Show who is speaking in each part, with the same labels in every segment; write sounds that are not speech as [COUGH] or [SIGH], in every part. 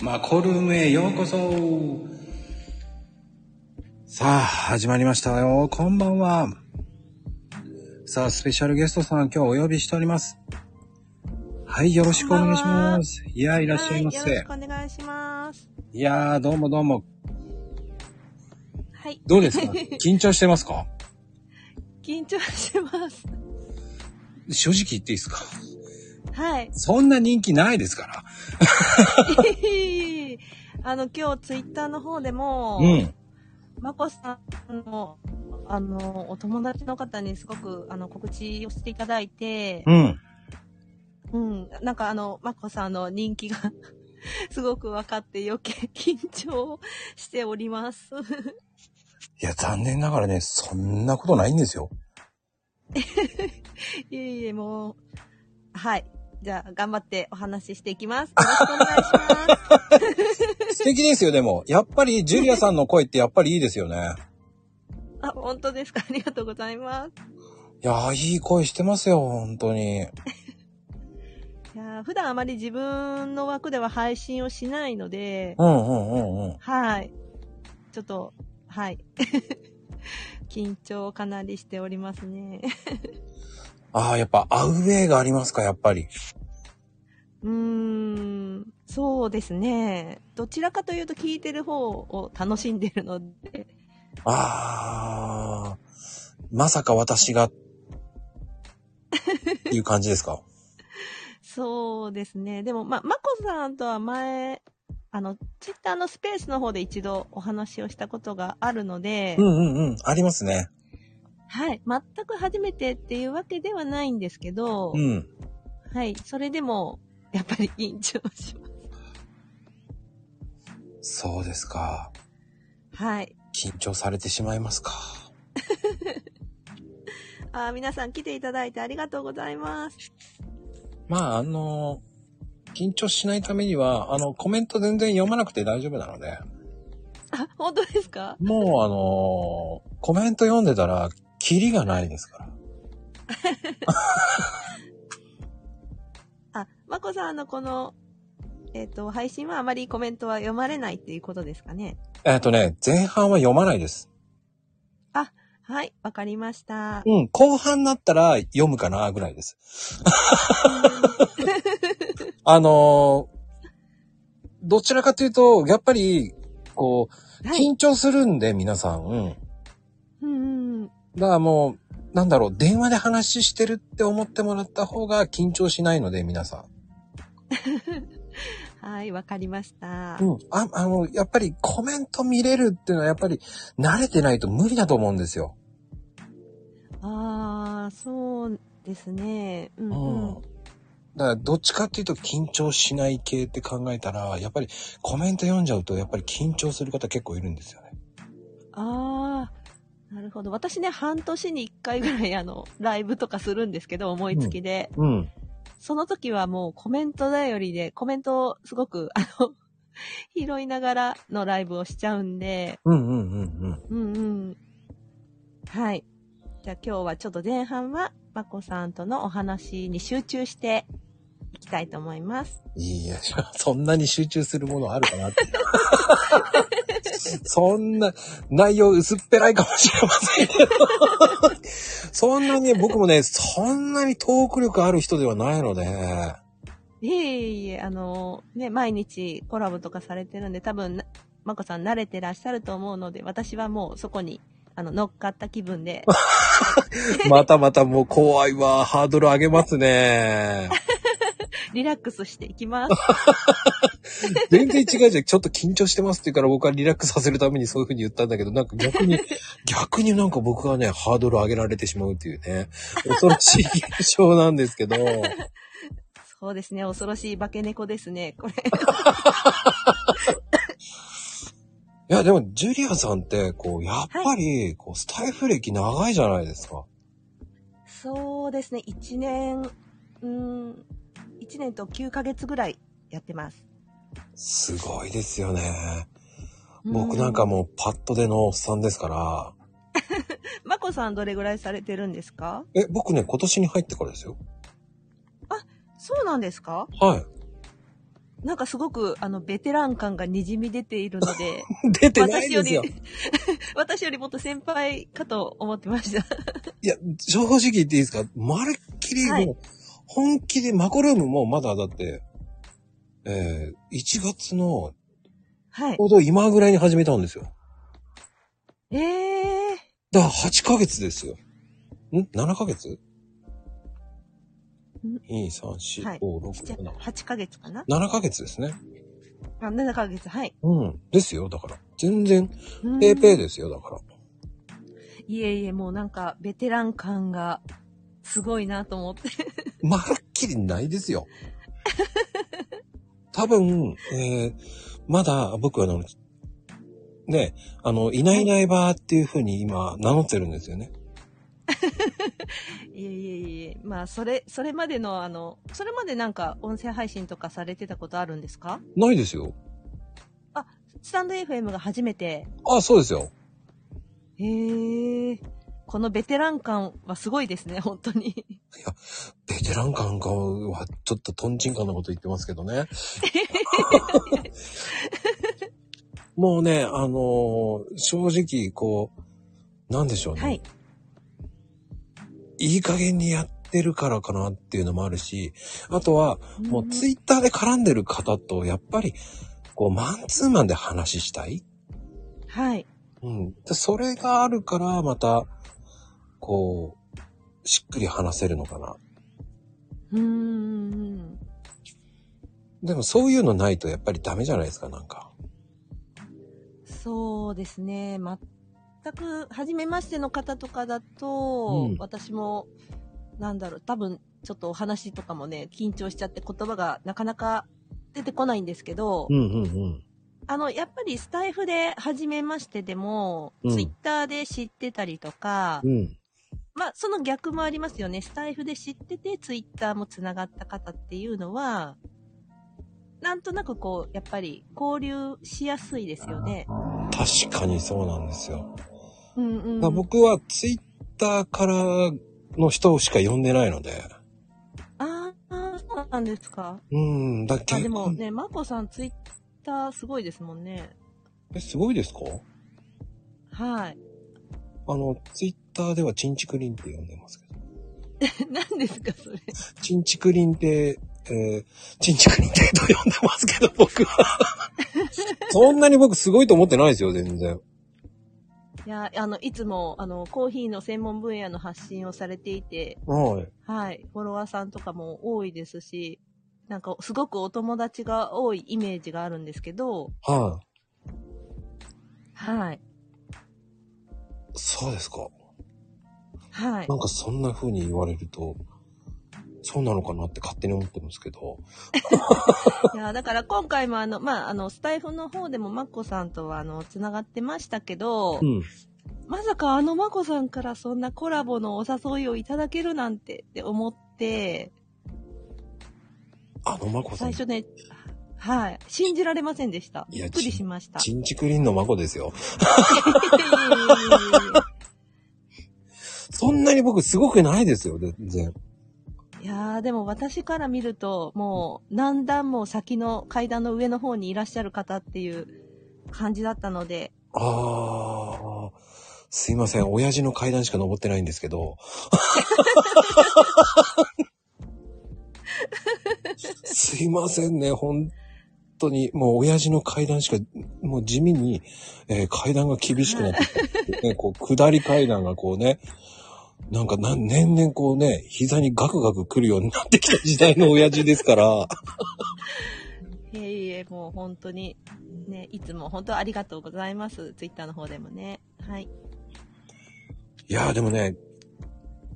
Speaker 1: マコルームへようこそさあ、始まりましたよ。こんばんは。さあ、スペシャルゲストさん、今日お呼びしております。はい、よろしくお願いします。いや、いらっしゃいま
Speaker 2: はよろし
Speaker 1: せ
Speaker 2: く。お願いします。
Speaker 1: いやー、どうもどうも。
Speaker 2: はい。
Speaker 1: どうです [LAUGHS] か緊張してますか
Speaker 2: 緊張してます。 [LAUGHS]
Speaker 1: 正直言っていいですか
Speaker 2: はい。 [LAUGHS]
Speaker 1: そんな人気ないですから。
Speaker 2: あの、今日ツイッターの方でも、
Speaker 1: うん。
Speaker 2: まこさんの、あの、お友達の方にすごく、あの、告知をしていただいて、
Speaker 1: うん。
Speaker 2: うん。なんかあの、まこさんの人気が、 [LAUGHS] すごく分かって余計 [LAUGHS] 緊張しております。 [LAUGHS]
Speaker 1: いや、残念ながらね、そんなことないんですよ。
Speaker 2: いえいえ、もう、はい。じゃあ、頑張ってお話ししていきます。よろしくお願いします。
Speaker 1: 素敵ですよ、でも。やっぱり、ジュリアさんの声ってやっぱりいいですよね。
Speaker 2: あ、本当ですか [LAUGHS] ありがとうございます。
Speaker 1: いやー、いい声してますよ、本当に。
Speaker 2: いやー普段あまり自分の枠では配信をしないので、
Speaker 1: うんうんうんうん。
Speaker 2: はい。ちょっと、はい。 [LAUGHS] 緊張をかなりしておりますね。
Speaker 1: ああ、やっぱ、アウェイがありますか、やっぱり。
Speaker 2: うーん、そうですね。どちらかというと聞いてる方を楽しんでるので、
Speaker 1: ああ、まさか私が、っていう感じですか。
Speaker 2: そうですね。でも、ま、まこさんとは前、あの、ツイッターのスペースの方で一度お話をしたことがあるので、
Speaker 1: うんうんうん、ありますね。
Speaker 2: はい。全く初めてっていうわけではないんですけど、
Speaker 1: うん。
Speaker 2: はい。それでも、やっぱり緊張しま
Speaker 1: そうですか。
Speaker 2: す。はい。
Speaker 1: 緊張されてしまいますか。
Speaker 2: あー皆さん来ていただいてありがとうございます。
Speaker 1: まあ、あの緊張しないためには、あの、コメント全然読まなくて大丈夫なので、
Speaker 2: あ、本当ですか
Speaker 1: もうあのコメント読んでたら、キリがないですから。
Speaker 2: あ、まこさんのこの、えっ、と、配信はあまりコメントは読まれないっていうことですかね。
Speaker 1: えっ、とね、前半は読まないです。
Speaker 2: はい。わかりま [LAUGHS] した。
Speaker 1: うん、後半になったら読むかな、ぐらいです。あのーどちらかというと、やっぱり、こう、
Speaker 2: はい。
Speaker 1: 緊張するんで、皆さん。うん。
Speaker 2: うんうん。
Speaker 1: だからもう、なんだろう、電話で話してるって思ってもらった方が緊張しないので、皆さ
Speaker 2: はい。わかりました
Speaker 1: ん。。うん。あ、あの、やっぱりコメント見れるっていうのは、やっぱり慣れてないと無理だと思うんですよ。
Speaker 2: あー、そうですね。うん、うん。
Speaker 1: だから、どっちかっていうと緊張しない系って考えたら、やっぱりコメント読んじゃうと、やっぱり緊張する方結構いるんですよね。
Speaker 2: ああ、なるほど。私ね、半年に一回ぐらい、あの、ライブとかするんですけど、思いつきで。
Speaker 1: うん。
Speaker 2: その時はもうコメント頼りで、コメントをすごく、あの、 [LAUGHS] 拾いながらのライブをしちゃうんで、
Speaker 1: うんうんうんうん。
Speaker 2: うんうん。はい。じゃあ今日はちょっと前半は、まこさんとのお話に集中していきたいと思います。
Speaker 1: いや、そんなに集中するものあるかなって。 [LAUGHS] そんな、内容薄っぺらいかもしれませんけど。そんなに、僕もね、そんなにトーク力ある人ではないので。
Speaker 2: いえいえいえ、あの、ね、毎日コラボとかされてるんで、多分な、まこさん慣れてらっしゃると思うので、私はもうそこに、あの、乗っかった気分で。
Speaker 1: またまたもう怖いわ。ハードル上げますね。
Speaker 2: リラックスしていきます。
Speaker 1: 全然違うじゃん。ちょっと緊張してますって言うから僕はリラックスさせるためにそういう風に言ったんだけど、なんか逆 [LAUGHS] に、逆になんか僕はね、ハードル上げられてしまうっていうね、恐ろしい現象なんですけど。
Speaker 2: そうですね、恐ろしい化け猫ですね、これ。
Speaker 1: いや、でも、ジュリアさんって、こう、やっぱり、こう、スタイフ歴長いじゃないですか。
Speaker 2: そうですね、1年、うーん、1年と9ヶ月ぐらいやってます。
Speaker 1: すごいですよね。僕なんか
Speaker 2: も。
Speaker 1: もう、パッとでのおっさんですから。
Speaker 2: まこさんどれぐらいされてるんですか
Speaker 1: え、僕ね、今年に入ってからですよ。
Speaker 2: そうなんですか
Speaker 1: はい。
Speaker 2: なんかすごく、あの、ベテラン感がにじみ出ているので、
Speaker 1: [LAUGHS] [LAUGHS] 出てないですよ。
Speaker 2: 私 [LAUGHS] 私よりもっと先輩かと思ってま
Speaker 1: [LAUGHS]
Speaker 2: した。
Speaker 1: いや、 [LAUGHS] 正直言っていいですかまるっきり、
Speaker 2: はい
Speaker 1: もう、本気で、マコルームもまだだって、えー、1月の、
Speaker 2: はい
Speaker 1: ち。ょうど今ぐらいに始めたんですよ。
Speaker 2: ええ
Speaker 1: だから8ヶ月ですよ。ん ?7 ヶ月 ?2、3、
Speaker 2: は
Speaker 1: 4、5、
Speaker 2: いー、じゃ
Speaker 1: 6、7。
Speaker 2: 8ヶ月かな
Speaker 1: 7ヶ月ですね。
Speaker 2: あ ?7 ヶ月、はい。
Speaker 1: うん。ですよ、だから。全然、
Speaker 2: うん
Speaker 1: ペーペーですよ、だから。
Speaker 2: いえいえ、もうなんか、ベテラン感が、すごいなと思って。
Speaker 1: まるっきりないです [LAUGHS] よ。多分、えーまだ僕はあの、ね、あの、いないいないばーっていう風に今名乗ってるんですよね。
Speaker 2: いえいえいえ、まあ、それ、それまでの、あの、それまでなんか、音声配信とかされてたことあるんですか
Speaker 1: ないですよ。
Speaker 2: スタンド FM が初めて。
Speaker 1: あ、そうですよ。
Speaker 2: へえ。このベテラン感はすごいですね、本当に。
Speaker 1: ベテラン感かは、ちょっとトンチンカンなこと言ってますけど
Speaker 2: [LAUGHS]
Speaker 1: ね。もうね、あのー正直、こう、なんでしょうね。
Speaker 2: はい。
Speaker 1: いい加減にやってるからかなっていうのもあるし、あとは、もうツイッターで絡んでる方と、やっぱり、こう、マンツーマンで話したい。
Speaker 2: はい。
Speaker 1: うん。でそれがあるから、また、こう、しっくり話せるのかな。
Speaker 2: うーん。
Speaker 1: でもそういうのないとやっぱりダメじゃないですか、なんか。
Speaker 2: そうですね。全く、初めましての方とかだと、
Speaker 1: うん
Speaker 2: 私も、なんだろう、多分、ちょっとお話とかもね、緊張しちゃって言葉がなかなか出てこないんですけど、
Speaker 1: うんうんうん。
Speaker 2: あの、やっぱりスタイフで初めましてでも、
Speaker 1: うん
Speaker 2: ツイッターで知ってたりとか、
Speaker 1: うん。
Speaker 2: まあ、その逆もありますよね。スタイフで知ってて、ツイッターもつながった方っていうのは、なんとなくこう、やっぱり交流しやすいですよね。
Speaker 1: 確かにそうなんですよ。
Speaker 2: うん
Speaker 1: だか
Speaker 2: うん。
Speaker 1: ら僕はツイッターからの人しか呼んでないので。
Speaker 2: ああ、そうなんですか。
Speaker 1: うん。だ
Speaker 2: あ
Speaker 1: け
Speaker 2: でも
Speaker 1: ど、
Speaker 2: ね、まこさんツイッターすごいですもんね。
Speaker 1: えすごいですか
Speaker 2: はい。 [LAUGHS]
Speaker 1: あの、ツイッターではチンチクリンって呼んでますけど。
Speaker 2: 何ですか、それ。
Speaker 1: チンチクリンって、えー、チンチクリンってと呼んでますけど、僕は。
Speaker 2: [LAUGHS]
Speaker 1: そんなに僕すごいと思ってないですよ、全然。
Speaker 2: いや、あの、いつも、あの、コーヒーの専門分野の発信をされていて、
Speaker 1: はい。
Speaker 2: はい、フォロワーさんとかも多いですし、なんか、すごくお友達が多いイメージがあるんですけど、
Speaker 1: は
Speaker 2: はい、
Speaker 1: い。そうですか。 [LAUGHS]
Speaker 2: はい
Speaker 1: な。んかそんな風に言われると、そうなのかなって勝手に思ってますけど。
Speaker 2: いや、だから今回もあの、まあ、あの、スタイフの方でもマッコさんとはあの、つながってましたけど、
Speaker 1: うん。
Speaker 2: まさかあのマコさんからそんなコラボのお誘いをいただけるなんてって思って、
Speaker 1: あの、まこさん
Speaker 2: 最。初ね、はい、信じられませんでした。
Speaker 1: い
Speaker 2: び
Speaker 1: や
Speaker 2: っくりしました。 [LAUGHS]
Speaker 1: チンチクリンのまこですよ。そんなに僕すごくないですよ、全然。
Speaker 2: いやー、でも私から見ると、もう何段も先の階段の上の方にいらっしゃる方っていう感じだったので、
Speaker 1: あー。すいません、親父の階段しか登ってないんですけど。すいませんね、本当に、もう親父の階段しか、もう地味に、えー階段が厳しくなってきて、ね、
Speaker 2: [LAUGHS]
Speaker 1: こう、下り階段がこうね、なんかなん、年々こうね、膝にガクガク来るようになってきた時代の親父ですから。
Speaker 2: いえいえ、もう本当に、ね、いつも本当ありがとうございます。ツイッターの方でもね。はい。
Speaker 1: いやーでもね、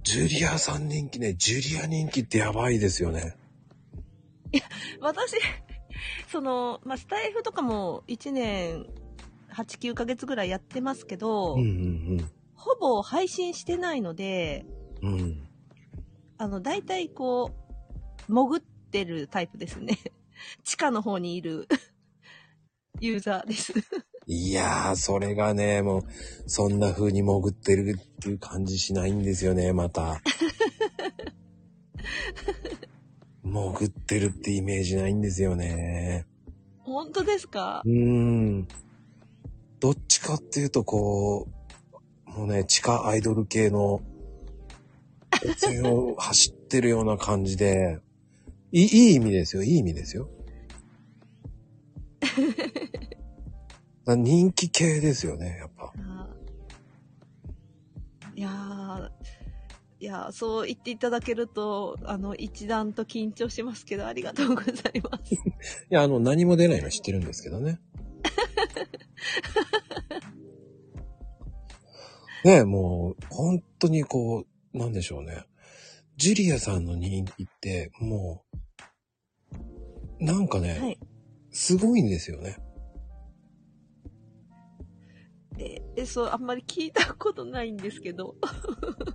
Speaker 1: ジュリアさん人気ね、ジュリア人気ってやばいですよね。
Speaker 2: 私、 [LAUGHS] その、まあ、スタイフとかも1年8、9ヶ月ぐらいやってますけど、
Speaker 1: うん
Speaker 2: ほぼ配信してないので、
Speaker 1: うんうん。うん。
Speaker 2: あの、大体こう、潜ってるタイプですね。 [LAUGHS] 地下の方にいる [LAUGHS] ユーザーです。
Speaker 1: いやー、それがね、もう、そんな風に潜ってるって [LAUGHS] いう感じしないんですよね、また。潜ってるってイメージないんですよね。
Speaker 2: 本当ですか
Speaker 1: うーん。どっちかっていうと、こう、もうね、地下アイドル系の、路線を走ってるような感じで、いいい意味ですよ、いい意味ですよ。な人気系ですよね、やっぱ。
Speaker 2: あーいやー、いやーそう言っていただけると、あの、一段と緊張しますけど、ありがとうございます。
Speaker 1: いや、あの、何も出ないのは知ってるんですけど
Speaker 2: [LAUGHS]
Speaker 1: ね。ねえ、もう、本当にこう、なんでしょうね。ジュリアさんの人気って、もう、なんかね、
Speaker 2: はい。
Speaker 1: すごいんですよね。
Speaker 2: え、えそう、あんまり聞いたことないんですけど。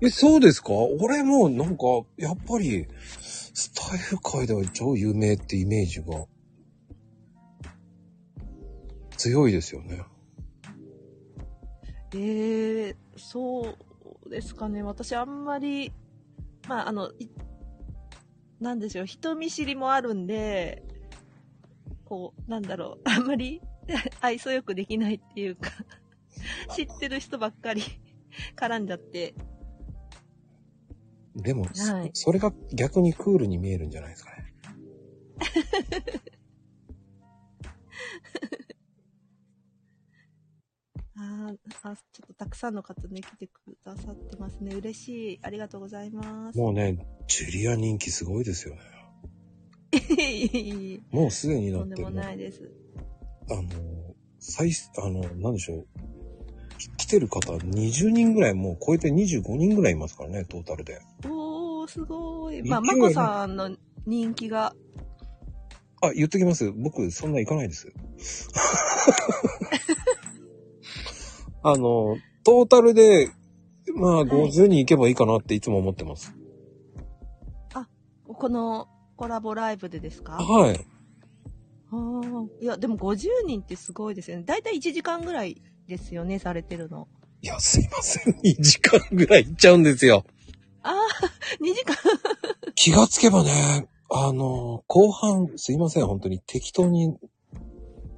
Speaker 1: え、そうですか俺もなんか、やっぱり、スタイフ界では超有名ってイメージが、強いですよね。
Speaker 2: えー、そうですかね。私あんまり、まあ、あの、いなんでしょう、人見知りもあるんで、こう、なんだろう、あ [LAUGHS] んまり愛想よくできないっていうか、知ってる人ばっかり絡んじゃって、
Speaker 1: でも、そ
Speaker 2: はい
Speaker 1: それが逆にクールに見えるんじゃないですかね。
Speaker 2: あーあ、ちょっとたくさんの方ね、来てくださってますね。嬉しい。ありがとうございます。
Speaker 1: もうね、ジュリア人気すごいですよね。
Speaker 2: いえ [LAUGHS] いえいえ
Speaker 1: もうすでにな
Speaker 2: と
Speaker 1: っ
Speaker 2: んで
Speaker 1: て
Speaker 2: も
Speaker 1: もう、
Speaker 2: ないです。
Speaker 1: あの、最、あの、なんでしょう。き来てる方20人ぐらい、もう超えて25人ぐらいいますからね、トータルで。
Speaker 2: おー、すごい。まあ、
Speaker 1: 勢
Speaker 2: ま
Speaker 1: いが
Speaker 2: こさんの人気が
Speaker 1: あ、言っときます。僕、そんな行かない
Speaker 2: [LAUGHS]
Speaker 1: です。あの、トータルで、まあ、
Speaker 2: い
Speaker 1: 50人行けばいいかなっていつも思ってます。
Speaker 2: このコラボライブでですかあ
Speaker 1: はい。
Speaker 2: ーいや、でも50人ってすごいですよね。だいたい1時間ぐらいですよね、されてるの。
Speaker 1: いや、すいません。2時間ぐらい行っちゃうんですよ。
Speaker 2: [LAUGHS] ああ、2時間。
Speaker 1: 気がつけばね、あの、後半、すいません、本当に適当に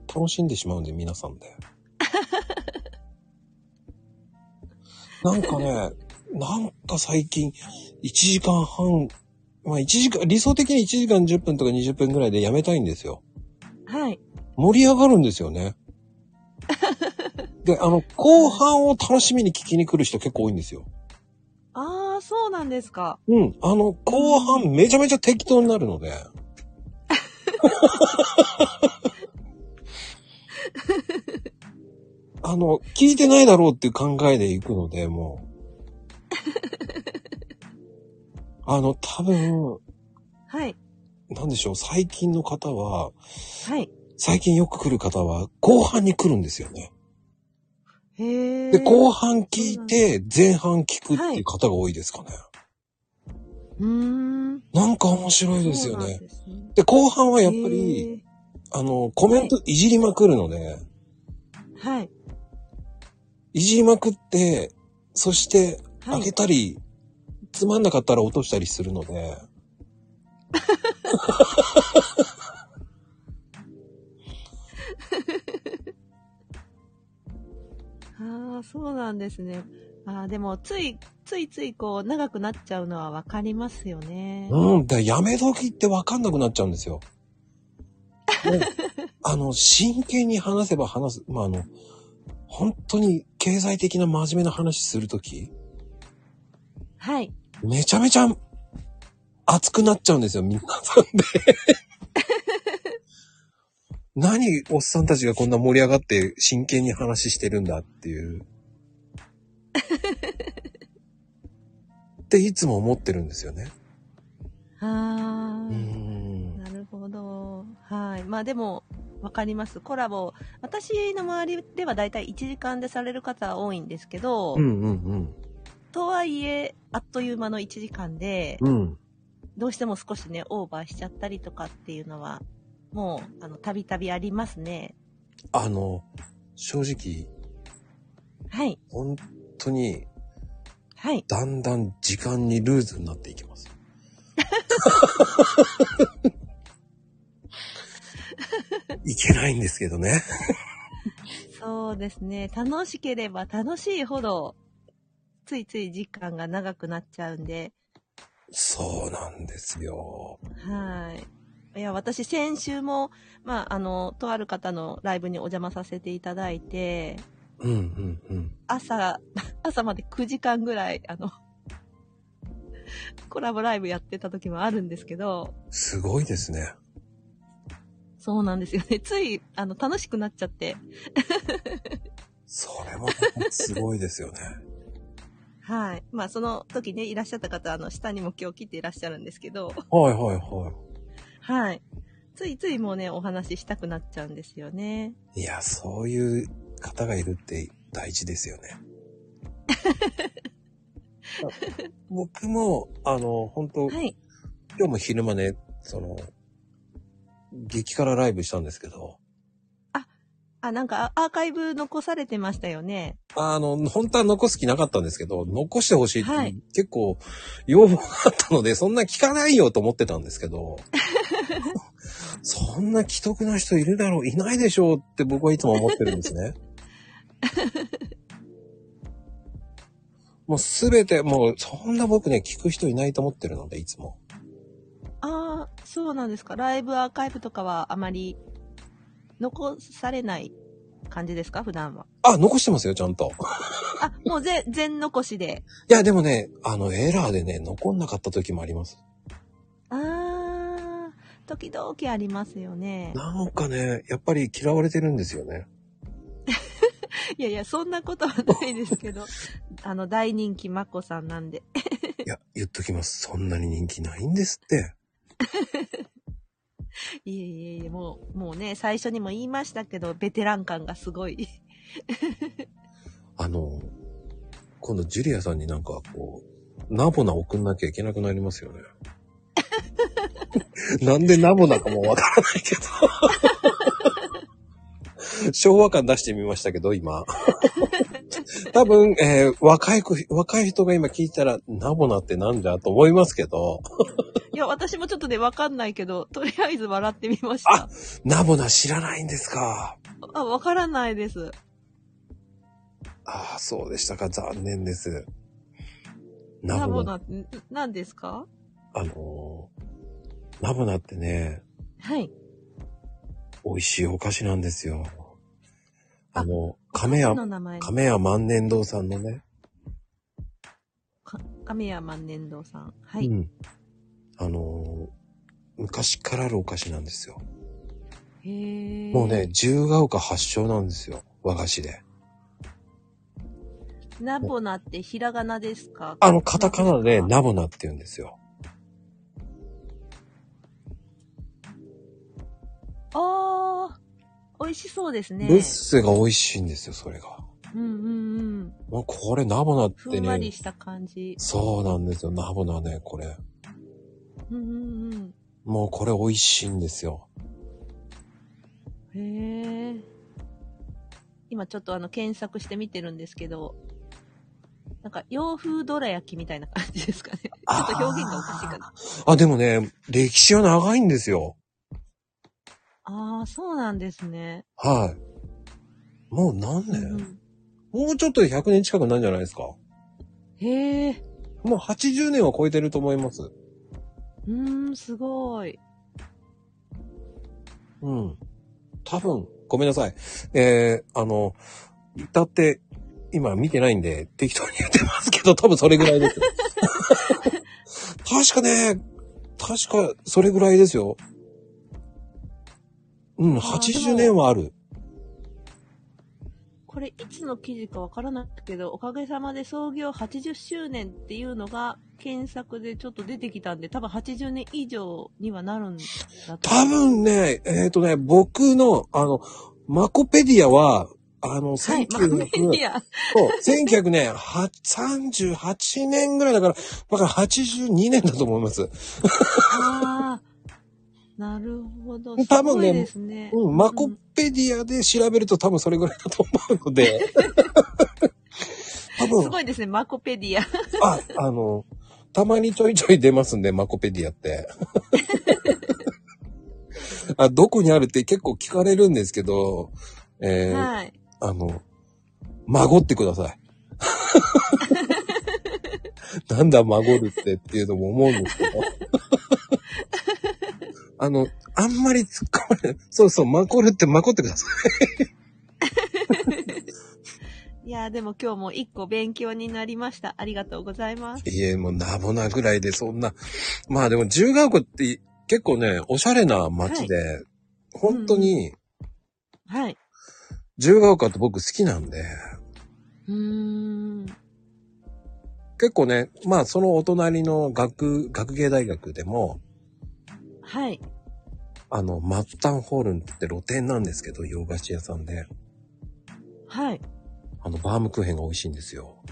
Speaker 1: 楽しんでしまうんで、皆さんで。なんかね、なんか最近、1時間半、まあ1時間、理想的に1時間10分とか20分ぐらいでやめたいんですよ。
Speaker 2: はい。
Speaker 1: 盛り上がるんですよね。で、あの、後半を楽しみに聞きに来る人結構多いんですよ。
Speaker 2: ああ、そうなんですか。
Speaker 1: うん。あの、後半めちゃめちゃ適当になる
Speaker 2: [LAUGHS]
Speaker 1: ので。あの、聞いてないだろうっていう考えで行くので、も
Speaker 2: [LAUGHS]
Speaker 1: う。あの、多分、
Speaker 2: はい。
Speaker 1: なんでしょう、最近の方は、
Speaker 2: はい。
Speaker 1: 最近よく来る方は、後半に来るんですよね。
Speaker 2: へえ。
Speaker 1: で、後半聞いて、前半聞くっていう方が多いですかね。
Speaker 2: うーん。
Speaker 1: なんか面白いですよ
Speaker 2: そうなん
Speaker 1: ね。
Speaker 2: ですね。
Speaker 1: で、後半はやっぱり、
Speaker 2: へー。
Speaker 1: あの、コメントいじりまくるので、い、
Speaker 2: はい。
Speaker 1: じりまくって、そして、
Speaker 2: は
Speaker 1: あげ
Speaker 2: い。
Speaker 1: たり、つまんなかったら落としたりするので、
Speaker 2: ああ、そうなんですね。ああ、でも、つい、ついついこう、長くなっちゃうのはわかりますよね。
Speaker 1: うん、だからやめ時ってわかんなくなっちゃうんです [LAUGHS] よ。もうあの、真剣に話せば話す、まあ、あの、本当に経済的な真面目な話するとき、
Speaker 2: はい。
Speaker 1: めちゃめちゃ熱くなっちゃうんですよ、皆さんで。 [LAUGHS] 何、おっさんたちがこんな盛り上がって真剣に話してるんだっていう。っていつも思ってるんですよね。
Speaker 2: あ
Speaker 1: う
Speaker 2: あ。
Speaker 1: ーん。
Speaker 2: なるほど。はい。まあでも、わかります。コラボ、私の周りではだいたい1時間でされる方は多いんですけど、
Speaker 1: うんうん
Speaker 2: とはいえ、あっという間の1時間で、
Speaker 1: うん。うん。
Speaker 2: どうしても少しね、オーバーしちゃったりとかっていうのは、もう、あの、たびたびありますね。
Speaker 1: あの、正直、
Speaker 2: はい。
Speaker 1: 本当に、
Speaker 2: はい。 [LAUGHS]
Speaker 1: だんだん時間にルーズになっていきます。いけないんですけどね。
Speaker 2: そうですね。楽しければ楽しいほど、ついつい時間が長くなっちゃうんで、
Speaker 1: そうなんですよ。
Speaker 2: はい。いや、私、先週も、まあ、あの、とある方のライブにお邪魔させていただいて、
Speaker 1: うんうんうん。
Speaker 2: 朝、 [LAUGHS] 朝まで9時間ぐらい、あの、コラボライブやってた時もあるんですけど、
Speaker 1: すごいですね。
Speaker 2: そうなんですよね。 [LAUGHS] つい、あの、楽しくなっちゃって、
Speaker 1: それもすごいです
Speaker 2: [LAUGHS]
Speaker 1: よね。
Speaker 2: はい。まあ、その時ね、いらっしゃった方、あの、下にも今日来ていらっしゃるんですけど、
Speaker 1: はいはいは
Speaker 2: はい。ついついもうね、お話ししたくなっちゃうんですよね。
Speaker 1: い。いや、そういう方がいるって大事です
Speaker 2: [LAUGHS]
Speaker 1: よね。僕も、あの、本当、
Speaker 2: はい。
Speaker 1: 今日も昼間ね、その、激辛ライブしたんですけど、
Speaker 2: あ、なんかアアーカイブ残されてましたよね。
Speaker 1: あの、本当は残す気なかったんですけど、残してほしいって、
Speaker 2: はい
Speaker 1: 結構要望があったので、そんな聞かないよと思ってたんですけ
Speaker 2: [LAUGHS]
Speaker 1: ど、そんな既得な人いるだろう、いないでしょうって僕はいつも思ってるんですね。
Speaker 2: [LAUGHS]
Speaker 1: もうすべて、もうそんな僕ね、聞く人いないと思ってるので、いつも。
Speaker 2: ああ、そうなんですか。ライブアーカイブとかはあまり残されない感じですか普段は。
Speaker 1: あ、残してますよ、ちゃんと。
Speaker 2: あ、もう全、 [LAUGHS] 全残しで。
Speaker 1: いや、でもね、あの、エラーでね、残んなかった時もあります。
Speaker 2: ああ、時々ありますよね。
Speaker 1: なんかね、やっぱり嫌われてるんですよね。
Speaker 2: いやいや、そんなことはないですけど、あの、大人気まこさんなんで。 [LAUGHS]
Speaker 1: いや、言っときます。そんなに人気ないんですって。
Speaker 2: いえいえいえ、もう、もうね、最初にも言いましたけど、ベテラン感がすごい。 [LAUGHS]
Speaker 1: あの、今度ジュリアさんになんかこう、ナボナ送んなきゃいけなくなりますよね。なんでナボナかもわからないけど。昭和感出してみましたけど、今。多分、えー若い子、若い人が今聞いたら、ナボナってなんだと思いますけど、
Speaker 2: いや、私もちょっとね、わかんないけど、とりあえず笑ってみました。
Speaker 1: ナボナ知らないんですか。
Speaker 2: あ、わからないです。
Speaker 1: ああ、そうでしたか。残念です。
Speaker 2: ナ
Speaker 1: ナボ
Speaker 2: ボ
Speaker 1: ナ
Speaker 2: ナって、ん何ですか
Speaker 1: あのー、ナボナってね、
Speaker 2: はい。
Speaker 1: 美味しいお菓子なんですよ。あの、亀
Speaker 2: 亀
Speaker 1: 屋
Speaker 2: 屋。、の名前。
Speaker 1: 亀屋万年堂さんのね、
Speaker 2: か亀屋万年堂さん。はい。
Speaker 1: うんあのー、昔からあるお菓子なんですよ。
Speaker 2: へえ。
Speaker 1: もうね、。自由が丘発祥なんですよ。和菓子で。
Speaker 2: ナボナってひらがなですか
Speaker 1: あの、カタカナでナボナって言うんですよ。
Speaker 2: あー、美味しそうですね。
Speaker 1: ブッセが美味しいんですよ、それが。
Speaker 2: うんうんうん。
Speaker 1: もうこれナボナっ
Speaker 2: ふ
Speaker 1: て
Speaker 2: んわり
Speaker 1: ね、
Speaker 2: した感じ。
Speaker 1: そうなんですよ、ナボナね、これ。
Speaker 2: うんうん
Speaker 1: もうこれ美味しいんですよ。
Speaker 2: うん。へえ。今ちょっとあの、検索して見てるんですけど、なんか洋風どら焼きみたいな感じですかね。ちょっと表現がおかしいかな。
Speaker 1: あ、でもね、歴史は長いんですよ。
Speaker 2: ああ、そうなんですね。
Speaker 1: はい。もう何年、
Speaker 2: うんうん
Speaker 1: もうちょっとで100年近くなんじゃないですか
Speaker 2: へえ、
Speaker 1: もう80年は超えてると思います。
Speaker 2: うーん、すごい。
Speaker 1: うん。多分、ごめんなさい。えー、あの、だって、今見てないんで、適当に言ってますけど、多分それぐらい
Speaker 2: [LAUGHS]
Speaker 1: です。確かね、確かそれぐらいですよ。うん、
Speaker 2: あーで
Speaker 1: 80
Speaker 2: も
Speaker 1: 年はある。
Speaker 2: これ、いつの記事かわからないけど、おかげさまで創業80周年っていうのが、検索でちょっと出てきたんで、多分80年以上にはなるんだと。
Speaker 1: 多分ね、えっ、とね、僕の、あの、マコペディアは、あの、
Speaker 2: はい、マ
Speaker 1: 1900
Speaker 2: メディア。
Speaker 1: そう、1900年、は38年ぐらいだから、だから82年だと思います。
Speaker 2: ああ、なるほど。
Speaker 1: 多分ね
Speaker 2: すごいですね。
Speaker 1: うん、マコペディアで調べると多分それぐらいだと思うの
Speaker 2: [LAUGHS]
Speaker 1: で、多
Speaker 2: うんす
Speaker 1: 分、
Speaker 2: ごいですね、マコペディア。
Speaker 1: あ、あの、たまにちょいちょい出ますんで、マコペディア
Speaker 2: [LAUGHS]
Speaker 1: って。あ、どこにあるって結構聞かれるんですけど、えー
Speaker 2: はい。
Speaker 1: あの、孫ってくだ
Speaker 2: [LAUGHS]
Speaker 1: さい。なんだ孫るってっていうのも思うんです
Speaker 2: [LAUGHS]
Speaker 1: けど。あの、あんまり突っ込まれない。そうそう、孫るって孫ってください。
Speaker 2: いやーでも今日も一個勉強になりました。ありがとうございます。
Speaker 1: いえ、もうナボナぐらいでそんな。まあでも、十ヶ丘って結構ね、おしゃれな街で、本当に、
Speaker 2: はい。
Speaker 1: 十ヶ丘って僕好きなんで、
Speaker 2: うーん。
Speaker 1: 結構ね、まあそのお隣の学、学芸大学でも、
Speaker 2: はい。
Speaker 1: あの、マッタンホールンって露店なんですけど、洋菓子屋さんで、
Speaker 2: はい。
Speaker 1: あの、バームクーヘンが美味しいんですよ。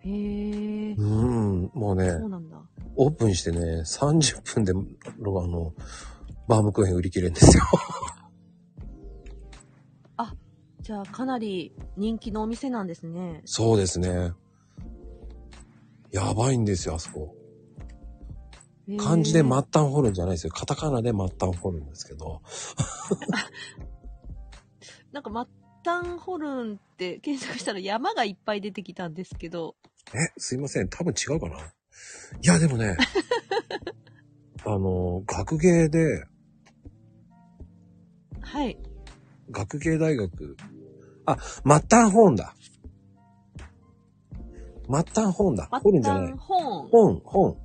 Speaker 2: へー
Speaker 1: う。ん、もうね、
Speaker 2: そうなんだ。
Speaker 1: オープンしてね、30分で、あの、バームクーヘン売り切れんですよ。
Speaker 2: じゃあかなり人気のお店なんですね。
Speaker 1: そうですね。やばいんですよ、あそこ。
Speaker 2: へー
Speaker 1: 漢字で末端ホルンじゃないですよ。カタカナで末端ホルンですけど。
Speaker 2: なんか末端ホルンって検索したら山がいっぱい出てきたんですけど。
Speaker 1: え、すいません。多分違うかな。いや、でもね、 [LAUGHS] あの、学芸で、
Speaker 2: はい。
Speaker 1: 学芸大学。あ、末端ホーンだ。末端ホーンだ。ホルンじゃない
Speaker 2: 末。端ホーン。
Speaker 1: 本、本。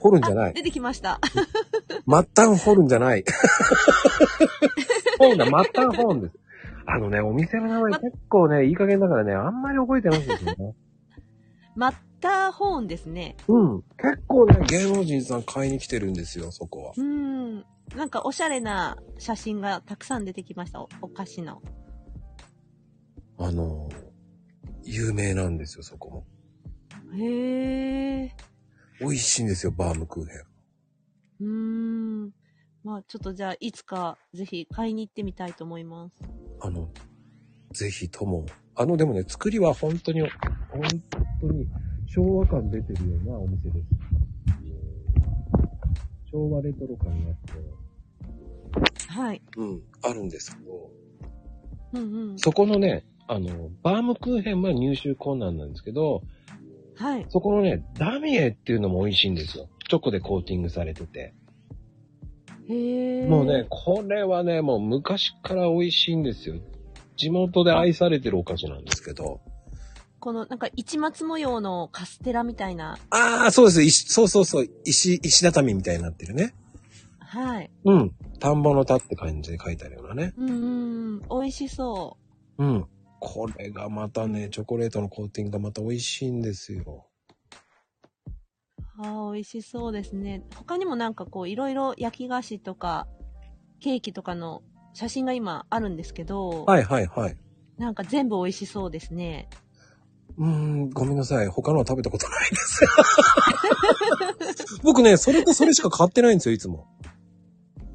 Speaker 1: 掘るんじゃな
Speaker 2: あ
Speaker 1: い。
Speaker 2: 出てきました。
Speaker 1: 末端掘るんじゃない。本だ、末端本です。あのね、お店の名前
Speaker 2: ま
Speaker 1: 結構ね、いい加減だからね、あんまり覚えてないんですよね。
Speaker 2: マッターホーンですね。
Speaker 1: うん。結構ね、芸能人さん買いに来てるんですよ、そこは。
Speaker 2: うーん。なんかおしゃれな写真がたくさん出てきました。おお菓子の。
Speaker 1: あの、有名なんですよ、そこも。
Speaker 2: へー。
Speaker 1: 美味しいんですよ、バームクーヘン。
Speaker 2: うーん。まあちょっとじゃあいつかぜひ買いに行ってみたいと思います。
Speaker 1: あの、ぜひとも。あの、でもね、作りは本当に、本当に昭和感出てるようなお店です。昭和レトロ感があって。
Speaker 2: はい。
Speaker 1: うん、あるんですけど。
Speaker 2: うんうん。
Speaker 1: そこのね、あの、バームクーヘンは入手困難なんですけど、
Speaker 2: はい。
Speaker 1: そこのね、ダミエっていうのも美味しいんですよ。チョコでコーティングされてて。
Speaker 2: へー。
Speaker 1: もうね、。これはね、もう昔から美味しいんですよ。地元で愛されてるお菓子なんですけど。
Speaker 2: このなんか市松模様のカステラみたいな。
Speaker 1: ああ、そうです。石、そうそうそう。石、石畳みたいになってるね。
Speaker 2: はい。
Speaker 1: うん。田んぼの田って感じで書いてあるようなね。
Speaker 2: うんうんうん。美味しそ
Speaker 1: うん。これがまたね、チョコレートのコーティングがまた美味しいんですよ。
Speaker 2: う。ああ、美味しそうですね。他にもなんかこういろいろ焼き菓子とかケーキとかの写真が今あるんですけど、
Speaker 1: はいはいはい。
Speaker 2: なんか全部美味しそうですね。
Speaker 1: うーん、ごめんなさい。他のは食べたことない [LAUGHS] です。僕ね、それとそれしか買ってないんですよ、いつも。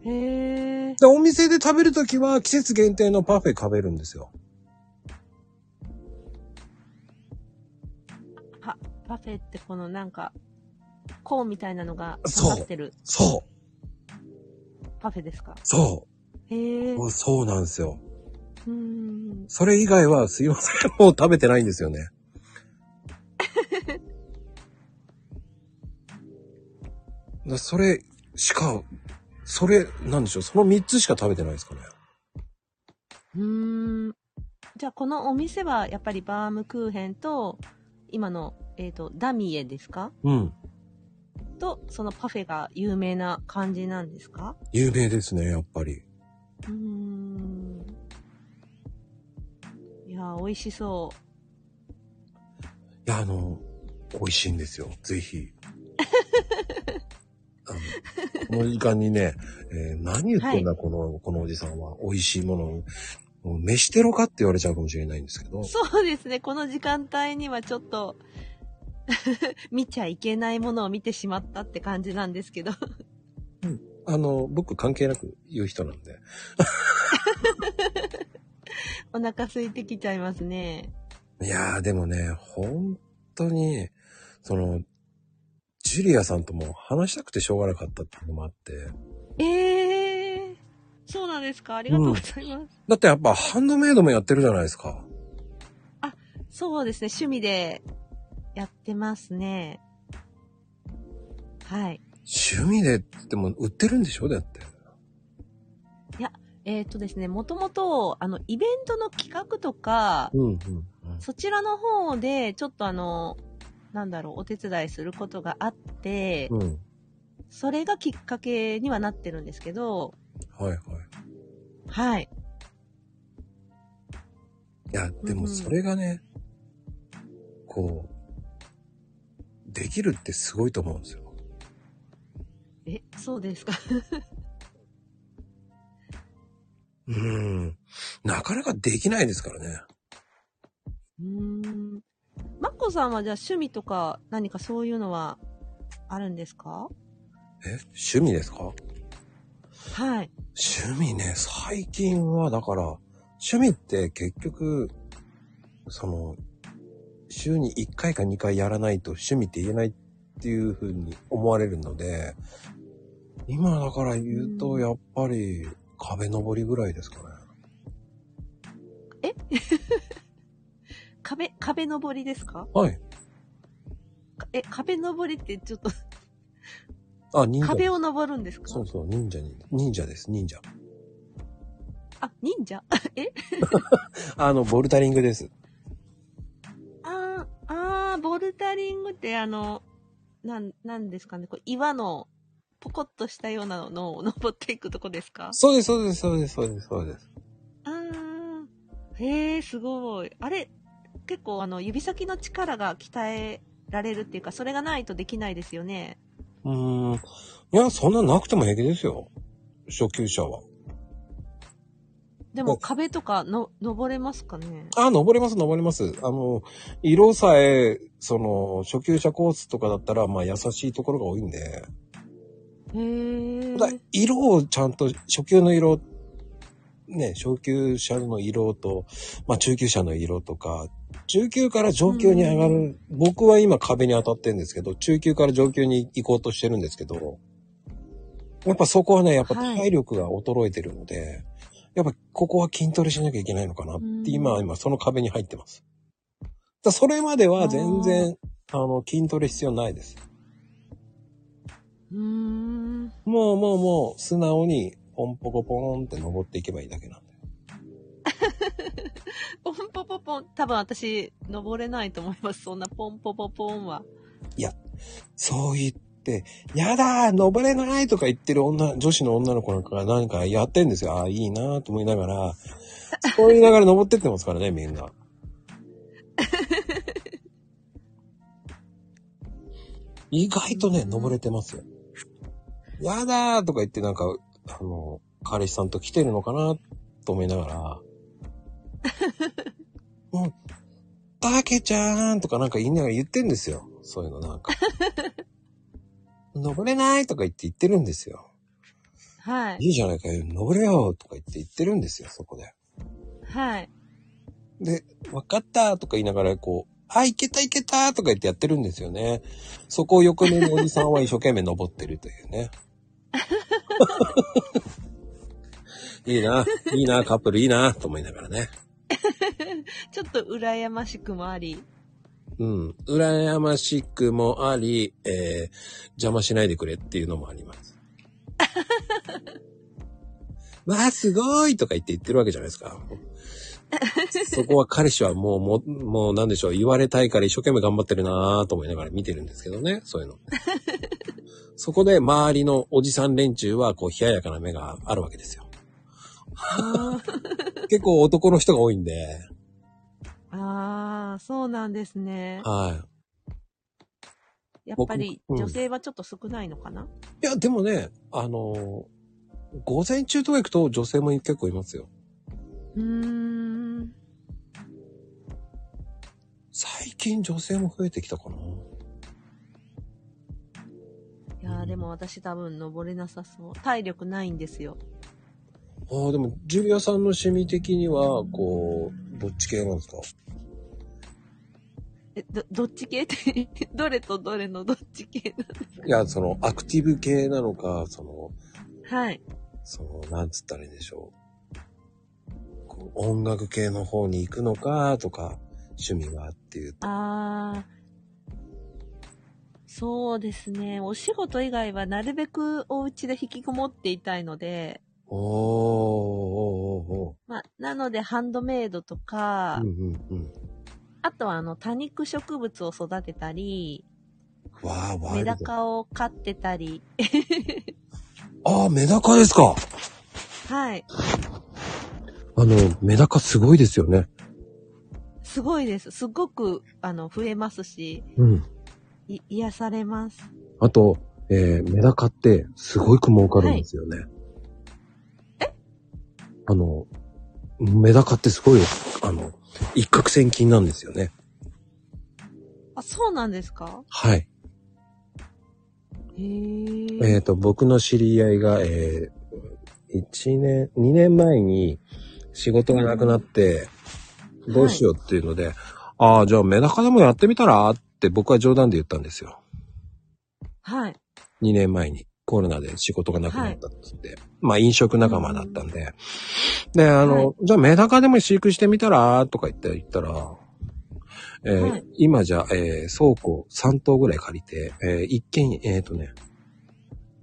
Speaker 2: へえ。
Speaker 1: で、お店で食べるときは季節限定のパフェ食べるんですよ。
Speaker 2: パ、パフェってこのなんか、コーンみたいなのが
Speaker 1: そう
Speaker 2: 刺さってる
Speaker 1: そう。
Speaker 2: パフェですか
Speaker 1: そ
Speaker 2: へえ。
Speaker 1: う。
Speaker 2: う
Speaker 1: そうなんですよ。
Speaker 2: ーん。
Speaker 1: それ以外はすいません。もう食べてないんですよね。だそれしか、それ、なんでしょう。その3つしか食べてないですかね。
Speaker 2: うーん。じゃあこのお店はやっぱりバームクーヘンと、今の、えっ、と、ダミエですか
Speaker 1: うん。
Speaker 2: と、そのパフェが有名な感じなんですか
Speaker 1: 有名ですね、やっぱり。
Speaker 2: うーん。いやー、美味しそ
Speaker 1: いや、あの、美味しいんですよ。ぜひ。あのこの時間にね、えー何言ってんだ、この、このおじさんは。美味しいものを。もう飯テロかって言われちゃうかもしれないんですけど
Speaker 2: う。。そうですね、この時間帯にはちょっと、 [LAUGHS] 見ちゃいけないものを見てしまったって感じなんですけど。 [LAUGHS]
Speaker 1: あの、僕関係なく言う人なんで。
Speaker 2: お腹空いてきちゃいますね。
Speaker 1: いやー、でもね、本当に、その、ジュリアさんとも話したくてしょうがなかったっていうのもあって。
Speaker 2: ええそうなんですかありがとうございます。
Speaker 1: だってやっぱハンドメイドもやってるじゃないですか。
Speaker 2: そうですね、趣味でやってますね。はい。
Speaker 1: 趣味でって言っても売ってるんでしょだって。
Speaker 2: えっ、とですね、もともと、あの、イベントの企画とか、
Speaker 1: うんうんうん。
Speaker 2: そちらの方で、ちょっとあの、なんだろう、お手伝いすることがあって、
Speaker 1: うん。
Speaker 2: それがきっかけにはなってるんですけど、
Speaker 1: はいはい。
Speaker 2: はい。
Speaker 1: いや、でもそれがね、こう、できるってすごいと思うんですよ。
Speaker 2: え、そうですか。 [LAUGHS]
Speaker 1: うん。なかなかできないですからね。
Speaker 2: うーん。マッコさんはじゃあ趣味とか何かそういうのはあるんですか
Speaker 1: え趣味ですか
Speaker 2: はい。
Speaker 1: 趣味ね、最近はだから、趣味って結局、その、週に1回か2回やらないと趣味って言えないっていう風に思われるので、今だから言う
Speaker 2: う
Speaker 1: と、
Speaker 2: ん
Speaker 1: やっぱり壁登りぐらいですかね。
Speaker 2: 壁、壁登りですか
Speaker 1: はい。
Speaker 2: かえ、壁登りってちょっと、
Speaker 1: あ、忍者。
Speaker 2: 壁を登るんですか
Speaker 1: そうそう、忍者に、忍者です、忍者。
Speaker 2: あ、忍者
Speaker 1: あの、ボルダリングです。
Speaker 2: あー、あー、ボルタリングってあの、なん、なんですかね、こう岩の、ポコッとしたようなのを登っていくとこですか
Speaker 1: そうです、そうです、そうです、そうです、そうです。
Speaker 2: あー、へえ、すごい。あれ、結構あの、指先の力が鍛えられるっていうか、それがないとできないですよね。
Speaker 1: うーん。いや、そんななくても平気ですよ。初級者は。
Speaker 2: で
Speaker 1: う
Speaker 2: も
Speaker 1: ん
Speaker 2: 壁とかの、登れますかね
Speaker 1: あ、登れます、登れます。あの、色さえ、その、初級者コースとかだったら、まあ、優しいところが多いんで。
Speaker 2: へえ。
Speaker 1: だ色をちゃんと、初級の色、ね、初級者の色と、まあ、中級者の色とか、中級から上級に上が
Speaker 2: う
Speaker 1: る、僕は今壁に当たってるんですけど、中級から上級に行こうとしてるんですけど、やっぱそこはね、やっぱ
Speaker 2: はい
Speaker 1: 体力が衰えてるので、やっぱここは筋トレしなきゃいけないのかなっ
Speaker 2: うん
Speaker 1: て、今、今その壁に入ってます。だそれまでは全然、あの、筋トレ必要ないです。
Speaker 2: うーん。
Speaker 1: もうもうもう素直にポンポコポーンって登っていけばいいだけなんだよ。
Speaker 2: ポンポポポン。多分私、登れないと思います。そんなポンポポポンは。
Speaker 1: そう言って、やだー登れないとか言ってる女、女子の女の子なんかがなんかやってんですよ。ああ、いいなーと思いながら、そう言いながら登ってってますからね、みんな。意外とね、登れてますよ。やだーとか言ってなんか、あの、彼氏さんと来てるのかなと思いながら、うん、たけちゃーんとかなんか言いながら言ってんですよ。そういうのなんか。登れないとか言って言ってるんですよ。
Speaker 2: はい。
Speaker 1: いいじゃないかよ、登れよとか言って言ってるんですよ、そこで。
Speaker 2: はい。
Speaker 1: で、わかったとか言いながら、こう、あ、いけたいけたとか言ってやってるんですよね。そこを横目のおじさんは一生懸命登ってるというね。いいな、いいな、カップルいいな、と思いながらね。
Speaker 2: ちょっと羨ましくもあり。
Speaker 1: うん。羨ましくもあり、えー、邪魔しないでくれっていうのもあります。わあ、すごいとか言って言ってるわけじゃないですか。そこは彼氏はもう、もう、もうなんでしょう、言われたいから一生懸命頑張ってるなぁと思いながら見てるんですけどね、そういうの。そこで周りのおじさん連中は、こう、冷ややかな目があるわけですよ。
Speaker 2: あー
Speaker 1: 結構男の人が多いんで、
Speaker 2: あー、そうなんですね。
Speaker 1: はい。
Speaker 2: やっぱり
Speaker 1: 僕もうん
Speaker 2: 女性はちょっと少ないのかな、
Speaker 1: いや、でもね、あのー午前中とか行くと女性も結構いますよ。
Speaker 2: うーん。
Speaker 1: 最近女性も増えてきたかな。
Speaker 2: いや
Speaker 1: う
Speaker 2: ー
Speaker 1: ん
Speaker 2: でも私多分登れなさそう。体力ないんですよ。
Speaker 1: ああ、でも、ジュリアさんの趣味的には、こう、どっち系なんですか
Speaker 2: え、ど、どっち系って、 [LAUGHS] どれとどれのどっち系なの
Speaker 1: いや、その、アクティブ系なのか、その、
Speaker 2: はい。
Speaker 1: その、なんつったらいいんでしょう。こう音楽系の方に行くのか、とか、趣味はっていう。
Speaker 2: あー。そうですね。お仕事以外はなるべくお家で引きこもっていたいので、
Speaker 1: おー、おー、お
Speaker 2: まあ、なのでハンドメイドとか、
Speaker 1: ー、おー。うんうんうん。
Speaker 2: あとはあの多肉植物を育てたり、
Speaker 1: わー、ワイ
Speaker 2: メ
Speaker 1: ル
Speaker 2: ダ
Speaker 1: ド。
Speaker 2: カを飼ってたり、
Speaker 1: あー、メダカですか。
Speaker 2: はい。
Speaker 1: あの、メダカすごいですよね。
Speaker 2: すごいです。すごく、あの、増えますし、
Speaker 1: うん。
Speaker 2: い癒されます。
Speaker 1: あと、えーメダカってすごく儲かるんですよね。あの、メダカってすごい、あの、一攫千金なんですよね。
Speaker 2: あ、そうなんですか
Speaker 1: はい。
Speaker 2: へー
Speaker 1: えっ、と、僕の知り合いが、えー、1年、2年前に仕事がなくなって、
Speaker 2: うん
Speaker 1: どうしようっていうので、ああ、じゃあメダカでもやってみたらって僕は冗談で言ったんですよ。
Speaker 2: はい。
Speaker 1: 2年前にコロナで仕事がなくなったっつって、まあ飲食仲間だったんで、で、あの、
Speaker 2: は
Speaker 1: じゃあメダカでも飼育してみたらとか言って言ったら、えー
Speaker 2: はい
Speaker 1: 今じゃ、えー倉庫3棟ぐらい借りて、えー一軒、えっ、とね、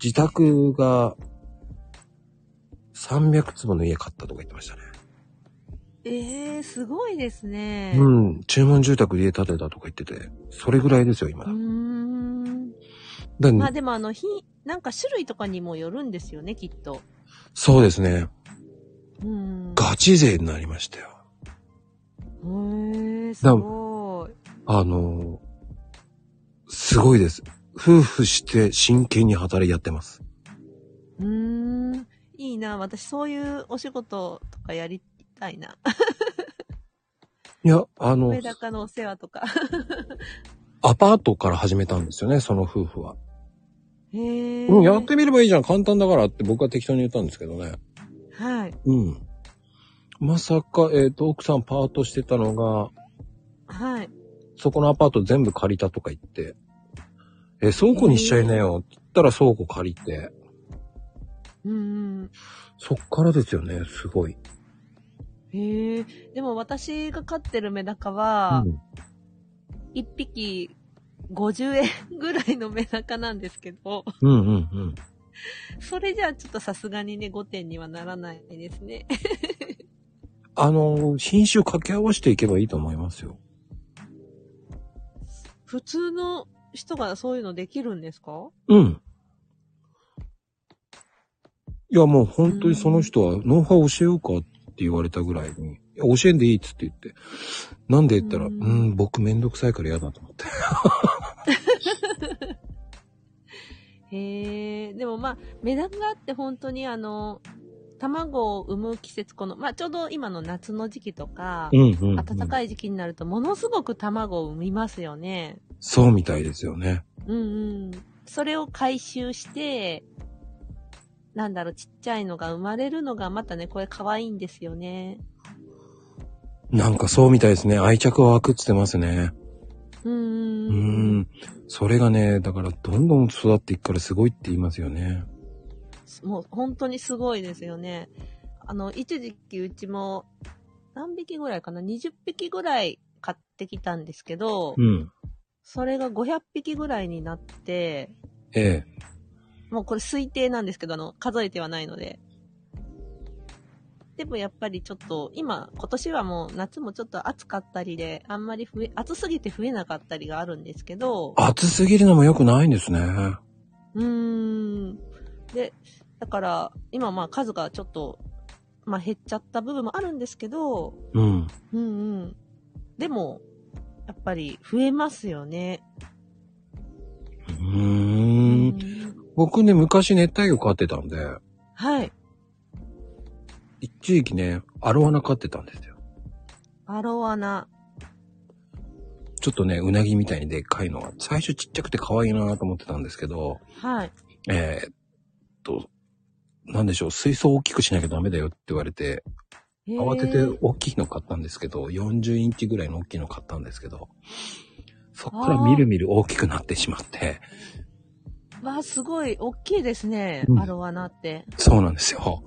Speaker 1: 自宅が300坪の家買ったとか言ってましたね。
Speaker 2: えー、すごいですね。
Speaker 1: う、
Speaker 2: うん
Speaker 1: 注文住宅で家建てたとか言ってて、それぐらいですよ、今。
Speaker 2: ーん。
Speaker 1: だ
Speaker 2: まあでもあの、ひ、なんか種類とかにもよるんですよね、きっと。
Speaker 1: そうですね。
Speaker 2: うーん。へ
Speaker 1: ガチ勢になりましたよ。
Speaker 2: ー、すごい。
Speaker 1: あのー、すごいです。夫婦して真剣に働いやってます。
Speaker 2: うーん。いいな。私そういうお仕事とかやりたいな。
Speaker 1: いや、あの
Speaker 2: メ、ダカのお世話とか。
Speaker 1: アパートから始めたんですよね、その夫婦は。
Speaker 2: へえ。
Speaker 1: うん、やってみればいいじゃん、簡単だからって僕は適当に言ったんですけどね。
Speaker 2: はい。
Speaker 1: うん。まさか、えっ、と、奥さんパートしてたのが、
Speaker 2: はい。
Speaker 1: そこのアパート全部借りたとか言って、え、倉庫にしちゃいなよって言ったら倉庫借りて、
Speaker 2: うんうん。
Speaker 1: そっからですよね、すごい。
Speaker 2: へえ。でも私が飼ってるメダカ
Speaker 1: う
Speaker 2: は、
Speaker 1: ん、
Speaker 2: 一匹50円ぐらいのメダカなんですけど、
Speaker 1: うん、うんうん。
Speaker 2: それじゃあちょっとさすがにね、5点にはならないですね。
Speaker 1: あの、品種を掛け合わせていけばいいと思いますよ。
Speaker 2: 普通の人がそういうのできるんですか
Speaker 1: うん。いや、もう本当にその人は、ノウハウ教えようかって言われたぐらいに、いや教えんでいいっつって言って、なんで言ったら、う、
Speaker 2: うんん
Speaker 1: 僕めんどくさいから嫌だと思って。
Speaker 2: へえ。でもまあ、メダカって本当にあの、卵を産む季節、この、まあちょうど今の夏の時期とか、
Speaker 1: んう
Speaker 2: 暖かい時期になるとものすごく卵を産みますよね。
Speaker 1: そうみたいですよね。
Speaker 2: うんうん。それを回収して、なんだろう、ちっちゃいのが生まれるのがまたね、これ可愛いんですよね。
Speaker 1: なんかそうみたいですね。愛着は湧くっつってますね。
Speaker 2: うん
Speaker 1: う。
Speaker 2: うんん。
Speaker 1: それがね、だからどんどん育っていくからすごいって言いますよね。
Speaker 2: もう本当にすごいですよね。あの、一時期うちも何匹ぐらいかな ?20 匹ぐらい買ってきたんですけど、
Speaker 1: うん。
Speaker 2: それが500匹ぐらいになって、
Speaker 1: ええ。
Speaker 2: もうこれ推定なんですけど、あの、数えてはないので。でもやっぱりちょっと、今、今年はもう夏もちょっと暑かったりで、あんまり増え、暑すぎて増えなかったりがあるんですけど、
Speaker 1: 暑すぎるのも良くないんですね。
Speaker 2: うーん。で、だから、今まあ数がちょっと、まあ減っちゃった部分もあるんですけど、
Speaker 1: うん。
Speaker 2: うんうん。でも、やっぱり増えますよね。
Speaker 1: う
Speaker 2: う
Speaker 1: ーん。
Speaker 2: ん
Speaker 1: 僕ね、昔熱帯魚飼ってたんで、
Speaker 2: はい。
Speaker 1: 一時期ね、アロワナ飼ってたんですよ。
Speaker 2: アロワナ。
Speaker 1: ちょっとね、うなぎみたいにでっかいのが、最初ちっちゃくて可愛いなと思ってたんですけど、
Speaker 2: はい。
Speaker 1: えーっと、なんでしょう、水槽大きくしなきゃダメだよって言われて、
Speaker 2: へー
Speaker 1: 慌てて大きいの買ったんですけど、40インチぐらいの大きいの買ったんですけど、そっからみるみる大きくなってしまって、
Speaker 2: わあ、すごい、大きいですね
Speaker 1: う。ん
Speaker 2: アロワナって。
Speaker 1: そうなんですよ。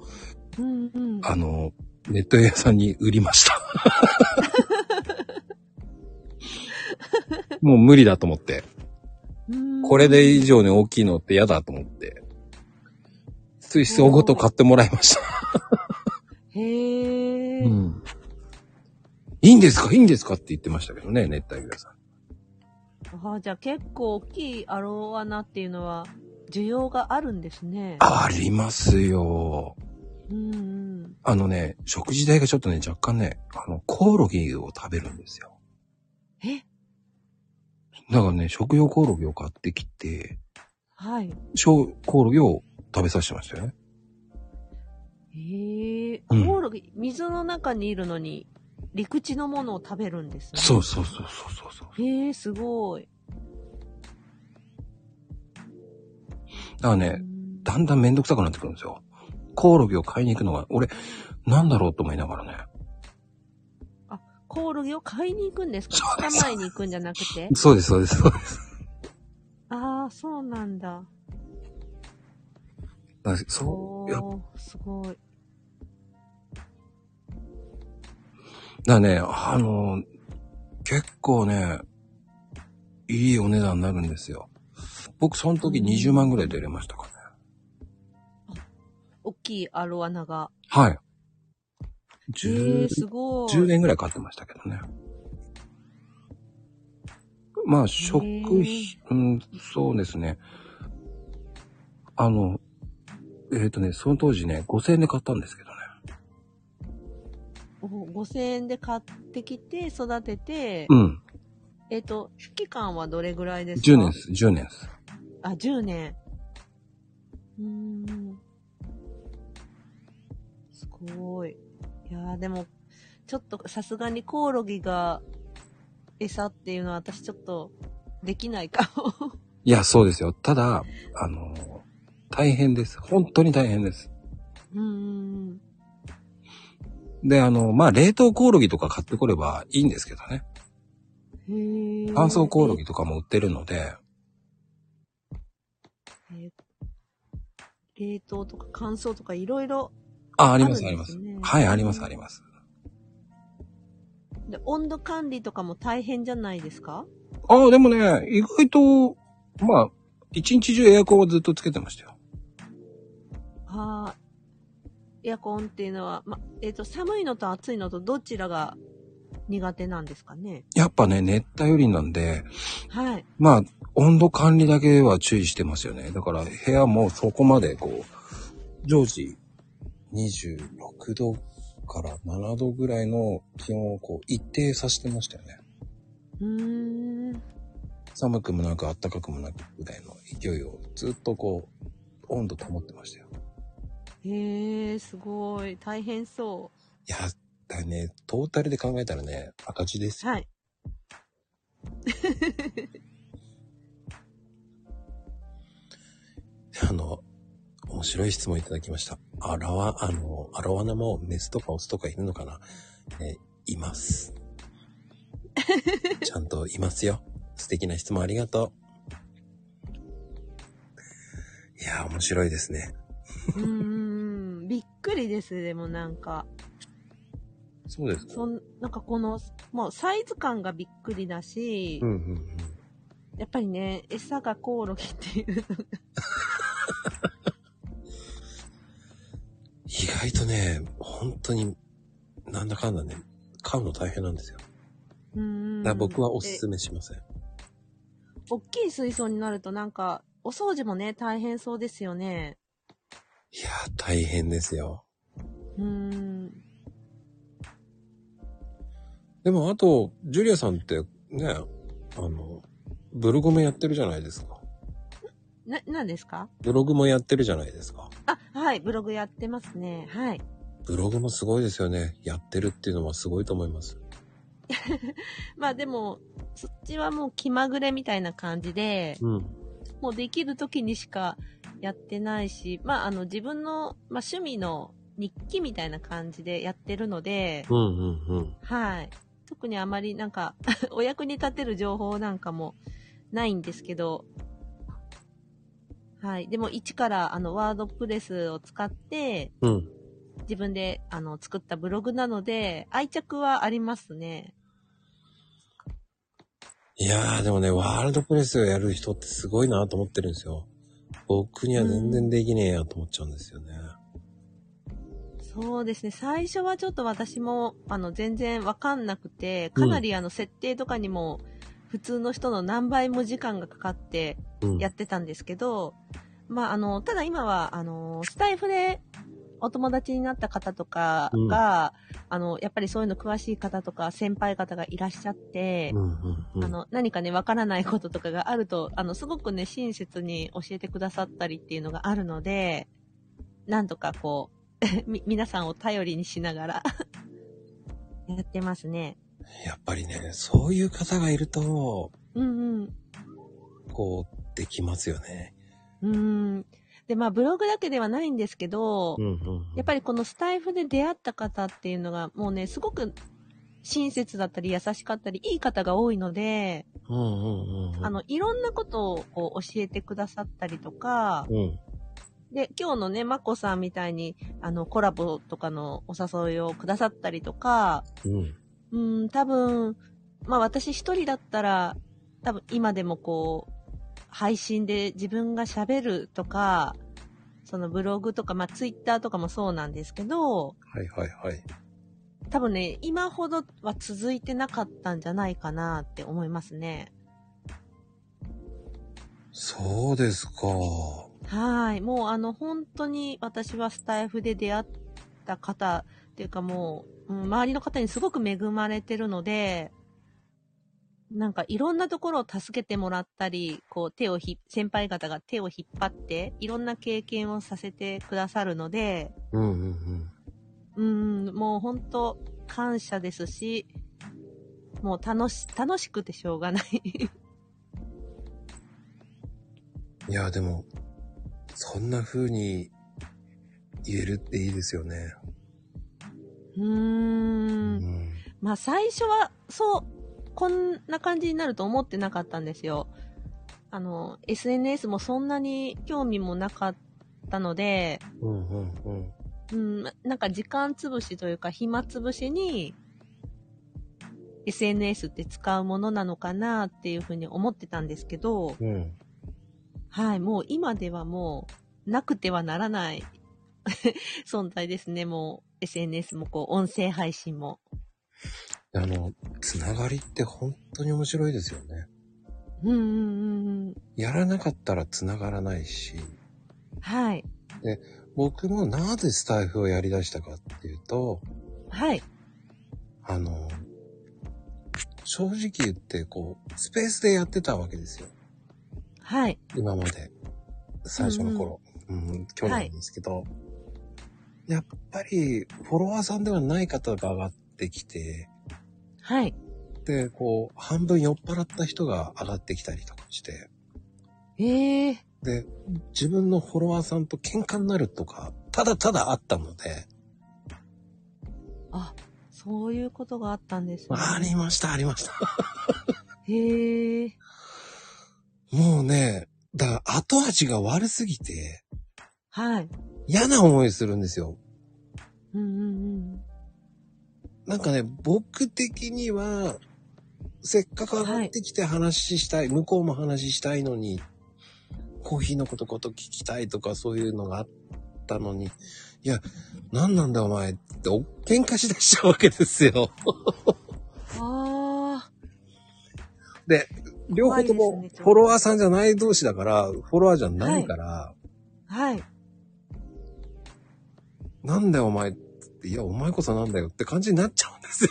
Speaker 2: うんうん。
Speaker 1: あの、ネット屋さんに売りま
Speaker 2: [LAUGHS]
Speaker 1: した。もう無理だと思って。
Speaker 2: うん
Speaker 1: これで以上に大きいのって嫌だと思って。水槽ごと買ってもらいました。
Speaker 2: へえ、
Speaker 1: うん。いいんですかいいんですかって言ってましたけどね、熱帯魚屋さん。
Speaker 2: ああ、じゃあ結構大きいアロワナっていうのは、需要があるんですね。
Speaker 1: ありますよ。
Speaker 2: うんうん。
Speaker 1: あのね、食事代がちょっとね、若干ね、あの、コオロギを食べるんですよ。
Speaker 2: え
Speaker 1: だからね、食用コオロギを買ってきて、
Speaker 2: はい。
Speaker 1: 小コオロギを食べさせてましたよね。
Speaker 2: へえ、
Speaker 1: うん
Speaker 2: コオロギ、水の中にいるのに、陸地のものを食べるんですね。
Speaker 1: そうそうそうそうそうそう。
Speaker 2: へえ、すごい。
Speaker 1: だから
Speaker 2: う
Speaker 1: ね、
Speaker 2: ん
Speaker 1: だんだんめんどくさくなってくるんですよ。コオロギを買いに行くのが、俺、なんだろうと思いながらね。
Speaker 2: コオロギを買いに行くんですか
Speaker 1: そうです
Speaker 2: 捕まえに行くんじゃなくて
Speaker 1: そうです、そうです、そうです。
Speaker 2: ああ、そうなんだ。
Speaker 1: だからそ
Speaker 2: お
Speaker 1: う、いやだか
Speaker 2: ー、すごい。
Speaker 1: らね、あの、結構ね、いいお値段になるんですよ。僕、その時
Speaker 2: うん
Speaker 1: 20万ぐらいで売れましたからね。
Speaker 2: 大きいアロアナが。
Speaker 1: はい。
Speaker 2: え
Speaker 1: 10
Speaker 2: ー、すごい。
Speaker 1: 10年ぐらい飼ってましたけどね。まあ、食費
Speaker 2: へー、
Speaker 1: うん、そうですね。あの、えっ、とね、その当時ね、5000円で買ったんですけどね。
Speaker 2: お5000円で買ってきて、育てて、
Speaker 1: うん。
Speaker 2: えっ、と、期間はどれぐらいですか
Speaker 1: 10年です、10年です。
Speaker 2: あ、10年。うーん。すごい。いやー、でも、ちょっとさすがにコオロギが餌っていうのは私ちょっとできないかも。 [LAUGHS]
Speaker 1: いや、そうですよ。ただ、あの、大変です。本当に大変です。
Speaker 2: うーん。
Speaker 1: で、あの、まあ、冷凍コオロギとか買ってこればいいんですけどね。
Speaker 2: へー
Speaker 1: 乾燥コオロギとかも売ってるので、
Speaker 2: えー冷凍とか乾燥とかいろいろ。
Speaker 1: あ、あります、あり
Speaker 2: あるん
Speaker 1: ま
Speaker 2: です
Speaker 1: す
Speaker 2: ね。
Speaker 1: はい、あります、あります。
Speaker 2: で、温度管理とかも大変じゃないですか
Speaker 1: ああ、でもね、意外と、まあ、一日中エアコンはずっとつけてましたよ。
Speaker 2: はエアコンっていうのは、ま、えっ、と、寒いのと暑いのとどちらが苦手なんですかね
Speaker 1: やっぱね、熱帯雨林なんで、
Speaker 2: はい。
Speaker 1: まあ、温度管理だけは注意してますよね。だから、部屋もそこまでこう、常時26度から7度ぐらいの気温をこう、一定させてましたよね。
Speaker 2: うーん。
Speaker 1: 寒くもなく暖かくもなくぐらいの勢いをずっとこう、温度保ってましたよ。
Speaker 2: へえ、すごい。大変そ
Speaker 1: いや、だからね、トータルで考えたらね、赤字です
Speaker 2: う。
Speaker 1: よ。
Speaker 2: はい。
Speaker 1: あの、面白い質問いただきました。アラワ、あの、アラワナもメスとかオスとかいるのかなえい
Speaker 2: [LAUGHS]
Speaker 1: ます。ちゃんといますよ。素敵な質問ありがとう。いやー、面白いですね。
Speaker 2: うーん。びっくりです、でもなんか。
Speaker 1: そうです
Speaker 2: そん、なんかこの、もうサイズ感がびっくりだし、
Speaker 1: うんうんうん。
Speaker 2: やっぱりね、餌がコオロギっていうのが。
Speaker 1: 意外とね、本当に、なんだかんだね、飼うの大変なんですよ。
Speaker 2: う
Speaker 1: だ
Speaker 2: ー
Speaker 1: から
Speaker 2: ん。
Speaker 1: 僕はおす
Speaker 2: です
Speaker 1: めしません。
Speaker 2: 大きい水槽になるとなんか、お掃除もね、大変そうですよね。
Speaker 1: いやー、大変ですよ。
Speaker 2: うーん。
Speaker 1: でも、あと、ジュリアさんってね、あの、ブログもやってるじゃないですか。
Speaker 2: な、何ですか
Speaker 1: ブログもやってるじゃないですか。
Speaker 2: あ、はい、ブログやってますね。はい。
Speaker 1: ブログもすごいですよね。やってるっていうのはすごいと思います。
Speaker 2: まあでも、そっちはもう気まぐれみたいな感じで、
Speaker 1: うん。
Speaker 2: もうできる時にしかやってないし、まああの自分の、まあ、趣味の日記みたいな感じでやってるので、
Speaker 1: うんうんうん。
Speaker 2: はい。特にあまりなんか、 [LAUGHS] お役に立てる情報なんかもないんですけど、はい。でも、一から、あの、ワードプレスを使って、
Speaker 1: うん。
Speaker 2: 自分で、あの、作ったブログなので、愛着はありますね。
Speaker 1: いやー、でもね、ワールドプレスをやる人ってすごいなと思ってるんですよ。僕には全然できねえやと思っちゃうんですよね。
Speaker 2: そうですね。最初はちょっと私も、あの、全然わかんなくて、かなり、あの、設定とかにも、普通の人の何倍も時間がかかって、
Speaker 1: うん。
Speaker 2: やってたんですけど、まあ、あの、ただ今は、あの、スタイフでお友達になった方とかが、あの、やっぱりそういうの詳しい方とか、先輩方がいらっしゃって
Speaker 1: うん、うんうん。
Speaker 2: あの、何かね、わからないこととかがあると、あの、すごくね、親切に教えてくださったりっていうのがあるので、なんとかこう、 [LAUGHS] み、皆さんを頼りにしながら、 [LAUGHS] やってますね。
Speaker 1: やっぱりね、そういう方がいると、
Speaker 2: うんうん。
Speaker 1: こう、できますよね。
Speaker 2: うん。で、まあ、ブログだけではないんですけど、
Speaker 1: うんうん。
Speaker 2: やっぱりこのスタイフで出会った方っていうのが、もうね、すごく親切だったり、優しかったり、いい方が多いので、
Speaker 1: うんうんうん。
Speaker 2: あ、の、いろんなことをこう教えてくださったりとか、
Speaker 1: うん。
Speaker 2: で、今日のね、まこさんみたいに、あの、コラボとかのお誘いをくださったりとか、
Speaker 1: うん。
Speaker 2: うん、多分、まあ私一人だったら、多分今でもこう、配信で自分が喋るとか、そのブログとか、まあツイッターとかもそうなんですけど、
Speaker 1: はいはいはい。
Speaker 2: 多分ね、今ほどは続いてなかったんじゃないかなって思いますね。
Speaker 1: そうですか。
Speaker 2: はい。もうあの、本当に私はスタイフで出会った方っていうかもう、うん周りの方にすごく恵まれてるので、なんかいろんなところを助けてもらったり、こう手をひ、先輩方が手を引っ張って、いろんな経験をさせてくださるので、
Speaker 1: うんうんうん。
Speaker 2: うん、もう本当感謝ですし、もう楽し、楽しくてしょうがない。
Speaker 1: いや、でも、そんな風に言えるっていいですよね。う
Speaker 2: うーん。
Speaker 1: ん。
Speaker 2: まあ最初は、そう、こんな感じになると思ってなかったんですよ。あの、SNS もそんなに興味もなかったので、
Speaker 1: うんうんうん。
Speaker 2: うん、なんか時間つぶしというか暇つぶしに、SNS って使うものなのかなっていうふうに思ってたんですけど、
Speaker 1: うん。
Speaker 2: はい、もう今ではもう、なくてはならない [LAUGHS] 存在ですね、もう SNS もこう、音声配信も。
Speaker 1: あの、つながりって本当に面白いですよね。
Speaker 2: うんうんうんうん。
Speaker 1: やらなかったらつながらないし、
Speaker 2: はい。
Speaker 1: 僕もなぜスタイフをやり出したかっていうと、
Speaker 2: はい。
Speaker 1: あの、正直言って、こう、スペースでやってたわけですよ。
Speaker 2: はい。
Speaker 1: 今まで。最初の頃。うん、去年なんですけど、やっぱり、フォロワーさんではない方が上がってきて、
Speaker 2: はい。
Speaker 1: で、こう、半分酔っ払った人が上がってきたりとかして、
Speaker 2: ええ
Speaker 1: で、自分のフォロワーさんと喧嘩になるとか、ただただあったので、
Speaker 2: あ、そういうことがあったんですね。
Speaker 1: ありました、ありました。
Speaker 2: へえ。
Speaker 1: もうね、だから後味が悪すぎて、
Speaker 2: はい。
Speaker 1: 嫌な思いするんですよ。
Speaker 2: うんうん
Speaker 1: なんかね、僕的には、せっかく上がってきて話したい、向こうも話したいのに、コーヒーのことこと聞きたいとかそういうのがあったのに、いや、何なんだお前って、お喧嘩しだしちゃうわけですよ。
Speaker 2: うん。ああ。
Speaker 1: で、両方と
Speaker 2: 怖
Speaker 1: も
Speaker 2: いですねちょっと
Speaker 1: フォロワーさんじゃない同士だから、フォロワーじゃないから、
Speaker 2: はい。
Speaker 1: なんだよお前って、いや、お前こそなんだよって感じになっちゃうんですよ。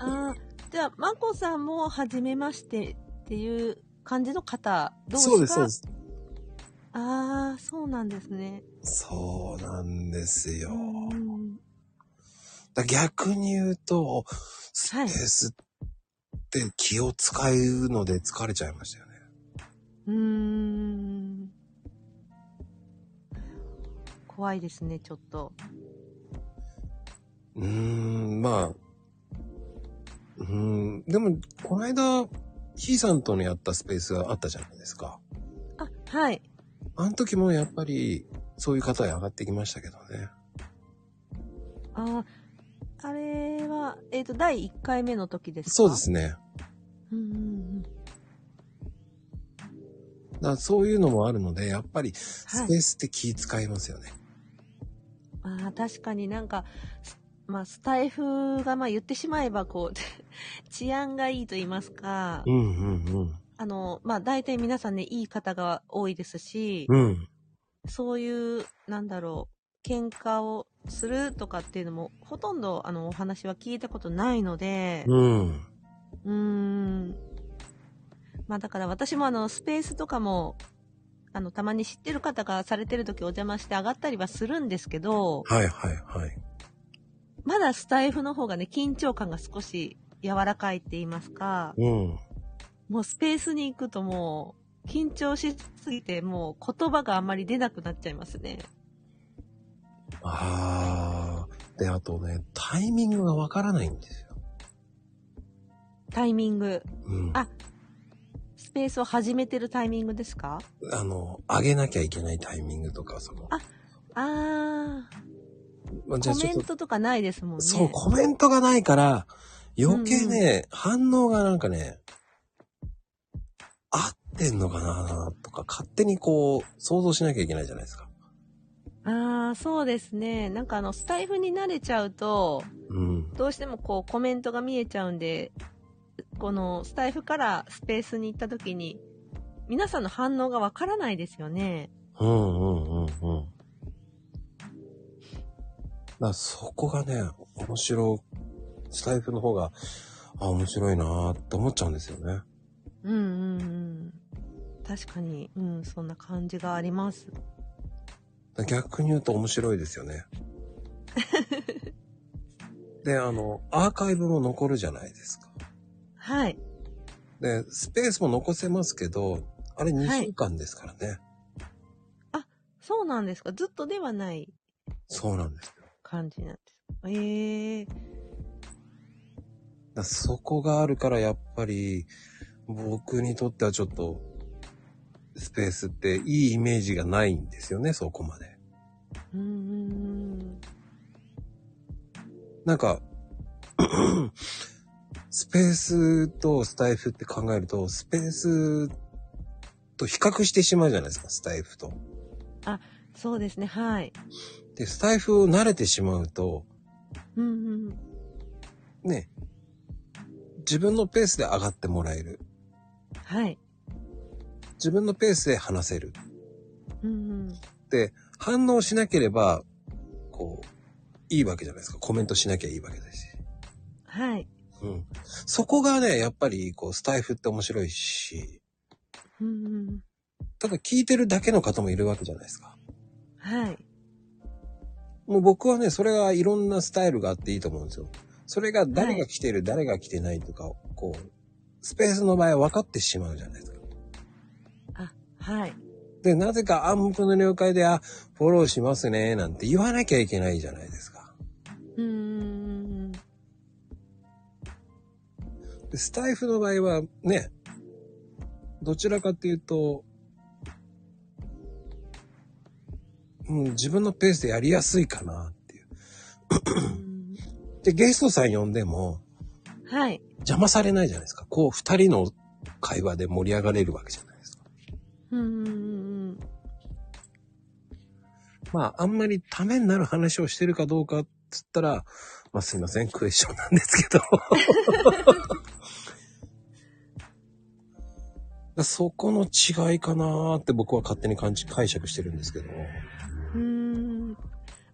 Speaker 2: ああ。じゃあ、まこさんも、はじめましてっていう感じの方、どう。
Speaker 1: そうです、そうですす。
Speaker 2: ああ、そうなんですね。
Speaker 1: そうなんですよ
Speaker 2: う。んうん
Speaker 1: だ逆に言うと、スペースって気を使うので疲れちゃいましたよね。
Speaker 2: うん。うーん。怖いですね、ちょっと。
Speaker 1: うーん、まあ、ううん。でも、この間、ひーさんとのやったスペースがあったじゃないですか。
Speaker 2: あ、はい。
Speaker 1: あの時もやっぱり、そういう方が上がってきましたけどね。
Speaker 2: あー、あれは、えっ、と、第1回目の時ですか
Speaker 1: そうで。すね。
Speaker 2: うんうんうん。
Speaker 1: だからそういうのもあるので、やっぱり、ス
Speaker 2: は
Speaker 1: ペ
Speaker 2: い。
Speaker 1: ースって気使いますよね。
Speaker 2: ああ、確かになんか、すまあ、スタイフが、まあ言ってしまえば、こう、 [LAUGHS] 治安がいいと言いますか、
Speaker 1: うんうん
Speaker 2: あの、まあ大体皆さんね、いい方が多いですし、
Speaker 1: うん。うん。
Speaker 2: そういう、なんだろう、喧嘩をするとかっていうのも、ほとんど、あの、お話は聞いたことないので、
Speaker 1: うん。
Speaker 2: うーん。まあだから私もあの、スペースとかも、あの、たまに知ってる方がされてる時お邪魔して上がったりはするんですけど、
Speaker 1: はいはいはい。
Speaker 2: まだスタイフの方がね、緊張感が少し柔らかいって言いますか、
Speaker 1: うん。
Speaker 2: もうスペースに行くともう、緊張しすぎて、もう言葉があんまり出なくなっちゃいますね。
Speaker 1: ああ。で、あとね、タイミングがわからないんですよ。
Speaker 2: タイミング。
Speaker 1: うん。あ
Speaker 2: あスペースを始めてるタイミングですか
Speaker 1: の、上げなきゃいけないタイミングとか、その、
Speaker 2: ああ
Speaker 1: まあ、
Speaker 2: ー、コメントとかないですもんね。
Speaker 1: そう、コメントがないから、余計ね、反応がなんかね、合ってんのかなとか、勝手にこう、想像しなきゃいけないじゃないですか。
Speaker 2: ああ、そうですね。なんかあの、スタイフに慣れちゃうと、
Speaker 1: うん。
Speaker 2: どうしてもこう、コメントが見えちゃうんで、このスタイフからスペースに行った時に、皆さんの反応がわからないですよね。
Speaker 1: うんうんうんうん。だからそこがね、面白い、スタイフの方が、あ、面白いなーって思っちゃうんですよね。
Speaker 2: うんうんうん。確かに、うん、そんな感じがあります。
Speaker 1: だから逆に言うと面白いですよ
Speaker 2: [LAUGHS]
Speaker 1: ね。で、あの、アーカイブも残るじゃないですか。
Speaker 2: はい。
Speaker 1: で、スペースも残せますけど、あれ
Speaker 2: は
Speaker 1: 2
Speaker 2: い
Speaker 1: 週間ですからね。
Speaker 2: そうなんですかずっとではない
Speaker 1: そうなんですよ。だか
Speaker 2: 感じなんです。ええー。
Speaker 1: らそこがあるからやっぱり、僕にとってはちょっと、スペースっていいイメージがないんですよね、そこまで。
Speaker 2: うーん。
Speaker 1: なんか、 [CLEARS THROAT] スペースとスタイフって考えると、スペースと比較してしまうじゃないですか、スタイフと。
Speaker 2: そうですね、はい。
Speaker 1: で、スタイフを慣れてしまうと、
Speaker 2: うんうん。
Speaker 1: ね、自分のペースで上がってもらえる。
Speaker 2: はい。
Speaker 1: 自分のペースで話せる。
Speaker 2: うんうん。
Speaker 1: で、反応しなければ、こう、いいわけじゃないですか。コメントしなきゃいいわけだし。
Speaker 2: はい。
Speaker 1: うん。そこがね、やっぱり、こう、スタイフって面白いし、
Speaker 2: うんうん。
Speaker 1: ただ聞いてるだけの方もいるわけじゃないですか。
Speaker 2: はい。
Speaker 1: もう僕はね、それはいろんなスタイルがあっていいと思うんですよ。それが誰が来てる、誰が来てないとか、こう、スペースの場合は分かってしまうじゃないですか。
Speaker 2: あ、はい。
Speaker 1: で、なぜか暗黙の了解で、あ、フォローしますね、なんて言わなきゃいけないじゃないですか。
Speaker 2: うんうんうん。
Speaker 1: でスタイフの場合はね、どちらかっていうと、うん、自分のペースでやりやすいかなっていう。
Speaker 2: うん
Speaker 1: で、ゲストさん呼んでも
Speaker 2: はい。
Speaker 1: 邪魔されないじゃないですか。こう、二人の会話で盛り上がれるわけじゃないですか。
Speaker 2: うんうんうんうん。
Speaker 1: まあ、あんまりためになる話をしてるかどうかっつったら、まあすいません、クエスチョンなんですけど。そこの違いかなーって僕は勝手に感じ解釈してるんですけど。
Speaker 2: うーん。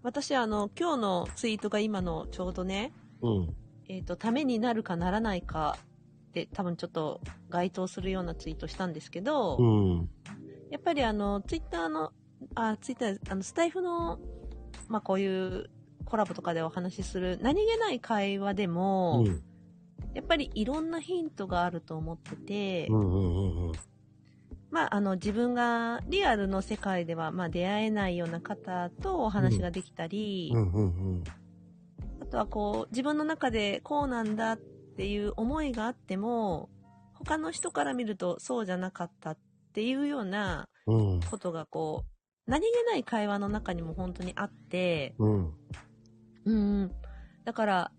Speaker 2: 私、あの、今日のツイートが今のちょうどね、
Speaker 1: うん。
Speaker 2: えっ、と、ためになるかならないかって多分ちょっと該当するようなツイートしたんですけど、
Speaker 1: うん。
Speaker 2: やっぱりあの、ツイッターの、あ、ツイッター、あの、スタイフの、まあ、こういうコラボとかでお話しする、何気ない会話でも、
Speaker 1: うん。
Speaker 2: やっぱりいろんなヒントがあると思ってて、
Speaker 1: うんうんうんうん。
Speaker 2: まあ、あの、自分がリアルの世界では、まあ、出会えないような方とお話ができたり、
Speaker 1: うんうんうん。
Speaker 2: あとはこう、自分の中でこうなんだっっていう思いがあっても、他の人から見るとそうじゃなかったっていうような
Speaker 1: うん。
Speaker 2: ことがこう、何気ない会話の中にも本当にあって、
Speaker 1: うん。
Speaker 2: うん。だから、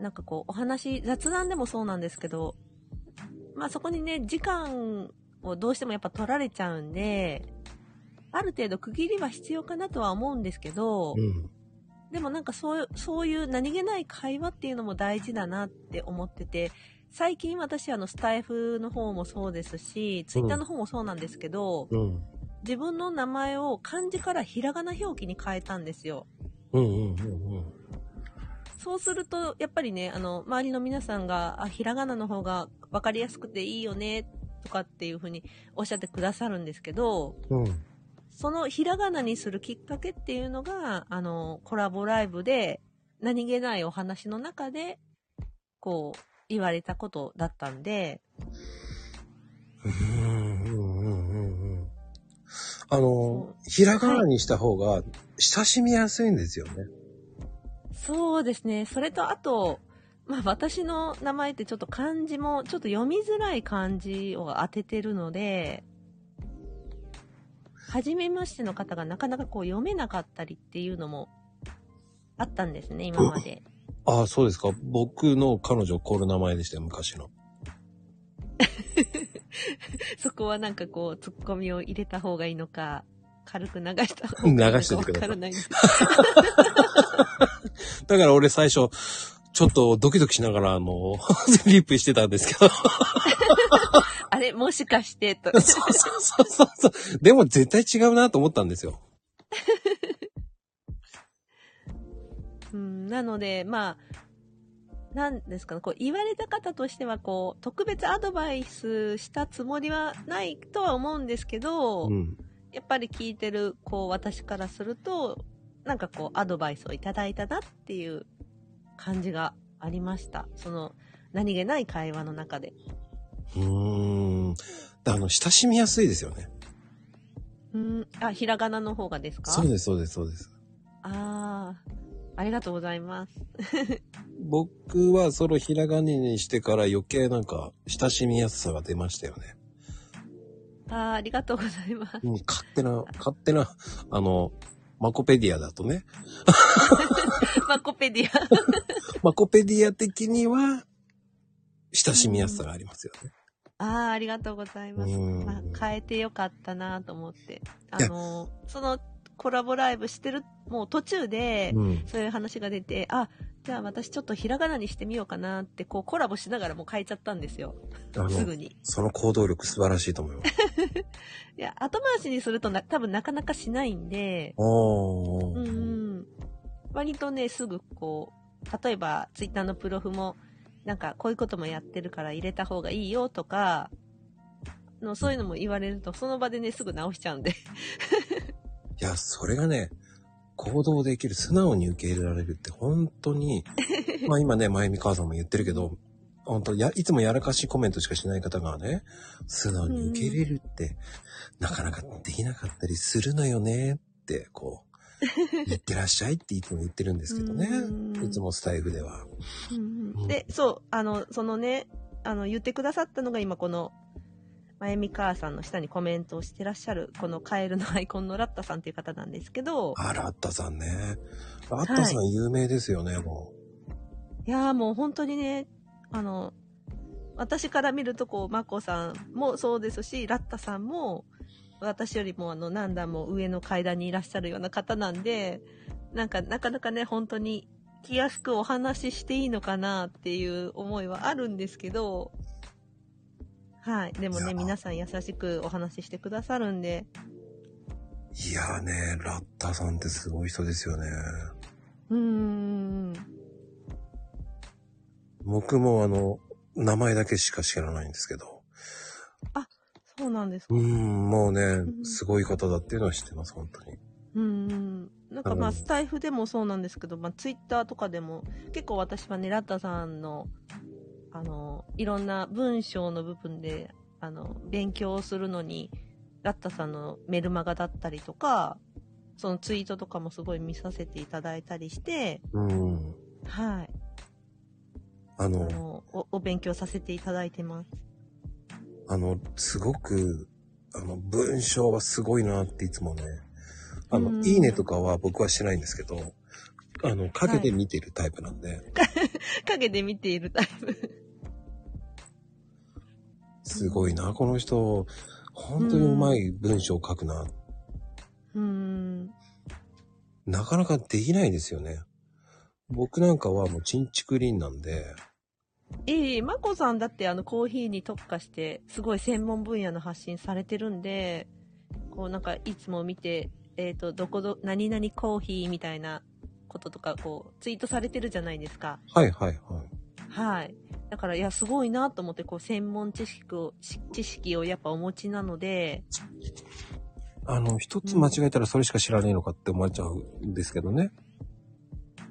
Speaker 2: なんかこう、お話、雑談でもそうなんですけど、まあそこにね、時間をどうしてもやっぱ取られちゃうんで、ある程度区切りは必要かなとは思うんですけど、
Speaker 1: うん。
Speaker 2: でもなんかそうそういう何気ない会話っていうのも大事だなって思ってて、最近私あのスタイフの方もそうですし、ツイッターの方もそうなんですけど、
Speaker 1: うん。
Speaker 2: 自分の名前を漢字からひらがな表記に変えたんですよ。
Speaker 1: うん。うん。うん。
Speaker 2: そうすると、やっぱりね、あの、周りの皆さんが、あ、ひらがなの方が分かりやすくていいよね、とかっていうふうにおっしゃってくださるんですけど、
Speaker 1: うん。
Speaker 2: そのひらがなにするきっかけっていうのが、あの、コラボライブで、何気ないお話の中で、こう、言われたことだったんで、
Speaker 1: うん。うん。あの
Speaker 2: そ、
Speaker 1: ひらがなにした方が親しみやすいんですよね。
Speaker 2: そうですね。それと、あと、まあ、私の名前ってちょっと漢字も、ちょっと読みづらい漢字を当ててるので、初めましての方がなかなかこう読めなかったりっていうのもあったんですね、今まで。
Speaker 1: ああ、そうですか。僕の彼女、コール名前でしたよ、昔の。
Speaker 2: そこはなんかこう、ツッコミを入れた方がいいのか、軽く流した方がいいのか。
Speaker 1: 流しててください
Speaker 2: わからないんです
Speaker 1: だから俺最初、ちょっとドキドキしながら、あの、 [LAUGHS] リップしてたんですけど。
Speaker 2: あれ、もしかして、と。
Speaker 1: そうそうそうそうそう。でも絶対違うなと思ったんですよ。
Speaker 2: うん、なので、まあ、なんですかね、こう言われた方としては、こう、特別アドバイスしたつもりはないとは思うんですけど、
Speaker 1: うん。
Speaker 2: やっぱり聞いてる、こう、私からすると、なんかこう、アドバイスをいただいたなっていう感じがありました。その、何気ない会話の中で。
Speaker 1: うーん。あの、親しみやすいですよね。
Speaker 2: うん、あ、ひらがなの方がですか
Speaker 1: そうです、そうです、そうです。
Speaker 2: ああ、ありがとうございます。
Speaker 1: 僕はそのひらがなにしてから余計なんか親しみやすさが出ましたよね。
Speaker 2: ああ、ありがとうございます。
Speaker 1: うん、勝手な、勝手な、あの、マコペディアだとね。
Speaker 2: マコペディア。
Speaker 1: マコペディア的には、親しみやすさがありますよね。
Speaker 2: ああ、ありがとうございます。
Speaker 1: うん
Speaker 2: まあ、変えてよかったなと思って。あの、そのコラボライブしてる、もう途中で、
Speaker 1: うん。
Speaker 2: そういう話が出て、あ、じゃあ私ちょっとひらがなにしてみようかなって、こうコラボしながらもう変えちゃったんですよ。
Speaker 1: あの
Speaker 2: すぐに。
Speaker 1: その行動力素晴らしいと思います。
Speaker 2: いや、後回しにするとな、多分なかなかしないんで、
Speaker 1: おー。
Speaker 2: うんうん。割とね、すぐこう、例えばツイッターのプロフも、なんかこういうこともやってるから入れた方がいいよとか、のそういうのも言われると、その場でね、すぐ直しちゃうんで。
Speaker 1: いや、それがね、行動できる、素直に受け入れられるって本当
Speaker 2: [LAUGHS]
Speaker 1: に、まあ今ね、まゆみ母さんも言ってるけど、本当や、いつもやらかしいコメントしかしない方がね、素直に受け入れるって、なかなかできなかったりするのよねって、こう、言ってらっしゃいっていつも言ってるんですけどね
Speaker 2: う。ん
Speaker 1: いつもスタイフでは。うん
Speaker 2: で、そう、あの、そのね、あの、言ってくださったのが今この、まゆみ母さんの下にコメントをしてらっしゃる、このカエルのアイコンのラッタさんっていう方なんですけど、
Speaker 1: あ、ラッタさんね。ラッタさん有名ですよね、も
Speaker 2: いやーもう本当にね、あの、私から見るとこう、まこさんもそうですし、ラッタさんも、私よりもあの何段も上の階段にいらっしゃるような方なんで、なんかなかなかね、本当に気安くお話ししていいのかなっていう思いはあるんですけど、はい。でも
Speaker 1: いや
Speaker 2: ね、
Speaker 1: ー
Speaker 2: 皆さん優しくお話ししてくださるんで、
Speaker 1: う。いやーね、ラッタさんってすごい人ですよね。
Speaker 2: うーん。
Speaker 1: 僕もあの、名前だけしか知らないんですけど。
Speaker 2: そうなんですか。
Speaker 1: うー、
Speaker 2: うん
Speaker 1: もうね、
Speaker 2: ん
Speaker 1: すごい方だっていうのは知ってます、本当に。
Speaker 2: ーん。なんかま
Speaker 1: う
Speaker 2: あ、
Speaker 1: ん
Speaker 2: スタイフでもそうなんですけど、まあ、ツイッターとかでも、結構私はね、ラッタさんの、あの、いろんな文章の部分で、あの、勉強をするのに、ラッタさんのメルマガだったりとか、そのツイートとかもすごい見させていただいたりして、
Speaker 1: うん。
Speaker 2: はい。
Speaker 1: あ
Speaker 2: あ
Speaker 1: の、
Speaker 2: のお、お勉強させていただいてます。
Speaker 1: あの、すごく、あの、文章はすごいなっていつもね、あの、
Speaker 2: うん
Speaker 1: いいねとかは僕はしてないんですけど、あの、陰で見てるタイプなんで、
Speaker 2: 影で見ているタイプ。
Speaker 1: すごいな、この人、本当にうまい文章を書くな。
Speaker 2: うーん。
Speaker 1: なかなかできないですよね。僕なんかはもうチンチクリンなんで、
Speaker 2: ええまこさんだってあのコーヒーに特化して、すごい専門分野の発信されてるんで、こうなんかいつも見て、えっ、と、どこど、何々コーヒーみたいなこととか、こう、ツイートされてるじゃないですか。
Speaker 1: はいはいはい。
Speaker 2: はい。だから、いや、すごいなと思って、こう、専門知識を、知知識をやっぱお持ちなので、
Speaker 1: あの、一つ間違えたらそれしか知らねえのかって思われちゃうんですけどね。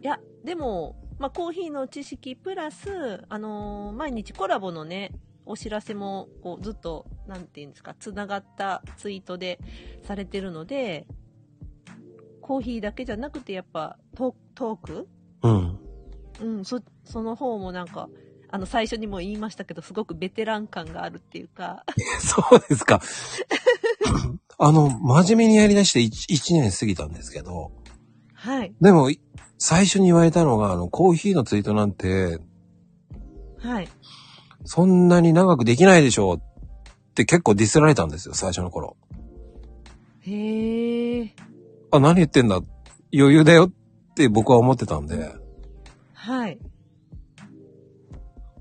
Speaker 2: いや、でも、まあ、コーヒーの知識プラス、あのー毎日コラボのね、お知らせも、こう、ずっと、なんていうんですか、つながったツイートでされてるので、コーヒーだけじゃなくて、やっぱ、トトーク
Speaker 1: うん。 [LAUGHS]
Speaker 2: うん、そ、その方もなんか、あの、最初にも言いましたけど、すごくベテラン感があるっていうか、
Speaker 1: そうですか。 [LAUGHS] あの、真面目にやり出して 1, 年過ぎたんですけど、
Speaker 2: はい、
Speaker 1: でも、い最初に言われたのが、あの、コーヒーのツイートなんて、
Speaker 2: はい。
Speaker 1: そんなに長くできないでしょうって結構ディスられたんですよ、最初の頃。
Speaker 2: へえ、
Speaker 1: あ、何言ってんだ余裕だよって僕は思ってたんで。
Speaker 2: はい。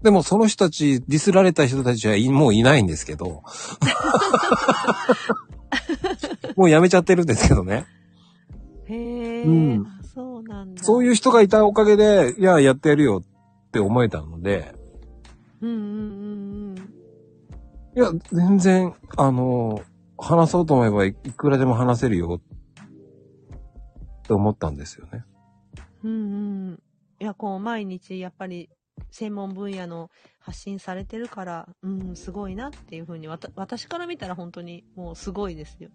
Speaker 1: でもその人たち、ディスられた人たちはいもういないんですけど。もうやめちゃってるんですけどね。
Speaker 2: へえ、
Speaker 1: うん
Speaker 2: あそうなんだ。、
Speaker 1: そういうう人がいたおかげで、いや、やってやるよって思えたので、
Speaker 2: うんうんうんうん。
Speaker 1: いや、全然、あの、話そうと思えばいいくらでも話せるよって思ったんですよね。
Speaker 2: うんうん。いや、こう、毎日、やっぱり、専門分野の発信されてるから、うん、すごいなっていうふうに、わた、私から見たら本当に、もうすごいですよ。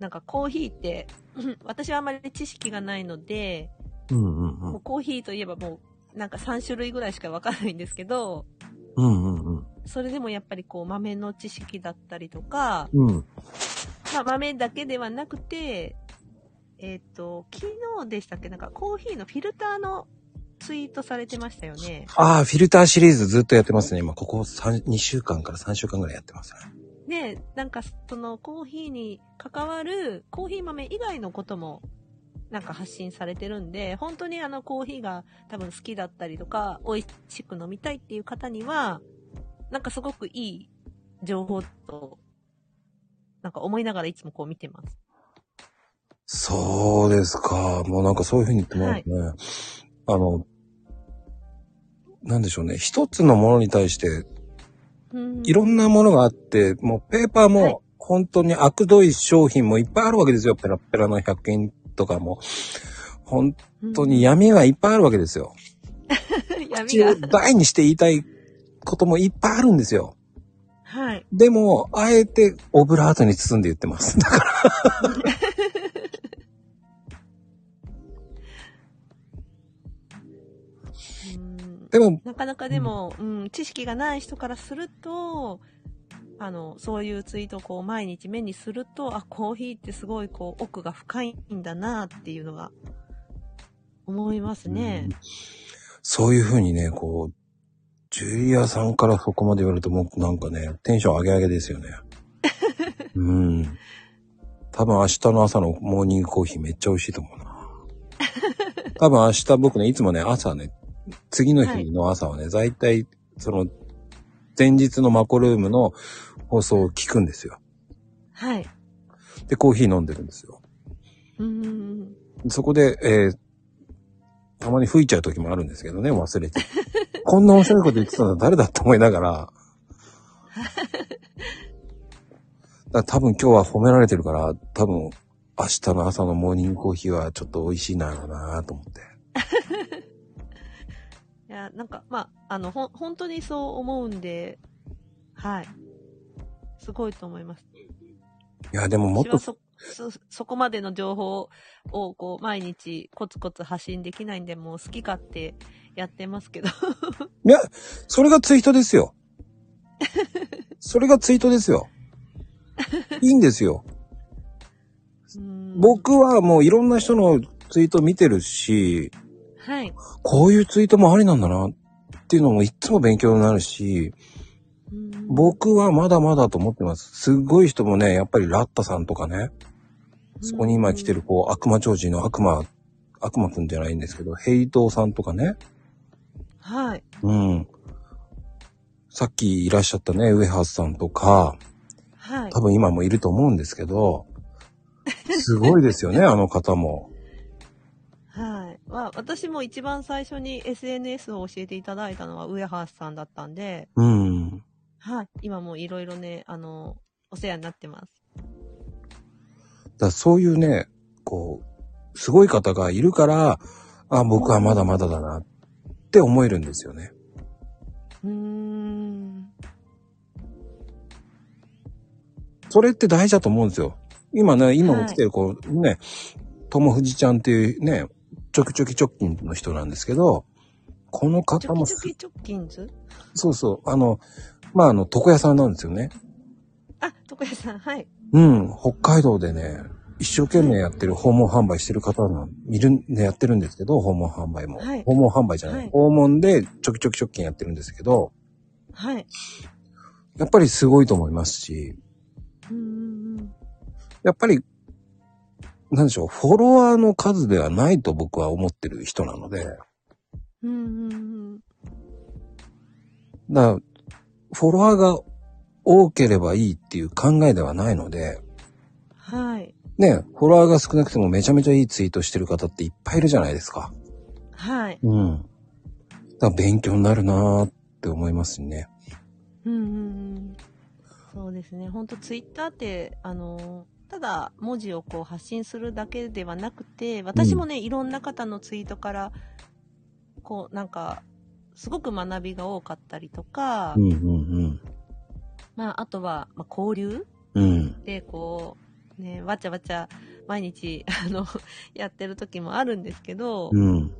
Speaker 2: なんか、コーヒーって、 [CLEARS THROAT] うん私はあまり知識がないので、
Speaker 1: うんうんう
Speaker 2: も
Speaker 1: ん
Speaker 2: う。コーヒーといえばもう、なんか3種類ぐらいしかわからないんですけど、
Speaker 1: うんうんうん。
Speaker 2: それでもやっぱりこう、豆の知識だったりとか、
Speaker 1: うん。
Speaker 2: まあ、豆だけではなくて、えっ、と、昨日でしたっけなんかコーヒーのフィルターのツイートされてましたよね。
Speaker 1: ああ、フィルターシリーズずっとやってますね。今、ここ3 2週間から3週間ぐらいやってますね。
Speaker 2: で、なんかそのコーヒーに関わるコーヒー豆以外のこともなんか発信されてるんで、本当にあのコーヒーが多分好きだったりとか、美味しく飲みたいっていう方には、なんかすごくいい情報と、なんか思いながらいつもこう見てます。
Speaker 1: そうですか。もうなんかそういうふうに言ってもらうとね、あの、なんでしょうね。一つのものに対して、
Speaker 2: うん
Speaker 1: いろんなものがあって、もうペーパー
Speaker 2: はい
Speaker 1: も本当に悪どい商品もいっぱいあるわけですよ。ペラッペラの100均とかも。本当に闇がいっぱいあるわけですよ。
Speaker 2: うん [LAUGHS] 闇
Speaker 1: 一
Speaker 2: が
Speaker 1: 応。大にして言いたいこともいっぱいあるんですよ。
Speaker 2: はい。
Speaker 1: でも、あえてオブラートに包んで言ってます。 [LAUGHS] だから。
Speaker 2: うん
Speaker 1: でも、
Speaker 2: なかなかでも、うん、知識がない人からすると、あの、そういうツイートをこう毎日目にすると、あ、コーヒーってすごいこう奥が深いんだなっていうのが思いますね。
Speaker 1: そういうふうにね、こう、ジュリアさんからそこまで言われるともうなんかね、テンション上げ上げですよ
Speaker 2: [LAUGHS]
Speaker 1: ね。うん。多分明日の朝のモーニングコーヒーめっちゃ美味しいと思うな。多分明日僕ね、いつもね、朝ね、次の日の朝はね、大体、その、前日のマコルームの放送を聞くんですよ。
Speaker 2: はい。
Speaker 1: で、コーヒー飲んでるんですよ。
Speaker 2: うんうんうん。
Speaker 1: そこで、えーたまに吹いちゃう時もあるんですけどね、忘れて。 [LAUGHS] こんな面白いこと言ってたのは誰だって思いながら。だから多分今日は褒められてるから、多分明日の朝のモーニングコーヒーはちょっと美味しいなぁなぁと思って。
Speaker 2: いや、なんか、まあ、あの、ほん、本当にそう思うんで、はい。すごいと思います。
Speaker 1: いや、でももっ
Speaker 2: 私
Speaker 1: と
Speaker 2: は、そ、そ、そこまでの情報を、こう、毎日コツコツ発信できないんで、もう好き勝手やってますけど。
Speaker 1: いや、それがツイートですよ。それがツイートですよ。いいんですよ。
Speaker 2: うん、
Speaker 1: 僕はもういろんな人のツイート見てるし、
Speaker 2: はい。
Speaker 1: こういうツイートもありなんだなっていうのもいつも勉強になるし、
Speaker 2: うん、
Speaker 1: 僕はまだまだと思ってます。すっごい人もね、やっぱりラッタさんとかね、そこに今来てるこう悪魔超人の悪魔、悪魔くんじゃないんですけど、ヘイトーさんとかね、
Speaker 2: うん。はい。
Speaker 1: うん。さっきいらっしゃったね、ウエハースさんとか、
Speaker 2: はい
Speaker 1: 多。分今もいると思うんですけど、すごいですよね、あの方も。
Speaker 2: はい。まあ、私も一番最初に SNS を教えていただいたのは上橋さんだったんで、
Speaker 1: うん。
Speaker 2: はい。今もいろいろね、あの、お世話になってます。
Speaker 1: だそういうね、こう、すごい方がいるから、あ、僕はまだまだだなって思えるんですよね。
Speaker 2: うーん。
Speaker 1: それって大事だと思うんですよ。今ね、今も来てる子、ね、ともふじちゃんっていうね、ちょきちょき直近の人なんですけど、この
Speaker 2: チ
Speaker 1: 方
Speaker 2: ョ
Speaker 1: も
Speaker 2: キチョ
Speaker 1: す、
Speaker 2: キチョッキンズ
Speaker 1: そうそう、あの、まあ、あの、床屋さんなんですよね。
Speaker 2: あ、徳谷さん、はい。
Speaker 1: うん、北海道でね、一生懸命やってる訪問販売してる方がいるん、ね、やってるんですけど、訪問販売も。
Speaker 2: はい
Speaker 1: 訪問販売じゃない、
Speaker 2: はい
Speaker 1: 訪問でちょきちょき直近やってるんですけど、
Speaker 2: はい。
Speaker 1: やっぱりすごいと思いますし、
Speaker 2: うーん。
Speaker 1: やっぱり、なんでしょう、フォロワーの数ではないと僕は思ってる人なので、だか
Speaker 2: うんうんうん。
Speaker 1: ら、フォロワーが多ければいいっていう考えではないので、
Speaker 2: はい。
Speaker 1: ね、フォロワーが少なくてもめちゃめちゃいいツイートしてる方っていっぱいいるじゃないですか。
Speaker 2: はい。
Speaker 1: うん。だから勉強になるなーって思いますね。
Speaker 2: うんうんうん。そうですね。ほんとツイッターって、あの、ただ文字をこう発信するだけではなくて、私もね、いろんな方のツイートから、こうなんか、すごく学びが多かったりとか、
Speaker 1: うんうん
Speaker 2: まあ、あとは、まあ、交流
Speaker 1: うん。うん。
Speaker 2: で、こう、ね、わちゃわちゃ、毎日、あの、やってる時もあるんですけど、
Speaker 1: うん。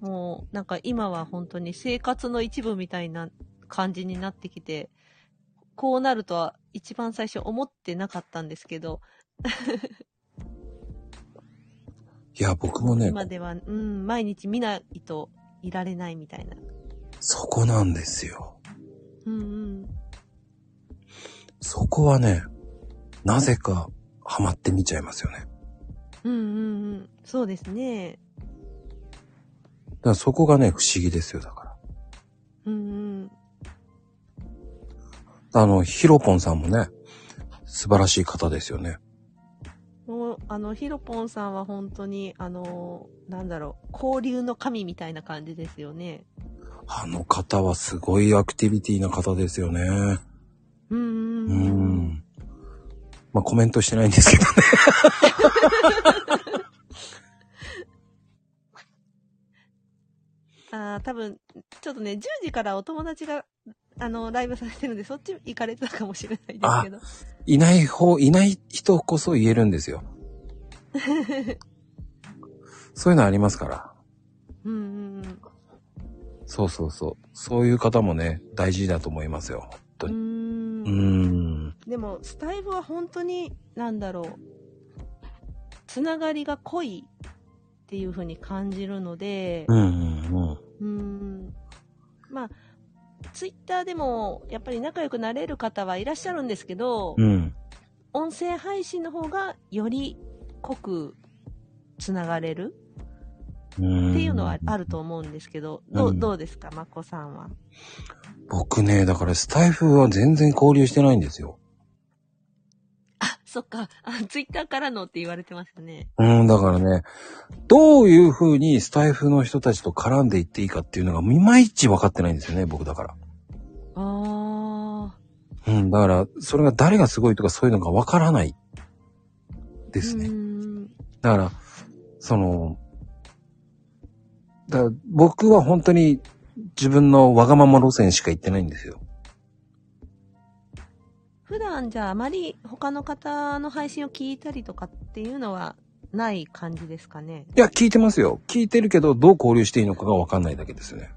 Speaker 2: もうなんか今は本当に生活の一部みたいな感じになってきて、こうなるとは一番最初思ってなかったんですけど、
Speaker 1: いや、僕もね、
Speaker 2: 今では、うん、毎日見ないといられないみたいな。
Speaker 1: そこなんですよ。
Speaker 2: うんうん。
Speaker 1: そこはね、なぜかハマってみちゃいますよね。
Speaker 2: うんうんうん。そうですね。
Speaker 1: だからそこがね、不思議ですよ、だか
Speaker 2: うん
Speaker 1: ら。あの、ヒロポンさんもね、素晴らしい方ですよね。
Speaker 2: うん。もう、あの、ヒロポンさんは本当に、あの、なんだろう、交流の神みたいな感じですよね。
Speaker 1: あの方はすごいアクティビティな方ですよね。
Speaker 2: う
Speaker 1: う
Speaker 2: んうんうん。
Speaker 1: ん。まあ、コメントしてないんですけどね。
Speaker 2: ああ、多分、ちょっとね、10時からお友達が、あの、ライブされてるんで、そっち行かれてたかもしれないですけど。
Speaker 1: いない方、いない人こそ言えるんです
Speaker 2: [LAUGHS]
Speaker 1: よ。そういうのありますから。
Speaker 2: うんうんうん。
Speaker 1: そうそうそう。そういう方もね、大事だと思いますよ。本当
Speaker 2: う
Speaker 1: に。うー
Speaker 2: ーん
Speaker 1: ん。
Speaker 2: でも、スタイブは本当に、なんだろう、つながりが濃いっていう風に感じるので
Speaker 1: う、んうん
Speaker 2: うーん。まあ、ツイッターでも、やっぱり仲良くなれる方はいらっしゃるんですけど、
Speaker 1: うん。うん。
Speaker 2: 音声配信の方がより濃くつながれる
Speaker 1: っ
Speaker 2: っていうのはあると。思うんですけど、ど
Speaker 1: う
Speaker 2: うんどうですか、まこさんは。
Speaker 1: 僕ね、だからスタイフは全然交流してないんですよ。
Speaker 2: あ、そっか、あツイッターからのって言われてましたね。
Speaker 1: うん、だからね、どういう風にスタイフの人たちと絡んでいっていいかっていうのが、いまいち分かってないんですよね、僕だから。
Speaker 2: ああ、
Speaker 1: うん、だから、それが誰がすごいとかそういうのが分からないですね。
Speaker 2: うーん
Speaker 1: だから、その、だから僕は本当に自分のわがまま路線しか行ってないんですよ。
Speaker 2: 普段じゃああまり他の方の配信を聞いたりとかっていうのはない感じですかね。
Speaker 1: いや、聞いてますよ。聞いてるけど、どう交流していいのかがわかんないだけですよね。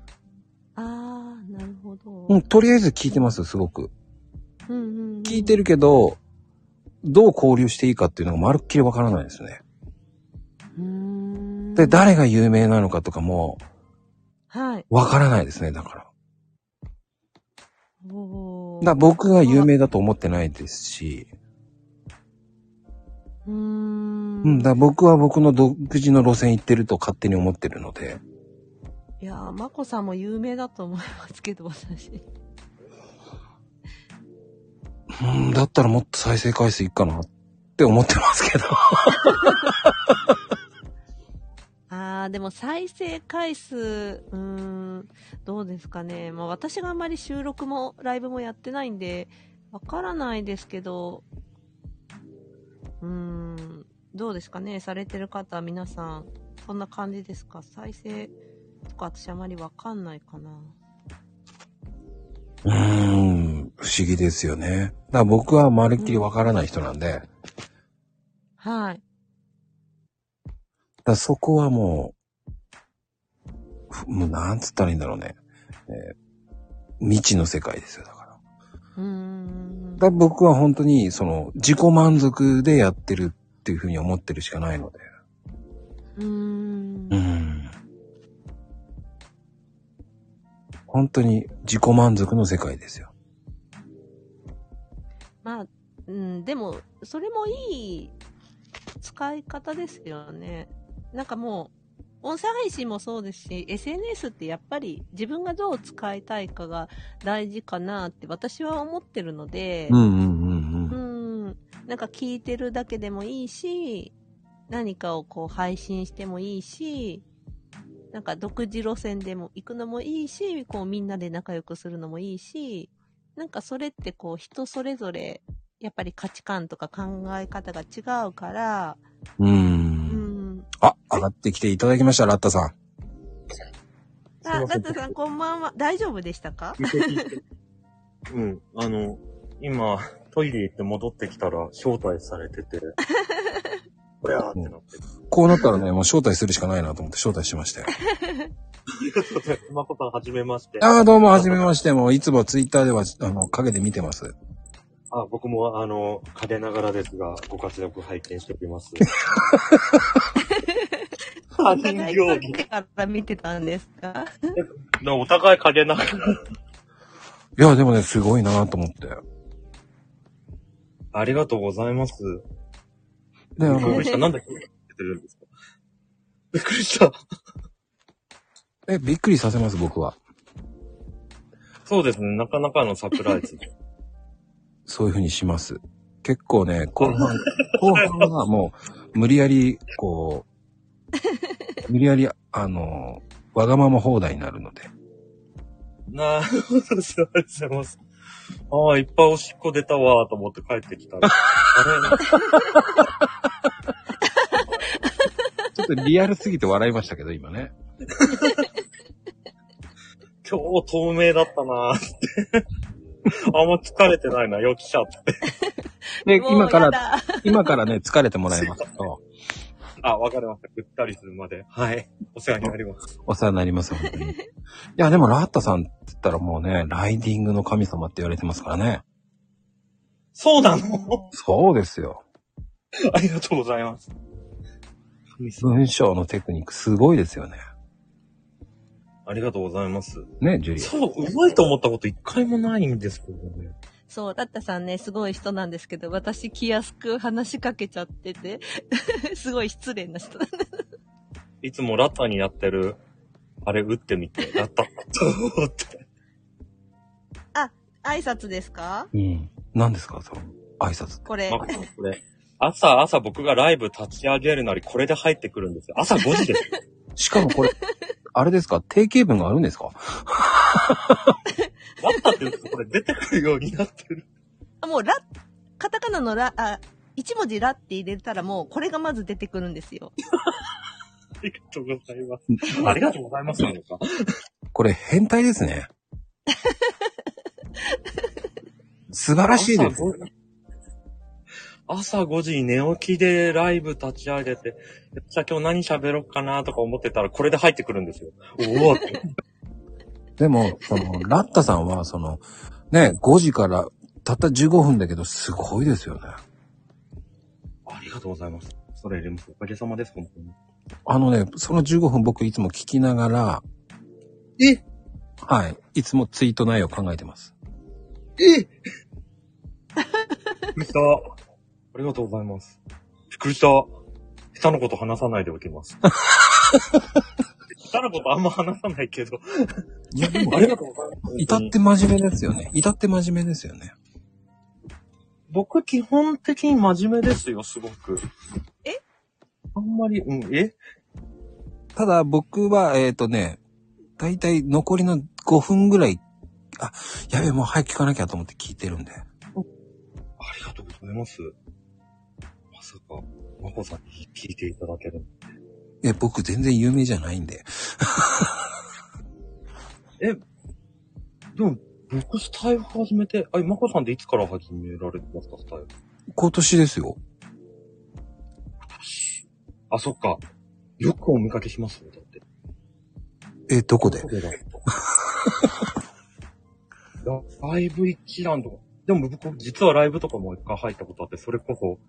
Speaker 2: あー、なるほど。
Speaker 1: うん、とりあえず聞いてます、すごく。
Speaker 2: うんうんうん
Speaker 1: 聞いてるけど、どう交流していいかっていうのがまるっきりわからないですね。
Speaker 2: うーん。
Speaker 1: で、誰が有名なのかとかも、
Speaker 2: はい。
Speaker 1: わからないですね、だから。だか
Speaker 2: おー
Speaker 1: ら僕が有名だと思ってないですし、
Speaker 2: うーん。
Speaker 1: うん、だから僕は僕の独自の路線行ってると勝手に思ってるので、
Speaker 2: いやー、まこさんも有名だと思いますけど、私。
Speaker 1: うん、だったらもっと再生回数いっかなって思ってますけど。
Speaker 2: あー、でも再生回数、うーん、どうですかね。まあ私があんまり収録もライブもやってないんで、わからないですけど、うーん、どうですかね。されてる方、皆さん、そんな感じですか再生とか私あまりわかんないかな。
Speaker 1: うーん、不思議ですよね。だから僕はまるっきりわからない人なんで、だか
Speaker 2: はい。
Speaker 1: らそこはもう、ふもうなんつったらいいんだろうね。えー未知の世界ですよ、だから。だか
Speaker 2: うーん。
Speaker 1: ら僕は本当に、その、自己満足でやってるっていうふうに思ってるしかないので。
Speaker 2: うーん
Speaker 1: う。ん。本当に自己満足の世界ですよ。
Speaker 2: まあ、うん、でも、それもいい使い方ですよね。なんかもう、音声配信もそうですし、SNS ってやっぱり自分がどう使いたいかが大事かなって私は思ってるので、
Speaker 1: うんうんうん
Speaker 2: う
Speaker 1: うん。
Speaker 2: ん、なんか聞いてるだけでもいいし、何かをこう配信してもいいし、なんか独自路線でも行くのもいいし、こうみんなで仲良くするのもいいし、なんかそれってこう人それぞれ、やっぱり価値観とか考え方が違うから、
Speaker 1: う。
Speaker 2: うんん。
Speaker 1: あ、上がってきていただきました、ラッタさん。
Speaker 2: あ、
Speaker 3: すいませ
Speaker 2: ラ
Speaker 3: ん
Speaker 2: ッタさんこんばんは。大丈夫でしたか
Speaker 3: うん、あの、今、トイレ行って戻ってきたら招待され
Speaker 1: [LAUGHS]
Speaker 3: てて、こりゃーってなって。
Speaker 1: こうなったらね、もう招待するしかないなと思って招待しましたよ。
Speaker 3: まこさん、はじめまして。
Speaker 1: ああ、どうも、はじめまして。もういつもツイッターでは、あの、陰で見てます。
Speaker 3: あ、僕も、あの、陰ながらですが、ご活躍拝見してお
Speaker 1: [LAUGHS]
Speaker 3: ります。他人行儀。
Speaker 2: だから見てたんですか
Speaker 3: お互い陰ながら。
Speaker 1: いや、でもね、すごいなと思って。
Speaker 3: ありがとうございます。
Speaker 1: で、あ
Speaker 3: びっく
Speaker 1: の
Speaker 3: りした。なんで言ってるんですかびっくりした。
Speaker 1: え、びっくりさせます、僕は。
Speaker 3: そうですね、なかなかのサプライズで。
Speaker 1: そういうふうにします。結構ね、後半、後半はもう、無理やり、こう、無理やり、あの、わがまま放題になるので。
Speaker 3: なるほどです。ありがとうございます。ああ、いっぱいおしっこ出たわーと思って帰ってき [LAUGHS] たら。あれ
Speaker 1: ちょっとリアルすぎて笑いましたけど、今ね。
Speaker 3: 今日透明だったなーって。あんま疲れてないな、予期者って。
Speaker 1: で、
Speaker 2: もう
Speaker 1: 今か
Speaker 2: や
Speaker 1: ら、
Speaker 2: だ
Speaker 1: 今からね、疲れてもらいますと、
Speaker 3: あ、わかりました。ぐったりするまで。はい。お世話になります。
Speaker 1: お世話になります、本当に。いや、でも、ラッタさんって言ったらもうね、ライディングの神様って言われてますからね。
Speaker 3: そうなの
Speaker 1: そうですよ。
Speaker 3: ありがとうございます。神様
Speaker 1: 文章のテクニックすごいですよね。
Speaker 3: ありがとうございます。
Speaker 1: ね、ジュリー。
Speaker 3: そう、うまいと思ったこと一回もないんですけどね。
Speaker 2: そう、ラッタさんね、すごい人なんですけど、私気安く話しかけちゃってて、 [LAUGHS] すごい失礼な人だ。
Speaker 3: いつもラッタにやってる、あれ打ってみて、ラッ [LAUGHS] タ、と思って。
Speaker 2: 挨拶ですか
Speaker 1: うん。何ですか、その、挨拶って。
Speaker 2: これ
Speaker 3: マ。コさん、これ。朝、朝僕がライブ立ち上げるなり、これで入ってくるんですよ。朝5時です。
Speaker 1: しかもこれ、 [LAUGHS] あれですか、定型文があるんですか
Speaker 3: ラッタって言うとこれ出てくるようになってる。
Speaker 2: あもう、ラ、カタカナのラ、あ、一文字ラって入れたらもう、これがまず出てくるんですよ。
Speaker 3: ありがとうございます。ありがとうございますなのか。
Speaker 1: これ、変態ですね。素晴らしいです。
Speaker 3: 朝5朝5時に寝起きでライブ立ち上げて、よっしゃ、今日何喋ろうかなとか思ってたら、これで入ってくるんですよ。おお
Speaker 1: でも、その、ラッタさんは、その、ね、5時から、たった15分だけど、すごいですよね。
Speaker 3: ありがとうございます。それ、レムス、おかげさまです、本当に。
Speaker 1: あのね、その15分僕いつも聞きながら、
Speaker 3: え
Speaker 1: はい、いつもツイート内容考えてます。
Speaker 3: えびっくりした。ありがとうございます。びっくりした。下のこと話さないでおきます。下のことあんま話さないけど。
Speaker 1: いや、でも
Speaker 3: ありがとうございます。
Speaker 1: 至って真面目ですよね。至って真面目ですよね。
Speaker 3: 僕、基本的に真面目ですよ、すごく。
Speaker 2: え
Speaker 3: あんまり、うん、え
Speaker 1: ただ僕は、えっ、とね、だいたい残りの5分ぐらい、あ、やべえ、もう早く聞かなきゃと思って聞いてるんで。
Speaker 3: ありがとうございます。まさか、まこさんに聞いていただける。
Speaker 1: え、僕全然有名じゃないんで。
Speaker 3: でも、僕、スタイフ始めて、あ、まこさんっていつから始められてますか、スタイフ。
Speaker 1: 今年ですよ。
Speaker 3: あ、そっか。よくお見かけしますね、だって。
Speaker 1: え、どこで
Speaker 3: そうだ。ライブ一覧とか。でも僕、実はライブとかも一回入ったことあって、それこそ、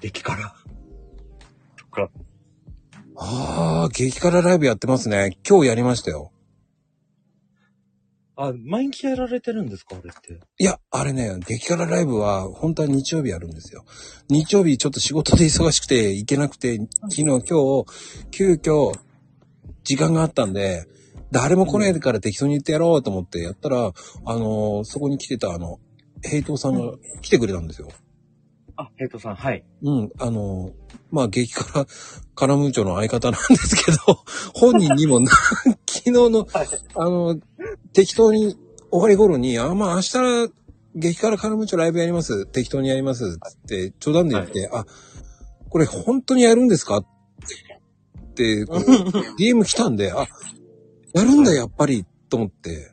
Speaker 3: 激辛。とか、
Speaker 1: ああ、激辛ライブやってますね。今日やりましたよ。
Speaker 3: あ、毎日やられてるんですかあれって。
Speaker 1: いや、あれね、激辛ライブは本当は日曜日やるんですよ。日曜日ちょっと仕事で忙しくて行けなくて、昨日今日、急遽、時間があったんで、誰も来ないから適当に言ってやろうと思ってやったら、あのーそこに来てたあの、平等さんが来てくれたんですよ。
Speaker 3: あ、ヘイトさん、はい。
Speaker 1: うん、あのーまあ、激辛、 [LAUGHS] カラムーチョの相方なんですけど、 [LAUGHS] 本人にもな、 [LAUGHS] 昨日の
Speaker 3: はい。
Speaker 1: あの、適当に、終わり頃に、あ、まあ明日、激辛カルムーチョライブやります。適当にやります。つって、冗談で言って、あ、これ本当にやるんですか
Speaker 3: [LAUGHS]
Speaker 1: って、こう DM 来たんで、あ、やるんだ、やっぱり、と思
Speaker 3: [LAUGHS]
Speaker 1: って。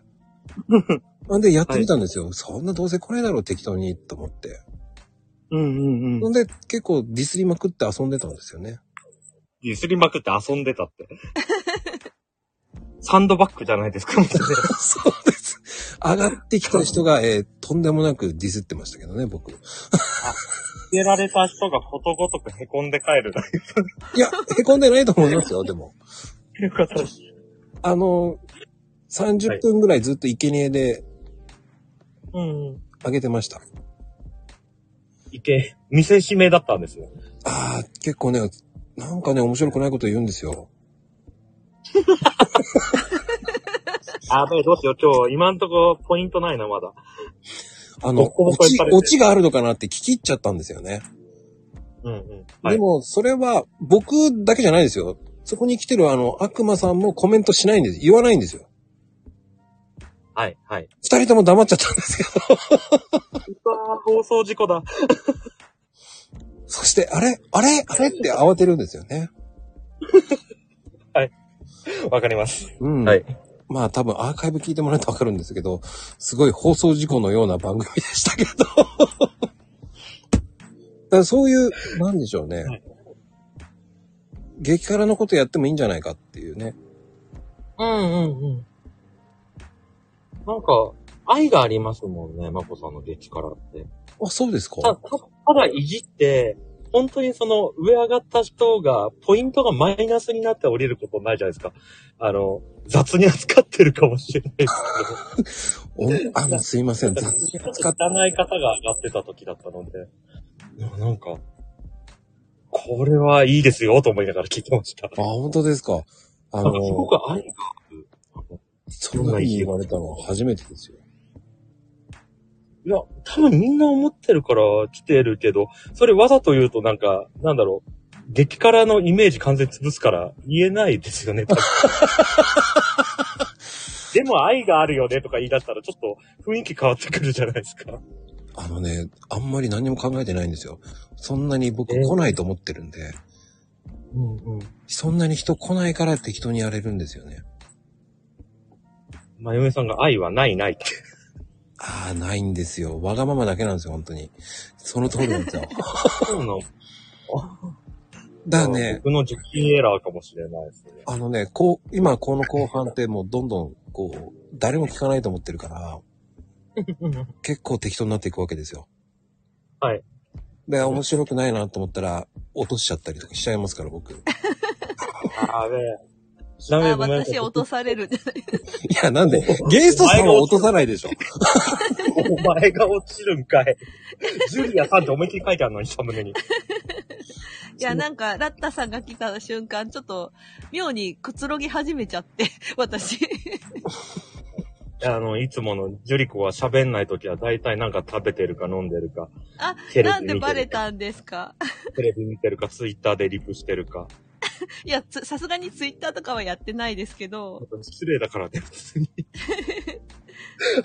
Speaker 1: なんで、やってみたんですよ。そんなどうせ来ないだろう、適当に、と思って。
Speaker 3: うんうんう
Speaker 1: ほ
Speaker 3: ん。
Speaker 1: んで、結構ディスりまくって遊んでたんですよね。 [LAUGHS]
Speaker 3: ゆすりまくって遊んでたって。サンドバッグじゃないです [LAUGHS] か、
Speaker 1: そうです。上がってきた人が、えーとんでもなくディスってましたけどね、僕。
Speaker 3: 捨てられた人がことごとく凹んで帰るだけ。
Speaker 1: いや、凹んでないと思いますよ、でも。
Speaker 3: よかったです。
Speaker 1: あの、
Speaker 3: は
Speaker 1: 30
Speaker 3: い
Speaker 1: 分ぐらいずっと生贄で
Speaker 3: うんうん。
Speaker 1: 上げてました。
Speaker 3: いけ、見せしめだったんですよ。
Speaker 1: ああ、結構ね、なんかね、面白くないこと言うんですよ。
Speaker 3: あ、どうしよう、今日、今んとこポイントないな、まだ。
Speaker 1: あの
Speaker 3: ボ、コボ
Speaker 1: オ
Speaker 3: コに
Speaker 1: チ
Speaker 3: され、て
Speaker 1: オチがあるのかなって聞き入っちゃったんですよね。
Speaker 3: うんうん。は
Speaker 1: で
Speaker 3: い。
Speaker 1: も、それは僕だけじゃないですよ。そこに来てるあの、悪魔さんもコメントしないんです。言わないんですよ。
Speaker 3: はい、はい。
Speaker 1: 二人とも黙っちゃったんですけど。
Speaker 3: うわー放送事故だ。
Speaker 1: そして、あれあれあれって慌てるんですよね。
Speaker 3: わかります。
Speaker 1: うん。
Speaker 3: はい。
Speaker 1: まあ多分アーカイブ聞いてもらうとわかるんですけど、すごい放送事故のような番組でしたけど。 [LAUGHS] だからそういう、なんでしょうね。
Speaker 3: はい
Speaker 1: 激辛のことやってもいいんじゃないかっていうね。
Speaker 3: うんうんうん。なんか、愛がありますもんね、まこさんの激辛って。
Speaker 1: あ、そうです
Speaker 3: た
Speaker 1: か
Speaker 3: たただいじって、本当にその上上がった人が、ポイントがマイナスになって降りることないじゃないですか。あの、雑に扱ってるかもしれないです
Speaker 1: おあの、すいませ
Speaker 3: [LAUGHS]
Speaker 1: ん。
Speaker 3: けど。
Speaker 1: 雑に扱っ
Speaker 3: 知らない方が上がってた時だったので。いやなんか、これはいいですよ、と思いながら聞いてました。
Speaker 1: あ、本当ですか。あ
Speaker 3: なんかすご
Speaker 1: の、
Speaker 3: く愛がある。あの
Speaker 1: そんな風に言われたのは初めてですよ。
Speaker 3: いや、多分みんな思ってるから来てるけど、それわざと言うとなんか、なんだろう、激辛のイメージ完全に潰すから言えないですよね、 [LAUGHS] 多分でも愛があるよねとか言い出したらちょっと雰囲気変わってくるじゃないですか。
Speaker 1: あのね、あんまり何も考えてないんですよ。そんなに僕
Speaker 3: えー
Speaker 1: 来ないと思ってるんで、
Speaker 3: うんうん。
Speaker 1: そんなに人来ないから適当にやれるんですよね。
Speaker 3: まゆめさんが愛はないないって。
Speaker 1: ああ、ないんですよ。わがままだけなんですよ、本当に。その通りなんです
Speaker 3: [LAUGHS]
Speaker 1: よ。
Speaker 3: そうなの。
Speaker 1: だからね、
Speaker 3: 僕の受験エラーかもしれないですね。
Speaker 1: あのね、こう、今この後半ってもうどんどん、こう、誰も聞かないと思ってる
Speaker 3: [LAUGHS]
Speaker 1: から、結構適当になっていくわけですよ。
Speaker 3: はい。
Speaker 1: で、面白くないなと思ったら、落としちゃったりとかしちゃいますから、
Speaker 3: [LAUGHS]
Speaker 1: 僕。い
Speaker 3: あべえ。ちなみに
Speaker 2: あ、
Speaker 3: ごめんなさ
Speaker 2: 私
Speaker 3: い。
Speaker 2: 落とされ
Speaker 3: [LAUGHS]
Speaker 2: る。
Speaker 1: や、なんで、ゲストさんは落とさないでしょ。
Speaker 3: お前が落ちるんかい。ジュリアさんって思いっきり書いてあるのに、サムネに。
Speaker 2: いや、なんか、ラッタさんが来た瞬間、ちょっと、妙にくつろぎ始めちゃって、私。
Speaker 3: あの、いつものジュリコは喋んないときは大体なんか食べてるか飲んでるか、
Speaker 2: あ、
Speaker 3: テレビ見てる
Speaker 2: なんでバレたんですか
Speaker 3: テレビ見てるか、ツイッターでリプしてるか。
Speaker 2: いや、つさすがにツイッターとかはやってないですけ
Speaker 3: [LAUGHS]
Speaker 2: ど、
Speaker 3: 失礼だからね、普通に。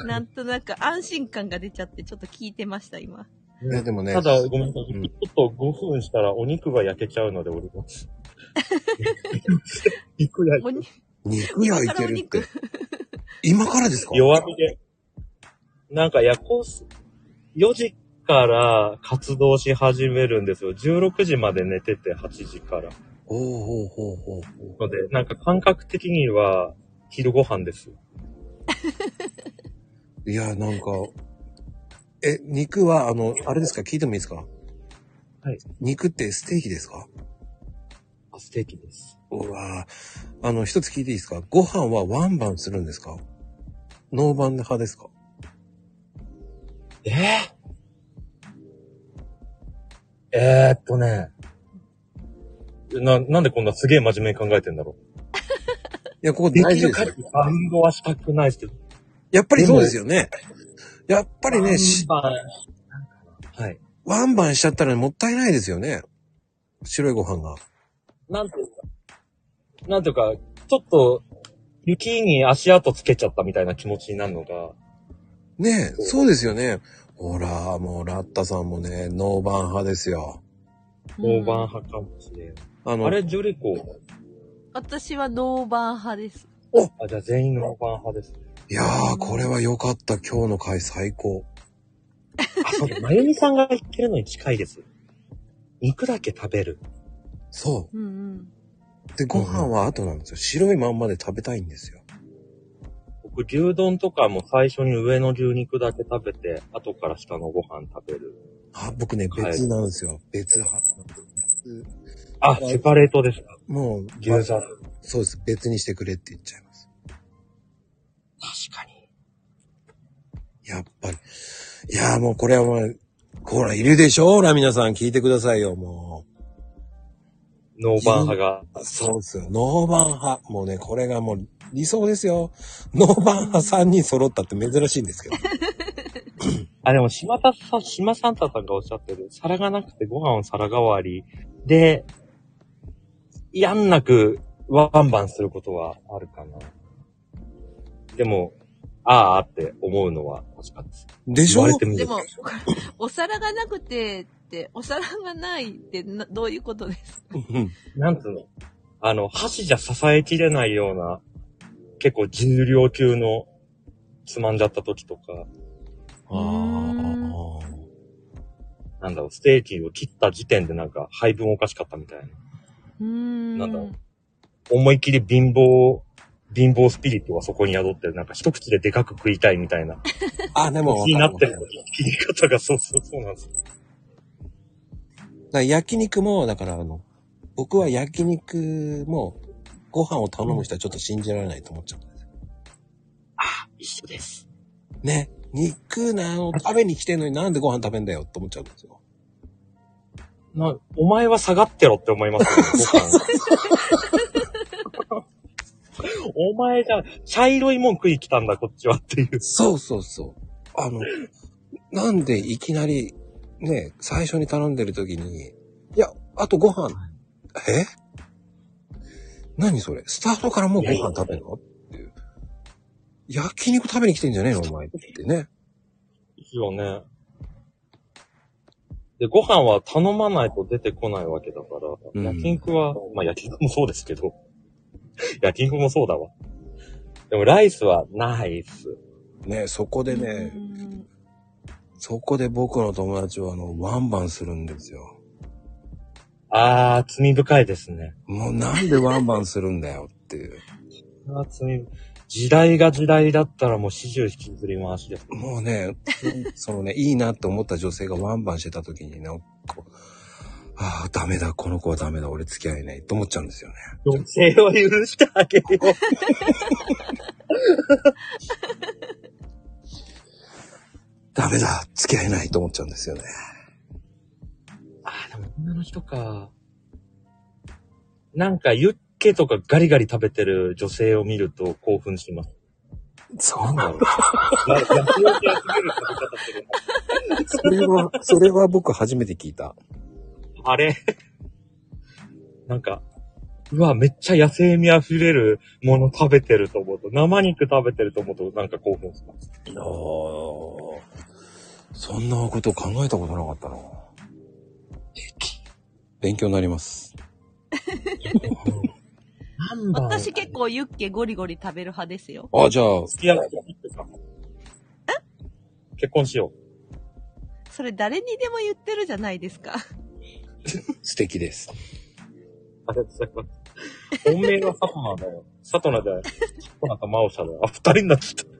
Speaker 2: なんとなく安心感が出ちゃって、ちょっと聞いてました、今。
Speaker 1: いや、でもね、
Speaker 3: [LAUGHS] ただ、ごめんなさい。
Speaker 1: うん
Speaker 3: ちょっと5分したらお肉が焼けちゃうので、俺 [LAUGHS] も。肉焼
Speaker 2: おに
Speaker 1: 肉焼いてるって。今からですか
Speaker 3: 弱火で。なんか夜行す、4時から活動し始めるんですよ。16時まで寝てて、8時から。
Speaker 1: おうほうほうほうほう。
Speaker 3: ので、なんか感覚的には、昼ご飯です。
Speaker 1: いや、なんか、え、肉は、あの、あれですか聞いてもいいですか
Speaker 3: はい。
Speaker 1: 肉ってステーキですか
Speaker 3: あ、ステーキです。
Speaker 1: うわぁあの、一つ聞いていいですかご飯はワンバンするんですかノーバン派ですか
Speaker 3: えー、えー、っとね。な、なんでこんなすげえ真面目に考えてんだろう。
Speaker 1: いや、ここ
Speaker 3: で
Speaker 1: 大
Speaker 3: き
Speaker 1: 事
Speaker 3: る
Speaker 1: ですよ
Speaker 3: 限。りバウンドはしたくないですけど。
Speaker 1: や
Speaker 3: やっ
Speaker 1: っぱりそうですよね。やっぱりね、し
Speaker 3: はい。
Speaker 1: ワンバンしちゃったらもったいないですよね。白いご飯が。
Speaker 3: なんていうか、なんていうか、ちょっと、雪に足跡つけちゃったみたいな気持ちになるのが、
Speaker 1: ねえ、そうですよね。ほら、もうラッタさんもね、ノーバン派ですよ。
Speaker 3: 大盤派かもしれん。
Speaker 1: あの、
Speaker 3: あれ、ジョリコ、
Speaker 2: 私はノーバン派です。
Speaker 3: あ、じゃあ全員の大盤派ですね。
Speaker 1: いやー、これは良かった。今日の回最高。
Speaker 3: あ、そう [LAUGHS] だ、まゆみさんが言ってるのに近いです。肉だけ食べる。
Speaker 1: そ
Speaker 2: うんうん。
Speaker 1: う。で、ご飯は後なんですよ。白いまんまで食べたいんですよ。
Speaker 3: 僕、牛丼とかも最初に上の牛肉だけ食べて、後から下のご飯食べる。
Speaker 1: あ、僕ね、
Speaker 3: はい
Speaker 1: 別なんですよ。別派なんですよ。
Speaker 3: あ、
Speaker 1: はい
Speaker 3: セパレートですか
Speaker 1: もう、
Speaker 3: 牛丼。
Speaker 1: そうです。別にしてくれって言っちゃいます。
Speaker 3: 確かに。
Speaker 1: やっぱり。いやーもうこれはもう、ほら、いるでしょほら、皆さん聞いてくださいよ、も
Speaker 3: ノーバン派が。
Speaker 1: う。そうっすよ。ノーバン派。もうね、これがもう理想ですよ。ノーバン派3人揃ったって珍しいんですけど。
Speaker 3: あ、でも、島田さん、島サンタさんがおっしゃってる、皿がなくてご飯を皿代わりで、やんなくワンバンすることはあるかな。でも、あーあって思うのは確かです。
Speaker 1: でし
Speaker 3: 言
Speaker 1: ょ
Speaker 3: われてみ
Speaker 2: で
Speaker 3: る。 [LAUGHS]
Speaker 2: も、お皿がなくてって、お皿がないってな、どういうことですか
Speaker 1: うん
Speaker 3: なんつうのあの、箸じゃ支えきれないような、結構重量級のつまんじゃった時とか、
Speaker 1: あー
Speaker 3: なんだろう、ステーキを切った時点でなんか配分おかしかったみたいな。
Speaker 2: うーん
Speaker 3: なんだろう思いっきり貧乏、貧乏スピリットがそこに宿って、なんか一口ででかく食いたいみたいな、
Speaker 1: あ、でも
Speaker 3: 気になって
Speaker 1: る
Speaker 3: る。切り方がそうそうそうなんですよ。
Speaker 1: だから焼肉も、だからあの、僕は焼肉も、ご飯を頼む人はちょっと信じられないと思っちゃうんですよ。
Speaker 3: 一緒です。
Speaker 1: ね。肉なの、食べに来てんのになんでご飯食べんだよって思っちゃうんですよ。
Speaker 3: な、お前は下がってろって思い [LAUGHS] ますよ、ね、ご飯 [LAUGHS] お前じゃ、茶色いもん食い来たんだ、こっちはっていう。
Speaker 1: そうそうそう。あの、なんでいきなり、ね、最初に頼んでる時に、いや、あとご飯、え何それスタートからもうご飯食べるのっていう。焼肉食べに来てんじゃねえのお前ってね。
Speaker 3: ですよね。で、ご飯は頼まないと出てこないわけだから、
Speaker 1: うん
Speaker 3: 焼肉は、まあ焼肉もそうですけど、 [LAUGHS] 焼肉もそうだわ。でもライスはないっす。
Speaker 1: ね、そこでね、
Speaker 2: うん
Speaker 1: そこで僕の友達はあの、ワンバンするんですよ。
Speaker 3: あー、罪深いですね。
Speaker 1: もうなんでワンバンするんだよっていう。
Speaker 3: あー罪、時代が時代だったらもう始終引きずり回しです。
Speaker 1: もう [LAUGHS] ね、そのね、いいなって思った女性がワンバンしてた時にね、こう、ああ、ダメだ、この子はダメだ、俺付き合えないと思っちゃうんですよね。
Speaker 3: 女性を許してあげよう。
Speaker 1: ダメだ、付き合えないと思っちゃうんですよね。
Speaker 3: あー、でも女の人か。なんかユッケとかガリガリ食べてる女性を見ると興奮します。
Speaker 1: そうなの
Speaker 3: なんか焼き肉焼きる食べ方する
Speaker 1: [LAUGHS] それは、それは僕初めて聞いた。
Speaker 3: の [LAUGHS] あれなんか、うわ、めっちゃ野生味溢れるもの食べてると思うと、生肉食べてると思うとなんか興奮します。
Speaker 1: ああ、そんなこと考えたことなかったな。勉強になります。
Speaker 3: なんだ
Speaker 2: 私結構ユッケゴリゴリ食べる派ですよ。
Speaker 1: あ、じゃあ、
Speaker 3: 付き合うってさ。結婚しよう。
Speaker 2: それ誰にでも言ってるじゃないですか。 [LAUGHS]
Speaker 1: 素敵です。
Speaker 3: ありがとうございます。本命はサトナだよ。サトナじゃない。サトナとマオシャだよ。あ、二人になっちゃっ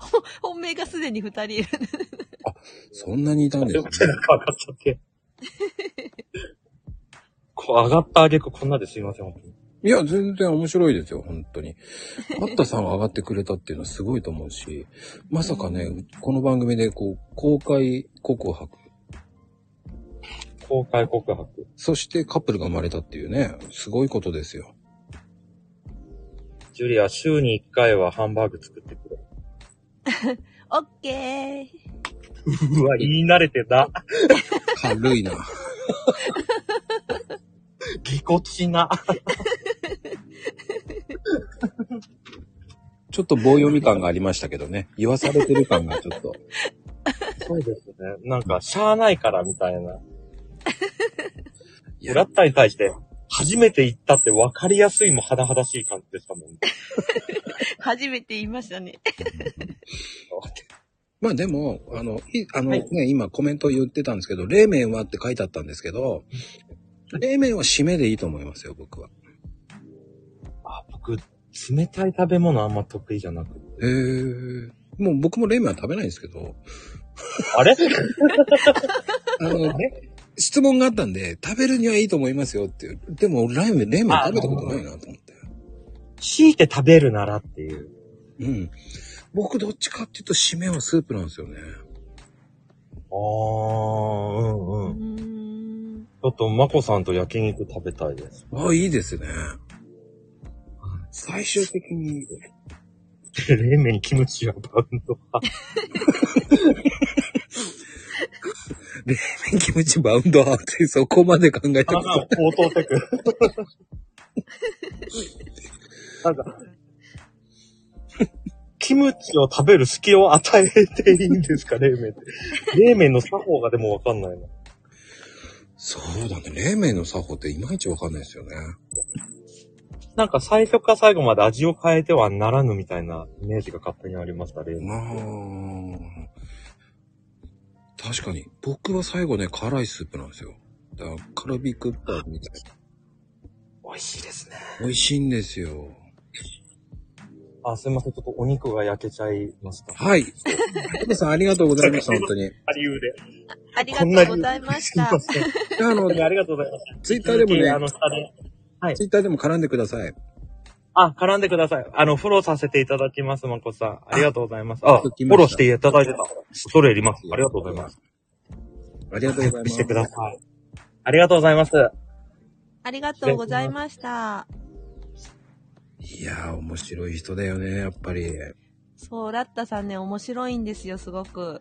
Speaker 2: ほ本命がすでに二人いる。
Speaker 1: そんなにいたん
Speaker 3: た。
Speaker 1: で
Speaker 3: ちょっ
Speaker 1: す
Speaker 3: と
Speaker 1: ね。
Speaker 3: なんか上がっちゃって。こう上がった挙句こんなですいません、本当に。
Speaker 1: いや、全然面白いですよ、本 [LAUGHS] 当に。マッタさんが上がってくれたっていうのはすごいと思うし、まさかね、この番組でこう、公開告白、
Speaker 3: 公開告白。
Speaker 1: そしてカップルが生まれたっていうね、すごいことですよ。
Speaker 3: ジュリア、週に1回はハンバーグ作ってくれ。
Speaker 2: オッケー。
Speaker 3: [LAUGHS] うわ、 [LAUGHS] 言い慣れてな。
Speaker 1: 軽いな。 [LAUGHS]
Speaker 3: ぎこちな。
Speaker 1: ちょっと棒読み感がありましたけどね、言わされてる感がちょっと。
Speaker 3: そうですね。なんか、しゃーないからみたいな。
Speaker 1: い
Speaker 3: ブラ
Speaker 1: や、
Speaker 3: ッタに対して、初めて行ったって分かりやすいも肌々しい感じでした [LAUGHS] もん。
Speaker 2: 初めて言いましたね。
Speaker 1: まあでも、あの、いあの、
Speaker 3: はい
Speaker 1: ね、今コメント言ってたんですけど、冷麺はって書いてあったんですけど、冷麺は締めでいいと思いますよ、僕は。
Speaker 3: あ、僕、冷たい食べ物あんま得意じゃなくて。
Speaker 1: へえ。もう僕も冷麺は食べないんですけど、
Speaker 3: あ [LAUGHS] れ
Speaker 1: あの、質問があったんで、食べるにはいいと思いますよっていう。でも、ラーメン、冷麺食べたことないなと思って。
Speaker 3: 強いて食べるならっていう。
Speaker 1: うん。僕、どっちかっていうと、締めはスープなんですよね。
Speaker 3: あー、う
Speaker 2: う
Speaker 3: ん
Speaker 2: ー
Speaker 3: うん。ち
Speaker 2: ん。
Speaker 3: ょっと、まこさんと焼肉食べたいです。
Speaker 1: ああ、いいですね。最終的に、
Speaker 3: 冷麺にキムチはバウンド派。
Speaker 1: キムチバウンドアウトでそこまで考えて
Speaker 3: あ
Speaker 1: ます。
Speaker 3: あ、応答テク。なんか、キムチを食べる隙を与えていいんですか、冷麺って。冷麺の作法がでもわかんないな。
Speaker 1: そうだね。冷麺の作法っていまいちわかんないですよね。
Speaker 3: なんか最初から最後まで味を変えてはならぬみたいなイメージが勝手にありました、冷麺。
Speaker 1: まあ、確かに、僕は最後ね、辛いスープなんですよ。だから、カルビクッパーみたいな。
Speaker 3: 美味しいですね。
Speaker 1: 美味しいんですよ。
Speaker 3: あ、すいません、ちょっとお肉が焼けちゃいました。
Speaker 1: はい。ペペさん、ありがとうございました、本当に。
Speaker 3: あ、理由で。
Speaker 2: ありがとうございまし
Speaker 3: すい
Speaker 2: た。
Speaker 3: ません。
Speaker 1: あの
Speaker 3: 本当、にありがとうございました。
Speaker 1: ツイッターでも
Speaker 3: 引き続きあ
Speaker 1: ね、
Speaker 3: の、下で。
Speaker 1: ツイッターでも絡んでください。
Speaker 3: あ、絡んでください。あの、フォローさせていただきます、まこさん。ありがとうございます。
Speaker 1: ちょ
Speaker 3: あ、フ
Speaker 1: っと来ました
Speaker 3: ォローしていただいてた。恐れ入ります。ありがとうございます。
Speaker 1: ありがとうございます。
Speaker 3: してください。ありがとうございます。
Speaker 2: ありがとうございました。
Speaker 1: いやー、面白い人だよね、やっぱり。い
Speaker 2: そう、ラッタさんね、面白いんですよ、すごく。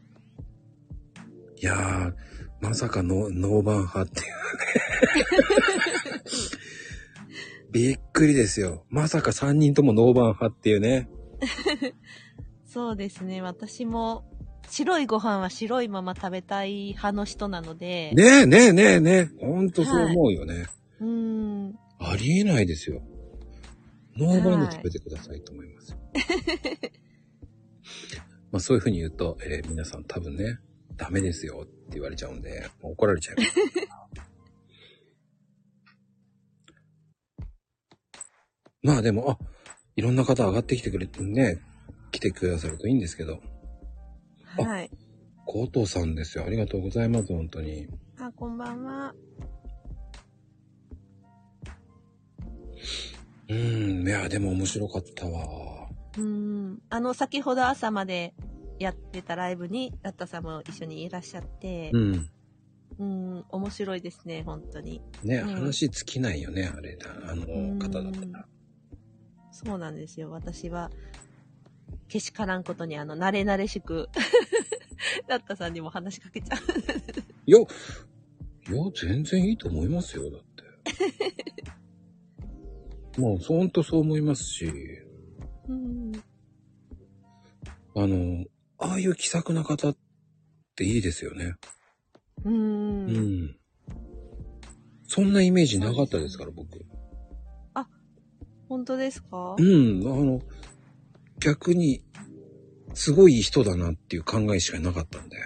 Speaker 1: やー、まさかの、ノーバン派っていうね。びっくりですよ。まさか3人ともノーバン派っていうね。
Speaker 2: そうですね、私も、白いご飯は白いまま食べたい派の人なので、
Speaker 1: ねえねえねえねえ。ほんとそう思うよね。
Speaker 2: うーん、
Speaker 1: ありえないですよ。ノーバンで食べてくださいと思います。 [LAUGHS] まあそういうふうに言うと、えー皆さん多分ね、ダメですよって言われちゃうんで、もう怒られちゃいます。 [LAUGHS] まあでも、あ、いろんな方上がってきてくれてね、来てくださるといいんですけど、
Speaker 2: はい。
Speaker 1: コウトさんですよ。ありがとうございます、本当に。
Speaker 2: あ、こんばんは。
Speaker 1: うーん、いや、でも面白かったわ。
Speaker 2: うん。あの、先ほど朝までやってたライブに、ラッタさんも一緒にいらっしゃって
Speaker 1: う、ん。
Speaker 2: うん、面白いですね、本当に。
Speaker 1: ね、
Speaker 2: うん
Speaker 1: 話尽きないよね、あれだ、あの
Speaker 2: ん
Speaker 1: 方だったら。
Speaker 2: そうなんですよ。私は、けしからんことに、あの、慣れ慣れしく、 [LAUGHS] ラッタさんにも話しかけちゃう。
Speaker 1: よ、いや、全然いいと思いますよ、だって。 [LAUGHS] もう、ほんとそう思いますし、
Speaker 2: うん。
Speaker 1: あの、ああいう気さくな方っていいですよね。
Speaker 2: う。
Speaker 1: うんん。そんなイメージなかったですから、僕。
Speaker 2: 本当ですか
Speaker 1: うん、あの、逆に、すごい人だなっていう考えしかなかったんで。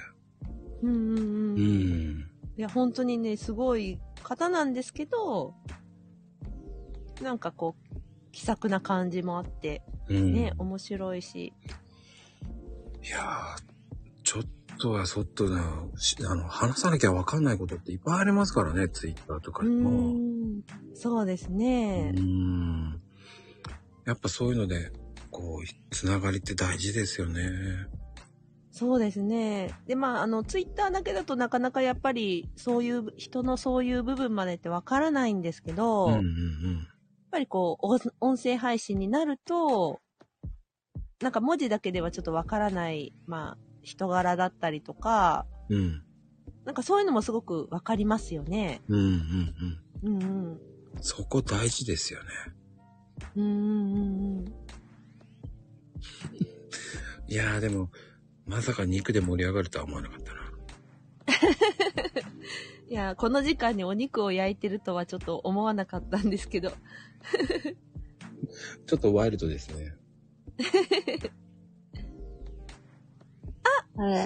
Speaker 2: うんうん
Speaker 1: う
Speaker 2: うん。い
Speaker 1: ん。
Speaker 2: や、本当にね、すごい方なんですけど、なんかこう、気さくな感じもあって、
Speaker 1: うん。
Speaker 2: ね、面白いし。
Speaker 1: いやー、ちょっとはそっとな、しあの、話さなきゃわかんないことっていっぱいありますからね、ツイッターとか
Speaker 2: う
Speaker 1: にも。
Speaker 2: ん。そうです
Speaker 1: う
Speaker 2: ね。
Speaker 1: ん。やっぱそういうので、こう、つながりって大事ですよね。
Speaker 2: そうですね。で、まあ、あの、ツイッターだけだとなかなかやっぱり、そういう、人のそういう部分までってわからないんですけど、
Speaker 1: うんうんう
Speaker 2: やっ
Speaker 1: ん。
Speaker 2: ぱりこう、音音声配信になると、なんか文字だけではちょっとわからない、まあ、人柄だったりとか、
Speaker 1: うん。
Speaker 2: なんかそういうのもすごくわかりますよね。
Speaker 1: うんうんうん。
Speaker 2: うんうん。
Speaker 1: そこ大事ですよね。
Speaker 2: うんうんうんうん。
Speaker 1: いやーでも、まさか肉で盛り上がるとは思わなかったな。
Speaker 2: いや、この時間にお肉を焼いてるとはちょっと思わなかったんですけど。
Speaker 1: ちょっとワイルドですね。
Speaker 4: あれ。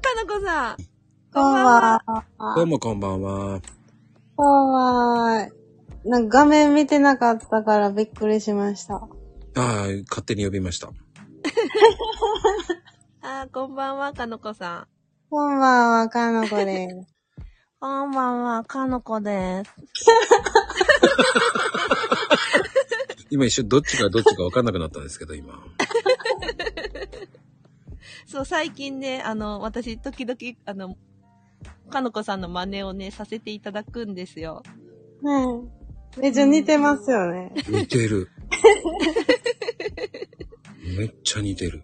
Speaker 2: かなこさん
Speaker 4: こんばんは。
Speaker 1: どうもこんばんは。
Speaker 4: こんばんは。なんか画面見てなかったからびっくりしました。
Speaker 1: ああ、勝手に呼びました。
Speaker 2: あー、こんばんは、かのこさん。
Speaker 4: こんばんは、かのこです。
Speaker 2: こんばんは、かのこです。
Speaker 1: 今一瞬どっちがどっちかわかんなくなったんですけど、今。
Speaker 2: そう、最近ね、あの、私、時々、あの、かのこさんの真似をね、させていただくんですよ。
Speaker 4: ねえ。めっちゃ似てますよね。
Speaker 1: 似てる。めっちゃ似てる。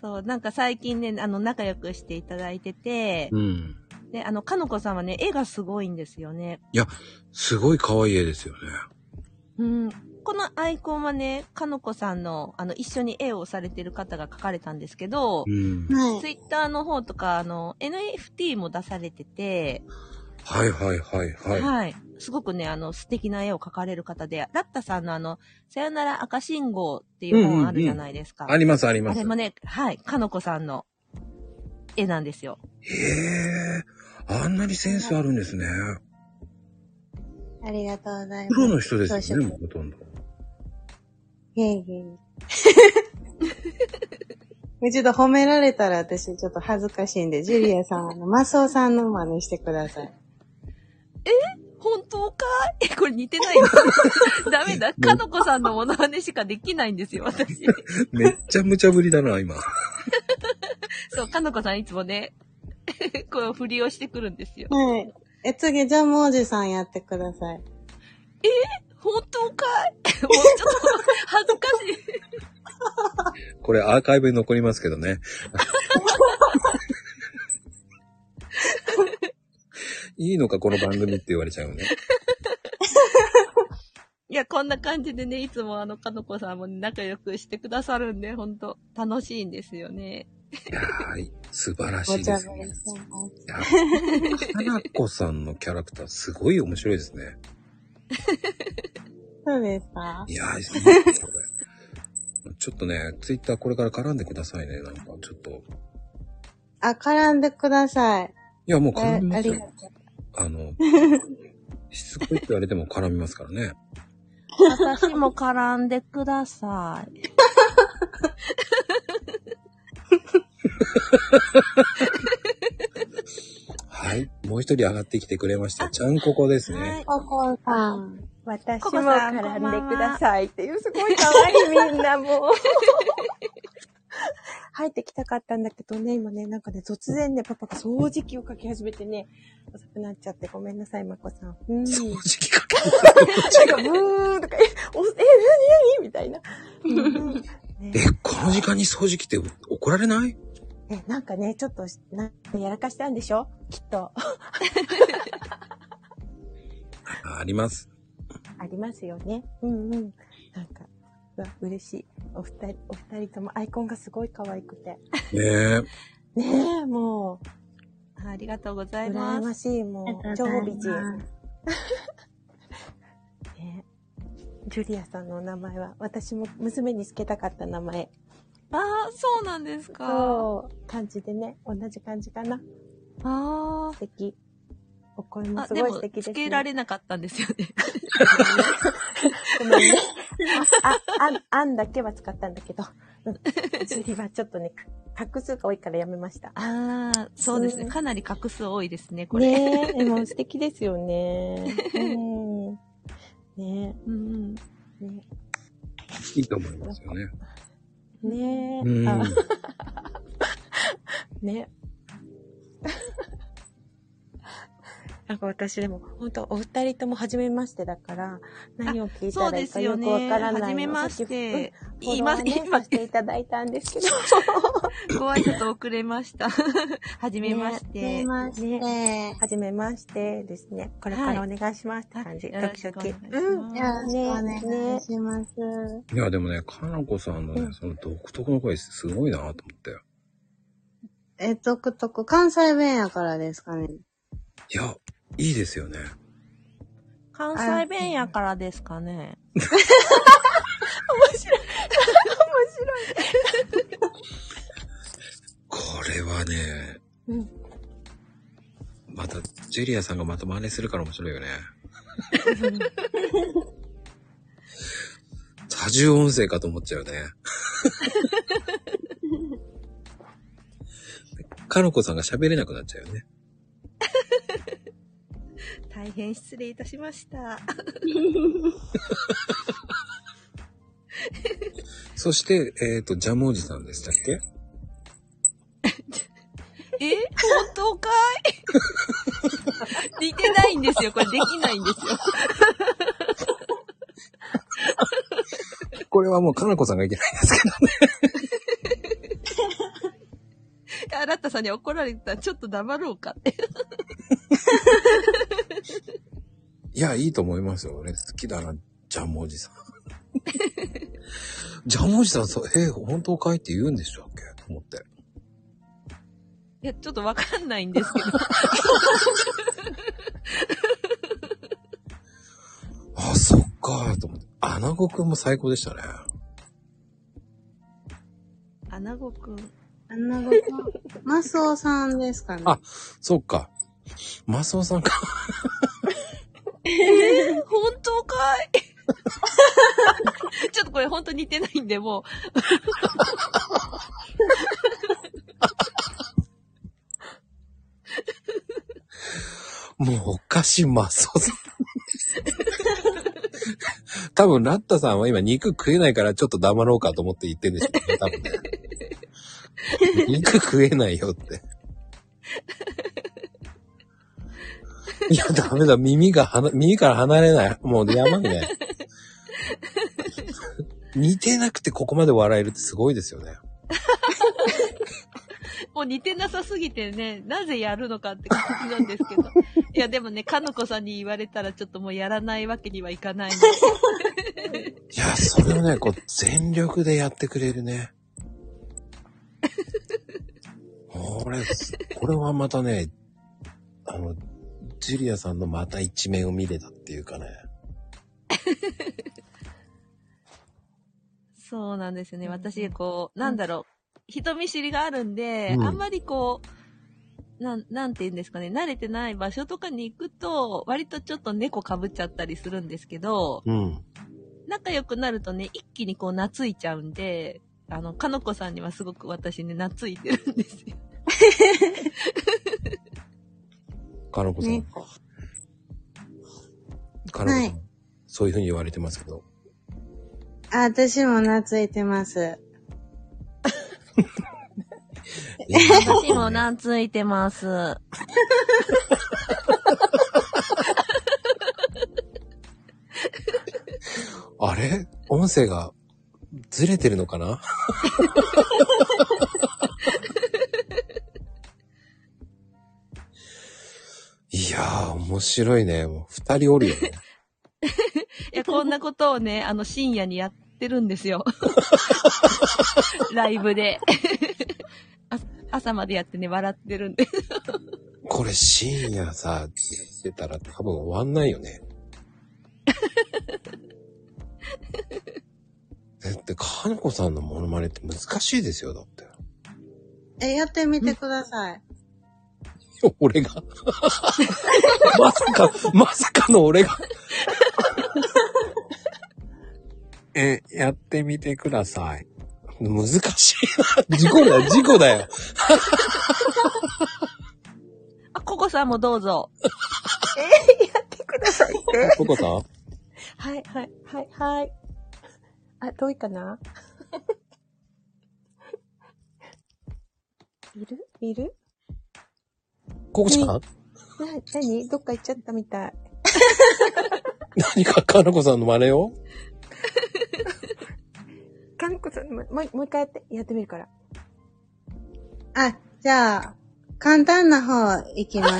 Speaker 2: そう、なんか最近ね、あの、仲良くしていただいてて、
Speaker 1: うん。
Speaker 2: で、あの、かのこさんはね、絵がすごいんですよね。
Speaker 1: すごい可愛い絵ですよね。
Speaker 2: うん。このアイコンはね、かのこさんの、あの、一緒に絵をされてる方が描かれたんですけど、
Speaker 1: うん。
Speaker 4: は
Speaker 2: ツ
Speaker 4: い。
Speaker 2: イッターの方とか、あの、NFT も出されてて、
Speaker 1: はいはいはいは。
Speaker 2: はいい、すごくね、あの、素敵な絵を描かれる方で、ラッタさんのあの、さよなら赤信号っていう本あるじゃないですか。
Speaker 1: ありますありま
Speaker 2: あ
Speaker 1: す。
Speaker 2: れもね、はい、かのこさんの絵なんですよ。
Speaker 1: へえ。あんなにセンスあるんですね。
Speaker 4: ありがとうござい
Speaker 1: プロ
Speaker 4: ます。
Speaker 1: の人ですよね、も
Speaker 4: そう
Speaker 1: ほとんど。
Speaker 4: いえいえ。 [LAUGHS] ちょっと褒められたら私ちょっと恥ずかしいんで、ジュリアさん、あの、マスオさんの真似してください。
Speaker 2: 本当かい [LAUGHS] え、これ似てないの
Speaker 1: [LAUGHS]
Speaker 2: ダメだ。かの [LAUGHS] こさんのモノマネしかできないんですよ、私。
Speaker 1: めっちゃ無茶ぶりだな、今。
Speaker 2: そう、かのこさんいつもね、 [LAUGHS] こう、振りをしてくるんですよ。
Speaker 4: はい。え、次、ジャムおじさんやってください。
Speaker 2: 本当か [LAUGHS] いえもうちょっと恥ずかしい。
Speaker 1: これアーカイブに残りますけどね。いいのか、この番組って言われちゃうね。
Speaker 2: いや、こんな感じでね、いつもあの、かのこさんもね仲良くしてくださるんで、本当楽しいんですよね。
Speaker 1: いやー素晴らし
Speaker 4: ご
Speaker 1: い
Speaker 4: ち
Speaker 1: で
Speaker 4: ゃ
Speaker 1: す
Speaker 4: ぶ
Speaker 1: ね
Speaker 4: り。します。
Speaker 1: いや、花子さんのキャラクターすごい面白いですね。
Speaker 4: そうですか
Speaker 1: いやー、いいですねこちょっとね、ツイッターこれから絡んでくださいね。なんか、ちょっと。
Speaker 4: あ、絡んでください。
Speaker 1: いや、もう
Speaker 4: え
Speaker 1: 絡みま
Speaker 4: あ
Speaker 1: す
Speaker 4: りがと
Speaker 1: よ。あの、しつこいって言われても絡みますからね。
Speaker 5: 私も絡んでください。
Speaker 1: はい。もう一人上がってきてくれました。ちゃんここです
Speaker 5: は
Speaker 1: ね
Speaker 5: い。。
Speaker 4: う。おこさん。
Speaker 6: 私
Speaker 5: コ
Speaker 6: も
Speaker 5: コさん
Speaker 6: 絡んでくださいっていう、すごい可愛いみんな [LAUGHS] もう。入ってきたかったんだけどね、今ね、なんかね、突然ね、パパが掃除機をかけ始めてね、遅くなっちゃってごめんなさい、まこさん。うん。
Speaker 1: 掃
Speaker 6: なんか、
Speaker 1: 除機かけ
Speaker 6: ブーとか、え、おえ、なになにみ [LAUGHS] たいな。うんね
Speaker 1: え、この時間に掃除機って怒られない
Speaker 6: ね、なんかね、ちょっとし、なんかやらかしたんでしょきっと。
Speaker 1: ああります。
Speaker 6: ありますよね。うんうん。なんか、うわ、嬉しい。お二人、お二人ともアイコンがすごい可愛くて。
Speaker 1: ねえ。
Speaker 6: ねえ、も
Speaker 2: あありがとうござ
Speaker 6: う、
Speaker 2: い
Speaker 6: 羨
Speaker 2: ます。
Speaker 6: ましい、もう、超美人。ねジュリアさんのお名前は、私も娘につけたかった名前。
Speaker 2: ああ、そうなんですか。
Speaker 6: そう、漢字でね、同じ漢字かな。
Speaker 2: あ
Speaker 6: 素敵。お声
Speaker 2: あ。
Speaker 6: も
Speaker 2: あ、
Speaker 6: す
Speaker 2: で
Speaker 6: ごい
Speaker 2: も
Speaker 6: 素敵で、す、
Speaker 2: つ
Speaker 6: ね。
Speaker 2: けられなかったんですよね。
Speaker 6: ごめんね。あ、あ、ああんだけは使ったんだけど、うんジュリはちょっとね、画数が多いからやめました。
Speaker 2: ああ、そうですね。
Speaker 6: うん
Speaker 2: かなり画数多いですね、これ。
Speaker 6: ねえ、でも素敵ですよね。うん。ね
Speaker 2: うん
Speaker 6: え、ね
Speaker 1: いいと思いますよね。
Speaker 6: え、ね
Speaker 1: う
Speaker 6: え、あ
Speaker 1: ん。
Speaker 6: ねえ。 [LAUGHS] なんか私でも、本当お二人とも初めましてだから、何を聞
Speaker 2: うん、
Speaker 6: い
Speaker 2: そ
Speaker 6: た
Speaker 2: う
Speaker 6: らい
Speaker 2: で
Speaker 6: いか
Speaker 2: す
Speaker 6: よ
Speaker 2: よ
Speaker 6: くわ
Speaker 2: ね。
Speaker 6: からないの。
Speaker 2: はじめまし
Speaker 6: さっき
Speaker 2: て。
Speaker 6: フォ
Speaker 2: 言い
Speaker 6: ロ
Speaker 2: ま
Speaker 6: ワー
Speaker 2: す、
Speaker 6: ね
Speaker 2: 言いま
Speaker 6: さ
Speaker 2: す
Speaker 6: せ。ていただいたんですけど。
Speaker 2: ご挨拶遅れました。 [LAUGHS] はじめまして。
Speaker 4: はじめまして。
Speaker 6: はじめましてですね。これからお願いしますって感じ。
Speaker 2: よろしくお
Speaker 6: ド
Speaker 2: 願
Speaker 6: キ
Speaker 2: い
Speaker 6: ド
Speaker 2: し
Speaker 6: キ。うん。
Speaker 2: ま
Speaker 4: よろしくお願いします。
Speaker 1: いや、でもね、かなこさんのね、その独特の声すごいなと思って。
Speaker 4: え、独特、関西弁やからですかね。
Speaker 1: いや、いいですよね。
Speaker 5: 関西弁やからですかね。
Speaker 1: これはね、
Speaker 6: うん
Speaker 1: また、ジュリアさんがまた真似するから面白いよね。多重音声かと思っちゃうよ
Speaker 6: [LAUGHS]
Speaker 1: ね。かのこさんが喋れなくなっちゃうよね。
Speaker 2: す。大変失礼いたしました。
Speaker 1: そして、えっ、と、ジャムおじさんでしたっけ
Speaker 2: え本当か [LAUGHS] い似てないんですよ。これできないんですよ。
Speaker 1: これはもうかのこさんがいけないんですけど。
Speaker 2: あラッタさんに怒られたらちょっと黙ろうかって。
Speaker 1: いや、いいと思いますよ。俺好きだな、ジャムおじさん。ジャムおじさん、そう、えー本当かいって言うんでしたっけと思って。
Speaker 2: いや、ちょっとわかんないんですけ [LAUGHS] ど。
Speaker 1: あ、そっか、と思って。アナゴくんも最高でしたね。
Speaker 2: アナゴくん。
Speaker 4: あんなこと。マスオさんですかね。
Speaker 1: あそっか。マスオさんか。
Speaker 2: 本当かいちょっとこれ本当似てないんで、も
Speaker 1: もうおかしいマスオさんです。多分、ラッタさんは今肉食えないからちょっと黙ろうかと思って言ってんでしょうね、多分ね。肉食えないよって。いや、ダメだ。耳がはな、耳から離れない。もうやばいね。似てなくてここまで笑えるってすごいですよね。
Speaker 2: う、もう似てなさすぎてね、なぜやるのかって感じなんですけど。いや、でもね、かのこさんに言われたらちょっともうやらないわけにはいかないので。
Speaker 1: いや、それをね、こう、全力でやってくれる [LAUGHS] ね。これ、これはまたね、あの、ジュリアさんのまた一面を見れたっていうかね。
Speaker 2: そうなんですよね。
Speaker 6: うん
Speaker 2: 私、こう、なんだろう、人見知りがあるんで、
Speaker 1: うん
Speaker 2: あんまりこう、なん、なんて言うんですかね、慣れてない場所とかに行くと、割とちょっと猫被っちゃったりするんですけど、
Speaker 1: うん。
Speaker 2: 仲良くなるとね、一気にこう懐いちゃうんで、あの、かのこさんにはすごく私ね、懐いてるんですよ。
Speaker 1: かのこさん。
Speaker 4: 猫。
Speaker 1: かのこさん。
Speaker 4: はい
Speaker 1: そういうふうに言われてますけど。
Speaker 4: あ、私も懐いてます。
Speaker 5: 私も懐いて
Speaker 2: [LAUGHS]
Speaker 5: ます。
Speaker 1: あれ音声がずれてるのかないやー、面白いね。もう二人おるよね。
Speaker 2: いや、こんなことをね、あの、深夜にやってるんです
Speaker 5: [LAUGHS]
Speaker 2: よ。ライブで。あ朝までやってね、笑ってるんで。
Speaker 1: これ深夜さ、やってたら多分終わんないよね。だって、かのこさんのモノマネって難しいですよ、だって。
Speaker 4: え、やってみてください。
Speaker 1: [LAUGHS] 俺が。まさか、まさかの俺が。 [LAUGHS] え、やってみてください。難しいな。事故だよ、事故だよ。
Speaker 2: あ、ココさんもどうぞ。
Speaker 6: くださいって。
Speaker 1: ココさん
Speaker 6: はい、はい、はい、はい。あ、遠いかないるいる
Speaker 1: ココさん、
Speaker 6: な、なにどっか行っちゃったみたい。
Speaker 1: 何かかのこさんの真似を
Speaker 6: かんこさん、もう、もうもう一回やって、やってみる [LAUGHS] から。
Speaker 4: あ、じゃあ、簡単な方いきます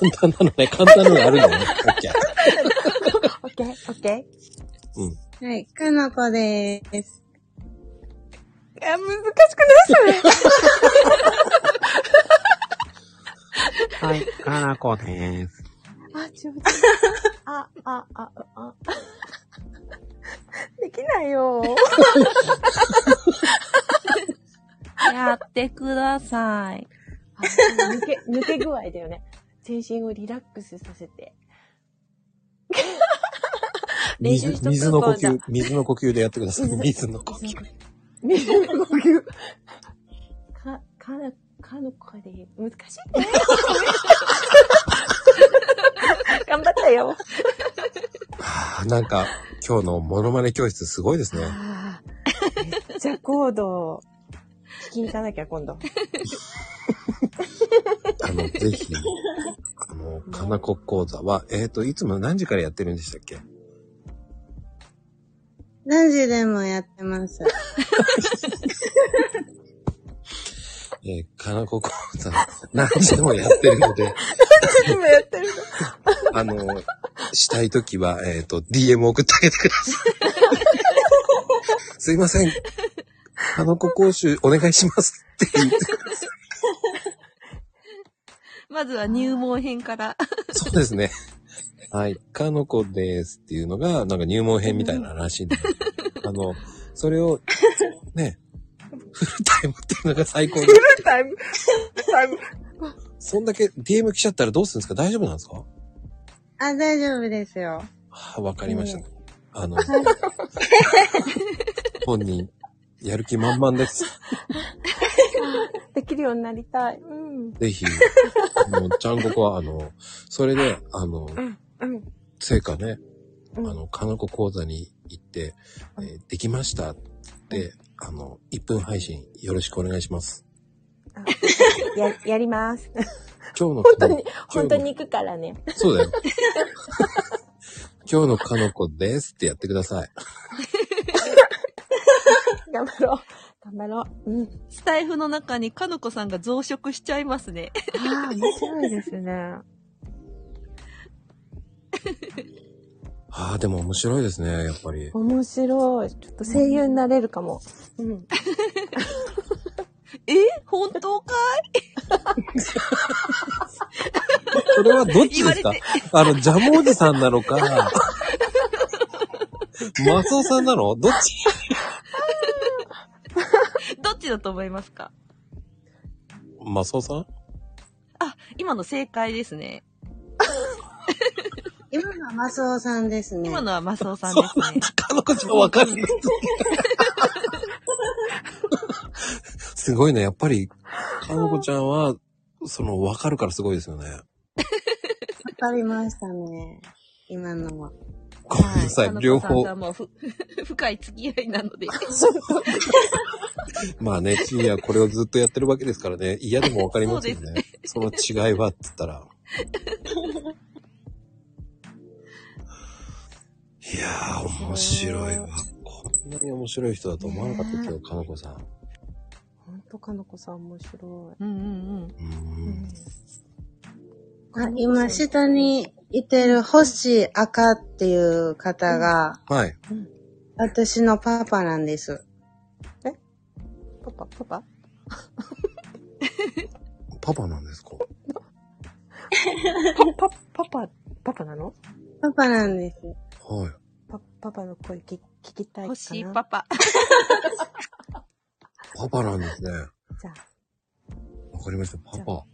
Speaker 4: [LAUGHS] ね。
Speaker 1: 簡単な [LAUGHS] のね、簡単なのがあるのね。オッケー
Speaker 6: オッケー、オッケ
Speaker 4: はい、かのこでーす。
Speaker 6: ー。あ、難しくないそれ。
Speaker 7: はい、かなこです。
Speaker 6: あ、ちょ、ちょ。あ、あ、あ、あ。できないよ。
Speaker 5: やってください。
Speaker 6: あ抜け、抜け具合だよね。全身をリラックスさせて。練習しとく
Speaker 1: 水水の呼
Speaker 6: じゃあ
Speaker 1: 吸、水の呼吸でやってください。水の呼吸。
Speaker 6: 水の呼吸。か、かな、かのこで、難しい [LAUGHS] ね。頑張ったよ。
Speaker 1: あーなんか、今日のモノマネ教室すごいですね。
Speaker 6: あーめっちゃコード、聞きに行かなきゃ今度。
Speaker 1: あの、ぜひ、あの、かなこ講座は、えっ、と、いつも何時からやってるんでしたっけ
Speaker 4: 何時でもやってます。
Speaker 1: えー、かなこ講座、何時でもやってるので、
Speaker 6: [LAUGHS] 今やってる。
Speaker 1: あの、したいときは、えっ、と、DM 送ってあげてください。すいません。かなこ講習お願いしますって言って、
Speaker 2: まずは入門編から。
Speaker 1: そうですね。はい。かのこですっていうのが、なんか入門編みたいな話で、あの、それを、ね、フルタイムっていうのが最高で
Speaker 6: タイム、タイム。
Speaker 1: そんだけ DM 来ちゃったらどうするんですか大丈夫なんですか
Speaker 4: あ、大丈夫ですよ。
Speaker 1: あわかりました、あの、本人、やる気満々です。
Speaker 6: できるようになりたい。うん。
Speaker 1: ぜひ、あの、ちゃんここは、あの、それで、あの、
Speaker 6: うん。
Speaker 1: 成果ね、あ
Speaker 6: うん
Speaker 1: の、かのこ講座に行って、えーできましたって、あの、1分配信よろしくお願いします。
Speaker 6: あや、 [LAUGHS] やります。
Speaker 1: 今日の
Speaker 6: 本当
Speaker 1: か
Speaker 6: に
Speaker 1: の、
Speaker 6: 本当に行くからね。
Speaker 1: そうだよ。今日のかのこですってやってください。
Speaker 6: 頑張ろう。頑張ろう。うん。
Speaker 2: スタイフの中にかのこさんが増殖しちゃいますね。
Speaker 6: ああ、面白いですね。
Speaker 1: ああ、でも面白いですね、やっぱり。
Speaker 6: [LAUGHS] 面白い。ちょっと声優になれるかも。うん。
Speaker 2: え本当か
Speaker 1: それはどっち
Speaker 2: 言
Speaker 1: で
Speaker 2: わ
Speaker 1: す
Speaker 2: れ
Speaker 1: か
Speaker 2: て。
Speaker 1: あの、ジャムおじさんなのか、マスオさんなのどっち
Speaker 2: ちだと思いますか
Speaker 1: マスオさん
Speaker 2: あ、今の正解ですね。
Speaker 4: 今のはマスオさんですね。
Speaker 2: 今のはマスオさんですね。
Speaker 1: 彼女ちゃんわかんない。すごいね。やっぱり、かのこちゃんは、その、わかるからすごいですよね。
Speaker 4: わかりましたね。今のは。
Speaker 1: ごめんなさい
Speaker 2: か。のこ
Speaker 1: 両
Speaker 2: さん
Speaker 1: 方
Speaker 2: と。はもうふ [LAUGHS] 深い付き合いなので。
Speaker 1: まあね、深夜これをずっとやってるわけですからね。嫌でもわかりますよ
Speaker 2: そ
Speaker 1: ね。その違いはって言ったら。いやー、面白いわ。こんなに面白い人だと思わなかった今日、かのこさん。
Speaker 6: ほんと、かのこさん面白
Speaker 2: うんうんうん。
Speaker 1: うーん。
Speaker 4: あ今、下にいてる星赤っていう方が、
Speaker 1: はい。
Speaker 4: 私のパパなんです。
Speaker 6: い。パパ、パパ
Speaker 1: パパなんですか
Speaker 6: パ、パパ、パパなの
Speaker 4: パパなんです。
Speaker 1: はい。
Speaker 6: パ、パパの声聞き聞きたいかな。
Speaker 2: 欲しいパパ。
Speaker 1: パパなんですね。
Speaker 6: じゃあ
Speaker 1: わかりました。パパ。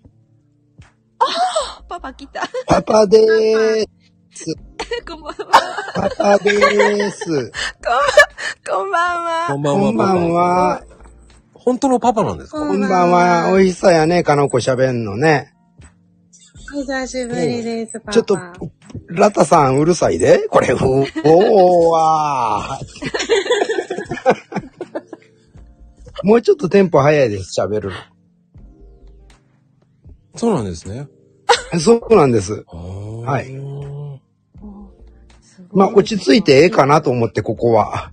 Speaker 2: パパ来た。
Speaker 1: パパでーす。
Speaker 2: こんばんは。
Speaker 7: パパでーす。
Speaker 2: こんばんは。
Speaker 1: ん
Speaker 7: こんばん。は。
Speaker 1: 本当のパパなんですか
Speaker 7: こんばんは。美味しそうやね、かのこ喋んのね。
Speaker 4: お久しぶりです、パパ。
Speaker 7: ちょっと、ラタさんうるさいで。これ、 [LAUGHS] おおーわー。 [LAUGHS] もうちょっとテンポ早いです、喋る
Speaker 1: そうなんですね。
Speaker 7: の。そうなんです。
Speaker 1: は
Speaker 7: はいい。
Speaker 6: すご
Speaker 7: まあ、落ち着いてええかなと思って、ここは。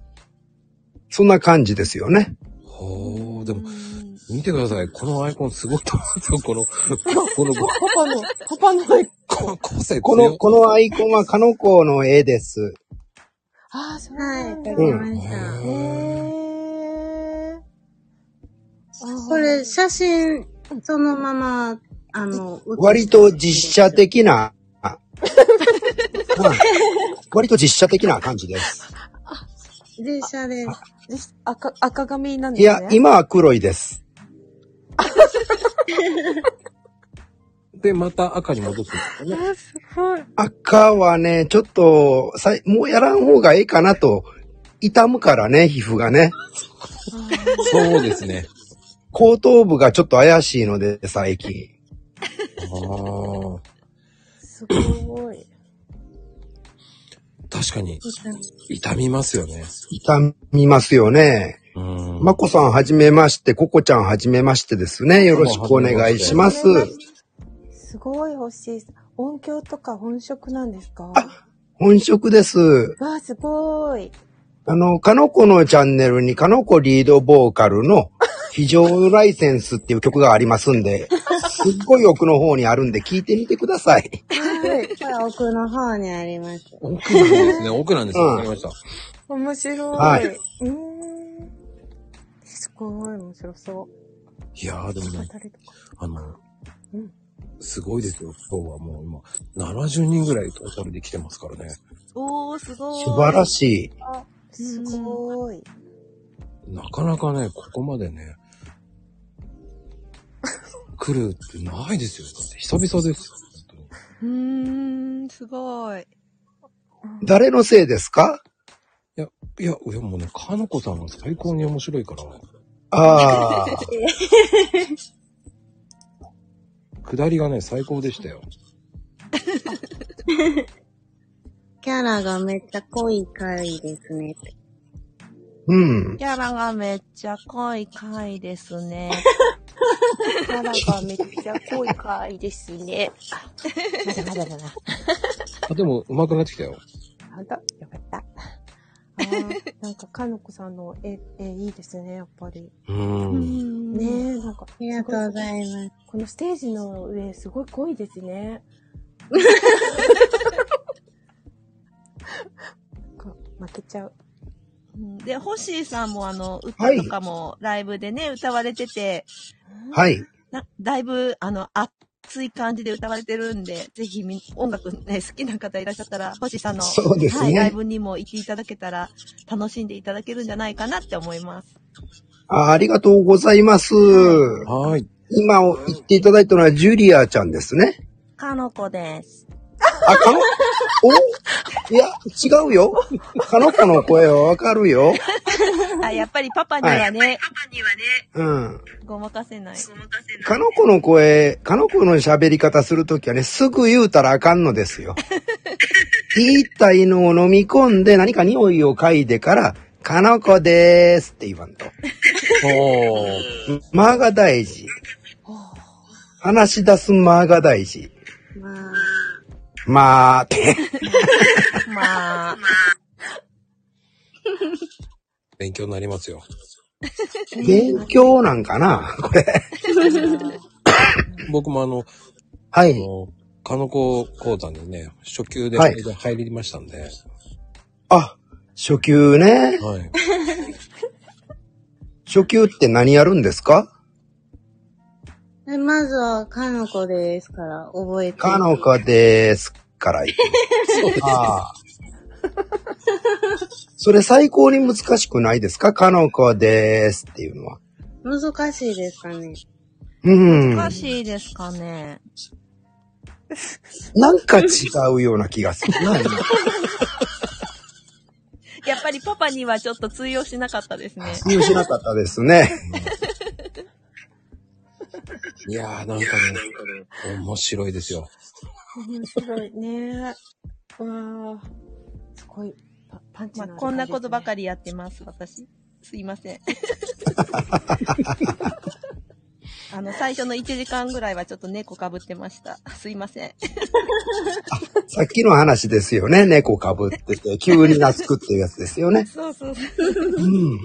Speaker 7: そんな感じですよね。
Speaker 1: ほー、でも、見てください。このアイコンすごいと思うんですよ。この、この、
Speaker 6: パパの、パパの声。
Speaker 1: この個性
Speaker 7: この、このアイコンはかのこの絵です。
Speaker 6: ああ、そう
Speaker 4: はい、
Speaker 6: なんだ。
Speaker 4: 食
Speaker 6: へ
Speaker 4: べ
Speaker 7: うん
Speaker 4: ました。
Speaker 6: え。
Speaker 4: これ、写真、そのまま、あの、
Speaker 7: 割と実写的 [LAUGHS] な、あはい割と実写的な感じです。
Speaker 4: 実写です。
Speaker 6: です赤、赤髪なんで
Speaker 7: い
Speaker 6: す
Speaker 7: や
Speaker 6: ね。、
Speaker 7: 今は黒いです。
Speaker 1: で、また赤に戻ってるんですかね。
Speaker 6: あ、すごい。
Speaker 7: 赤はね、ちょっと、さいもうやらん方がいいかなと、痛むからね、皮膚がね。
Speaker 1: そうですね。
Speaker 7: 後頭部がちょっと怪しいので、最近。
Speaker 1: あー
Speaker 6: すごい。
Speaker 1: 確かに、痛みますよね。
Speaker 7: 痛みますよね。
Speaker 1: うん。
Speaker 7: まこさんはじめまして、ここちゃんはじめましてですね。よろしくお願いします。
Speaker 6: すごい欲しい。音響とか本職なんですか
Speaker 7: 本職です。
Speaker 6: わあ、すごい。
Speaker 7: あの、かのこのチャンネルにかのこリードボーカルの非常ライセンスっていう曲がありますんで、すっごい奥の方にあるんで聞いてみてください。
Speaker 6: [LAUGHS]
Speaker 4: はい、これ奥の方にあります。
Speaker 1: 奥なんですね。 [LAUGHS] 奥なんですね。
Speaker 7: うん
Speaker 1: わかりました。
Speaker 6: 面白い。
Speaker 7: はいう
Speaker 6: ーん。すごい面白そう。
Speaker 1: いやー、でもね、
Speaker 6: 誰とか。
Speaker 1: あの
Speaker 6: うん、
Speaker 1: すごいですよ。今日はもう今、70人ぐらいトータルで来てますからね。
Speaker 2: おー、すごい。
Speaker 7: 素晴ら
Speaker 2: い。
Speaker 7: しい。
Speaker 6: すごい。
Speaker 1: なかなかね、ここまでね、来るってないですよ。だって久々ですよ。本当に
Speaker 2: うーん、すごい。
Speaker 7: 誰のせいですか
Speaker 1: いや、いやもうね、かのこさんが最高に面白いから、
Speaker 7: ああ、
Speaker 1: 下りがね、最高でしたよ。
Speaker 4: キャラがめっちゃ濃い回ですね。
Speaker 7: うん。
Speaker 5: キャラがめっちゃ濃い回ですね。
Speaker 6: キャラがめっちゃ濃い回ですね。まだまだだな。
Speaker 1: あ、でも、上手くなってきたよ。
Speaker 6: ほんと、よか [LAUGHS] った。あーなんか、かのこさんの絵、絵いいですね、やっぱり。
Speaker 1: う
Speaker 2: う
Speaker 1: ーん。
Speaker 2: ん。
Speaker 6: ねえ、なんか、
Speaker 4: ありがとうございます。
Speaker 6: このステージの上、すごい濃いですね。こう負けちゃう。
Speaker 2: うんで、ホッシーさんもあの、
Speaker 7: は
Speaker 2: 歌
Speaker 7: い
Speaker 2: とかもライブでね、歌われてて、
Speaker 7: はい。
Speaker 2: なだいぶ、あの、熱い感じで歌われてるんで、ぜひみ、音楽ね、好きな方いらっしゃったら、星さんの、
Speaker 7: そうですね
Speaker 2: はい、ライブにも行っていただけたら、楽しんでいただけるんじゃないかなって思います。
Speaker 7: あありがとうございます。
Speaker 1: はーい。
Speaker 7: 今を言っていただいたのはジュリアちゃんですね。
Speaker 5: かのこです。
Speaker 7: あ、かの、おいや、違うよ。かのこの声はわかるよ。
Speaker 2: あ、やっぱりパパにはね、
Speaker 7: うん。
Speaker 2: ごまかせない。
Speaker 7: かのこの声、かのこの喋り方するときはね、すぐ言うたらあかんのです [LAUGHS] よ。言いたいのを飲み込んで何か匂いを嗅いでから、かのこでーすって言わん [LAUGHS] と。
Speaker 1: おー。
Speaker 7: 間が大 [LAUGHS] 事。話し出す間が大事。
Speaker 4: まあ、
Speaker 7: まあって。
Speaker 5: まあ、
Speaker 1: 勉強になりますよ。
Speaker 7: 勉強なんかなこれ。
Speaker 1: 僕もあの、
Speaker 7: [LAUGHS] は
Speaker 1: あ
Speaker 7: い。
Speaker 1: の、かのこ講座にね、初級で
Speaker 7: はい
Speaker 1: 入り入りましたんで、はい。
Speaker 7: あ、初級ね。初級って何やるんですか
Speaker 4: えまずは、かのこですから、覚えて。
Speaker 7: かのこでーすから行く。
Speaker 1: そうです。
Speaker 7: ああ。それ最高に難しくないですかかのこでーすっていうのは。
Speaker 4: 難しいですかね。
Speaker 7: うん。
Speaker 5: 難しいですかね。
Speaker 7: なんか違うような気がするな。今
Speaker 2: やっぱりパパにはちょっと通用しなかったですね。
Speaker 7: 通用しなかったですね。
Speaker 1: いやー、なんかね、面白いですよ。
Speaker 6: 面白いね。うわーすごい、パパンチ
Speaker 2: まあ、
Speaker 6: の
Speaker 2: こんなことば
Speaker 6: り。
Speaker 2: かりやってます、私。すいま [LAUGHS] せん。あの、最初の1時間ぐらいはちょっと猫かぶってました。すいません。
Speaker 7: さっきの話ですよね。猫かぶってて、急に懐くっていうやつですよね。
Speaker 2: そうそうそう。
Speaker 7: うん。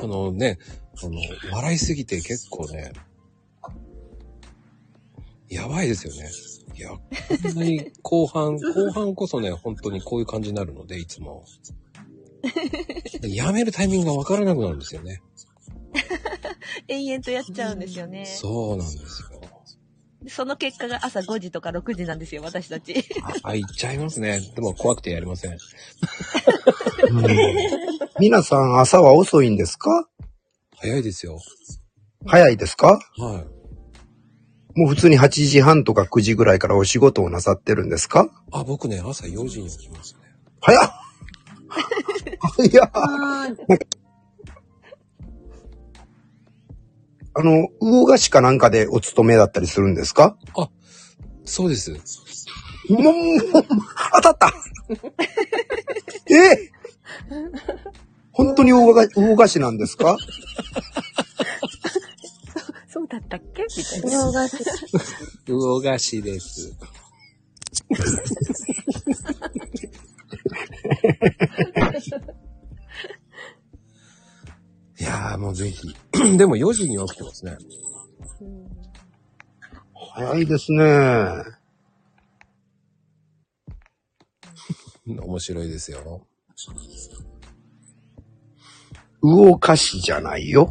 Speaker 1: あのね、あの、笑いすぎて結構ね、やばいですよね。いや、こんなに後半、後半こそね、本当にこういう感じになるので、いつも。でやめるタイミングがわからなくなるんですよね。
Speaker 2: 延々とやっちゃうんですよね。
Speaker 1: そうなんですよ。
Speaker 2: その結果が朝5時とか6時なんですよ、私たち。
Speaker 1: あ、行っちゃいますね。でも怖くてやりません。
Speaker 7: うん皆さん朝は遅いんですか
Speaker 1: 早いですよ。
Speaker 7: 早いですか
Speaker 1: はい。
Speaker 7: もう普通に8時半とか9時ぐらいからお仕事をなさってるんですか
Speaker 1: あ、僕ね、朝4時に起きますね。
Speaker 7: 早っ早っ
Speaker 4: あー
Speaker 7: あの、魚菓子かなんかでお勤めだったりするんですか
Speaker 1: そうです。
Speaker 7: もう、もう当たったええ本当に魚菓魚菓子なんですか
Speaker 6: そうだったっけみたいな。
Speaker 4: 洋菓子。
Speaker 1: 魚菓子です。 [LAUGHS] いやーもうぜひ。 [CLEARS THROAT] でも4時には起きてますね。
Speaker 7: 早いですね。
Speaker 1: 面白いですよ。
Speaker 7: 魚菓子じゃないよ。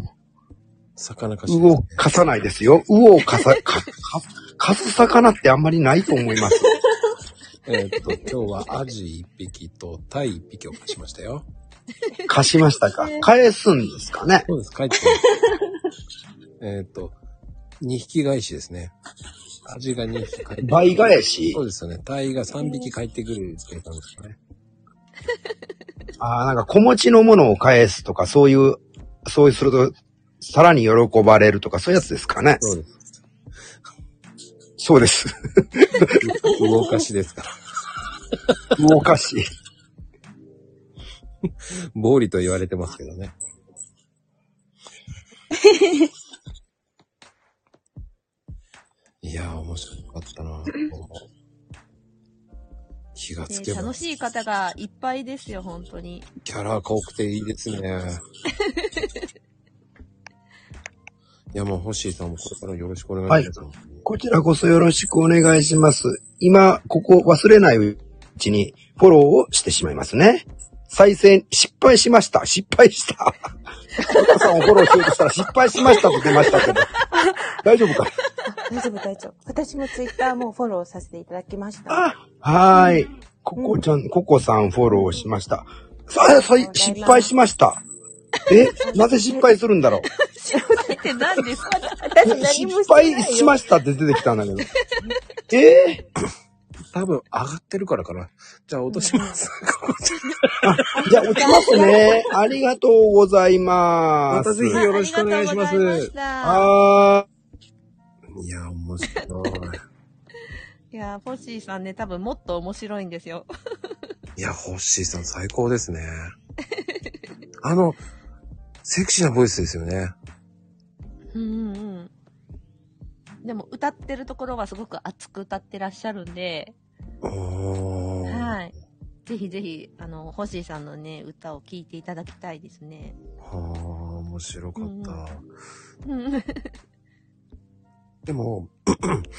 Speaker 1: 魚かしら、
Speaker 7: 魚を貸さないですよ。魚を貸さ、か、か、貸す魚ってあんまりないと思います。
Speaker 1: えーっと、今日はアジ1匹とタイ1匹を貸しましたよ。
Speaker 7: 貸しましたか返すんですかね
Speaker 1: そうです、帰ってきます。 [LAUGHS] えーっと、2匹返しですね。アジが2匹帰って
Speaker 7: 倍返し
Speaker 1: そうですよね。タイが3匹帰ってくるって言ったんですかね。
Speaker 7: ああ、なんか小持ちのものを返すとか、そういう、そうすると、さらに喜ばれるとか、そういうやつですかね
Speaker 1: そうです。
Speaker 7: そうです。
Speaker 1: 動かしです
Speaker 2: [LAUGHS]
Speaker 1: から。
Speaker 7: 魚菓子。
Speaker 1: 暴利と言われてますけどね。いやー、面白かったな気がつ
Speaker 2: ね
Speaker 1: けば
Speaker 2: 楽、しい方がいっぱいですよ、本当 [LAUGHS] に。
Speaker 1: キャラが多くていいですね。いや、もう、星さんもこれからよろしくお願いします。
Speaker 7: こちらこそよろしくお願いします。今、ここ忘れないうちに、フォローをしてしまいますね。再生、失敗しました。失
Speaker 1: [LAUGHS]
Speaker 7: 敗した。皆さんをフォローしようとしたら失敗しましたと出ましたけど。大丈夫か
Speaker 6: 大丈夫、大丈夫。私もツイッターもフォローさせていただきました。
Speaker 7: あ、はーい。ココちゃん、ココさんフォローしました。さ、さい、失敗しました。
Speaker 6: [LAUGHS]
Speaker 7: えなぜ失敗するんだろう
Speaker 2: 失敗って何ですか
Speaker 6: 私何も
Speaker 7: 失
Speaker 6: してないよ。
Speaker 7: 敗しましたって出てきたんだ
Speaker 6: [LAUGHS]
Speaker 7: けど。え
Speaker 1: 多分上がってるからかな。じゃあ落とします。ここ
Speaker 7: ー、じゃあ落ちますね。ありがとうございま。
Speaker 1: ますたぜひよろしくお願いしま
Speaker 2: ありがとうございますし。た
Speaker 7: はー
Speaker 1: [LAUGHS]
Speaker 7: い。
Speaker 1: いや、面白い。
Speaker 2: いやー、ポッシーさんね、多分もっと面白いんですよ。
Speaker 1: いや、ホッシーさん最高ですね。 [LAUGHS] あの、セクシーなボイスですよね。
Speaker 2: うんうんうん。でも、歌ってるところはすごく熱く歌ってらっしゃるんで、
Speaker 1: おー。
Speaker 2: はい。ぜひぜひ、あの、ホッシーさんのね、歌を聴いていただきたいですね。
Speaker 1: はあ、面白かった。
Speaker 2: うんうん
Speaker 1: でも、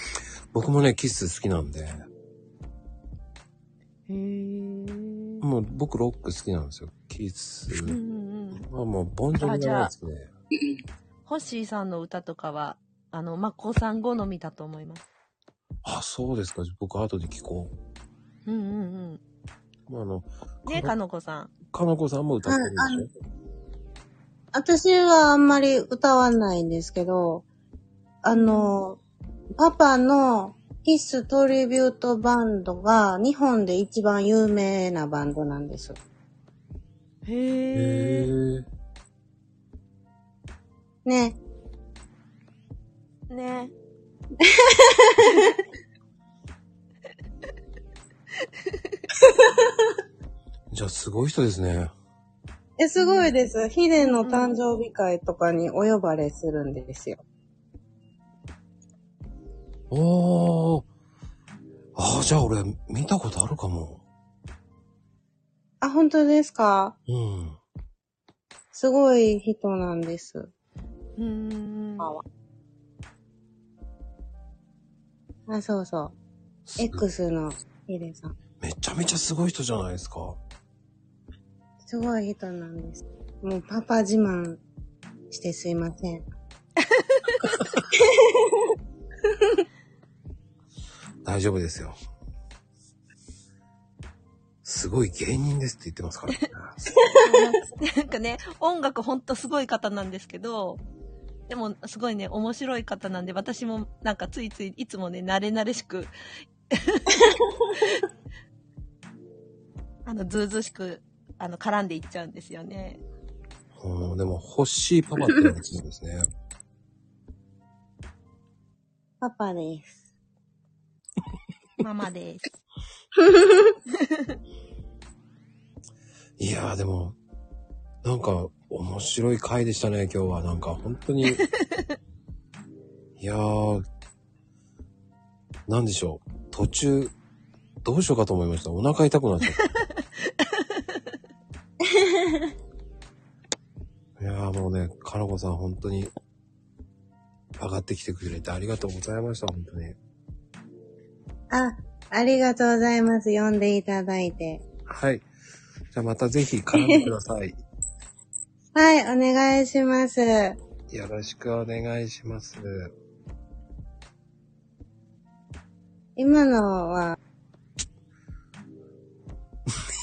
Speaker 1: [CLEARS THROAT] 僕もね、キス好きなんで、
Speaker 2: へー
Speaker 1: もう僕ロック好きなんですよ。キス。
Speaker 2: うんうんうん。
Speaker 1: まあもう、ボンジョ
Speaker 2: あ
Speaker 1: ビ
Speaker 2: じ
Speaker 1: が大
Speaker 2: ゃ [LAUGHS] あ
Speaker 1: 好きで。
Speaker 2: ホッシーさんの歌とかは、あの、まあ、子さん好みだと思います。
Speaker 1: あ、そうですか。僕後で聞こ
Speaker 2: うんうんうん。
Speaker 1: う。まあ、あの、
Speaker 2: ねえ、かのこさん。
Speaker 1: かのこさんも歌ってるんでしょ
Speaker 4: 私はあんまり歌わないんですけど、あの、パパのキストリビュートバンドが日本で一番有名なバンドなんです。
Speaker 1: へ
Speaker 2: へ
Speaker 1: ー。
Speaker 4: ね。
Speaker 2: え。ね
Speaker 1: じゃあ、すごい人ですね。
Speaker 4: え、すごいです。ヒデの誕生日会とかにお呼ばれするんですよ。
Speaker 1: おー。ああ、じゃあ俺、見たことあるかも。
Speaker 4: あ、本当ですか
Speaker 1: うん。
Speaker 4: すごい人なんです。
Speaker 2: うんうんうん。
Speaker 4: あ、そうそう。
Speaker 1: す
Speaker 4: X のヒデさん。
Speaker 1: めちゃめちゃすごい人じゃないですか。
Speaker 4: すごい人なんです。もうパパ自慢してすいません。
Speaker 1: 大丈夫ですよ。すごい芸人ですって言ってますからね。
Speaker 2: なんかね、音楽ほんとすごい方なんですけど、でもすごいね、面白い方なんで、私もなんかついついいつもね、慣れ慣れしく、あの、ずうずうしく、あの、絡んでいっちゃうんですよね。
Speaker 1: うん、でも、欲しいパパって言われてるんですね。
Speaker 4: パパです。
Speaker 2: ママです。
Speaker 1: いやーでも、なんか、面白い回でしたね、今日は。なんか、本当に。いやー、なんでしょう。途中、どうしようかと思いました。お腹痛くなっちゃった。いやーもうね、かなこさん本当に、上がってきてくれてありがとうございました、本当に。
Speaker 4: あ、ありがとうございます。呼んでいただいて。
Speaker 1: はい。じゃあまたぜひ絡んでください。
Speaker 4: はい、お願いします。
Speaker 1: よろしくお願いします。
Speaker 4: 今のは、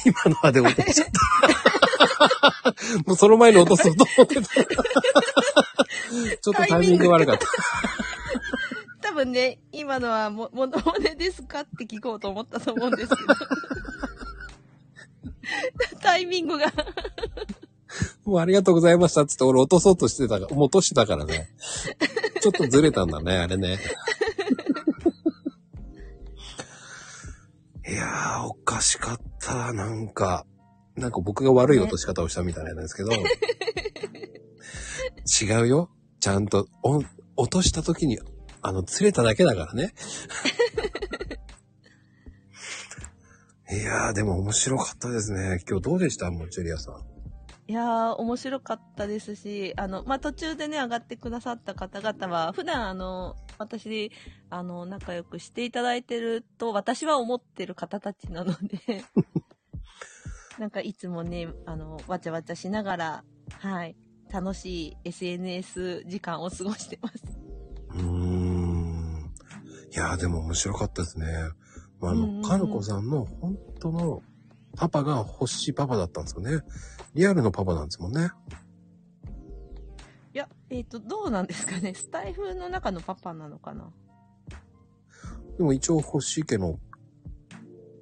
Speaker 1: 今のまで落としちゃ [LAUGHS] った。もうその前に落とそうと思ってた。ちょっとタイミング悪かった。
Speaker 2: [LAUGHS] 多分ね、今のはも、ものまねですかって聞こうと思ったと思うんですけ [LAUGHS] ど。タイミングが。
Speaker 1: もうありがとうございましたっつって俺落とそうとしてたから、もう落としてたからね。ちょっとずれたんだね、あれね。いやー、おかしかった。なんか、なんか僕が悪い落とし方をしたみたいなんですけど。違うよ。ちゃんと、お落とした時に、あの、釣れただけだからね。いやー、でも面白かったですね。今日どうでしたもう、ジュリアさん。
Speaker 2: いやー、面白かったですし、あの、まあ、途中でね、上がってくださった方々は、普段あの、私、あの、仲良くしていただいてると、私は思ってる方たちなので、なんかいつもね、あの、わちゃわちゃしながら、はい、楽しい SNS 時間を過ごしてます。
Speaker 1: うーんいやーでも面白かったですね。まあ、あ
Speaker 2: うんうんう
Speaker 1: の、
Speaker 2: ん
Speaker 1: かのこさんの本当のパパが欲しいパパだったんですよね。リアルのパパなんですもんね。
Speaker 2: えっ、と、どうなんですかねスタイフの中のパパなのかな
Speaker 1: でも一応星家の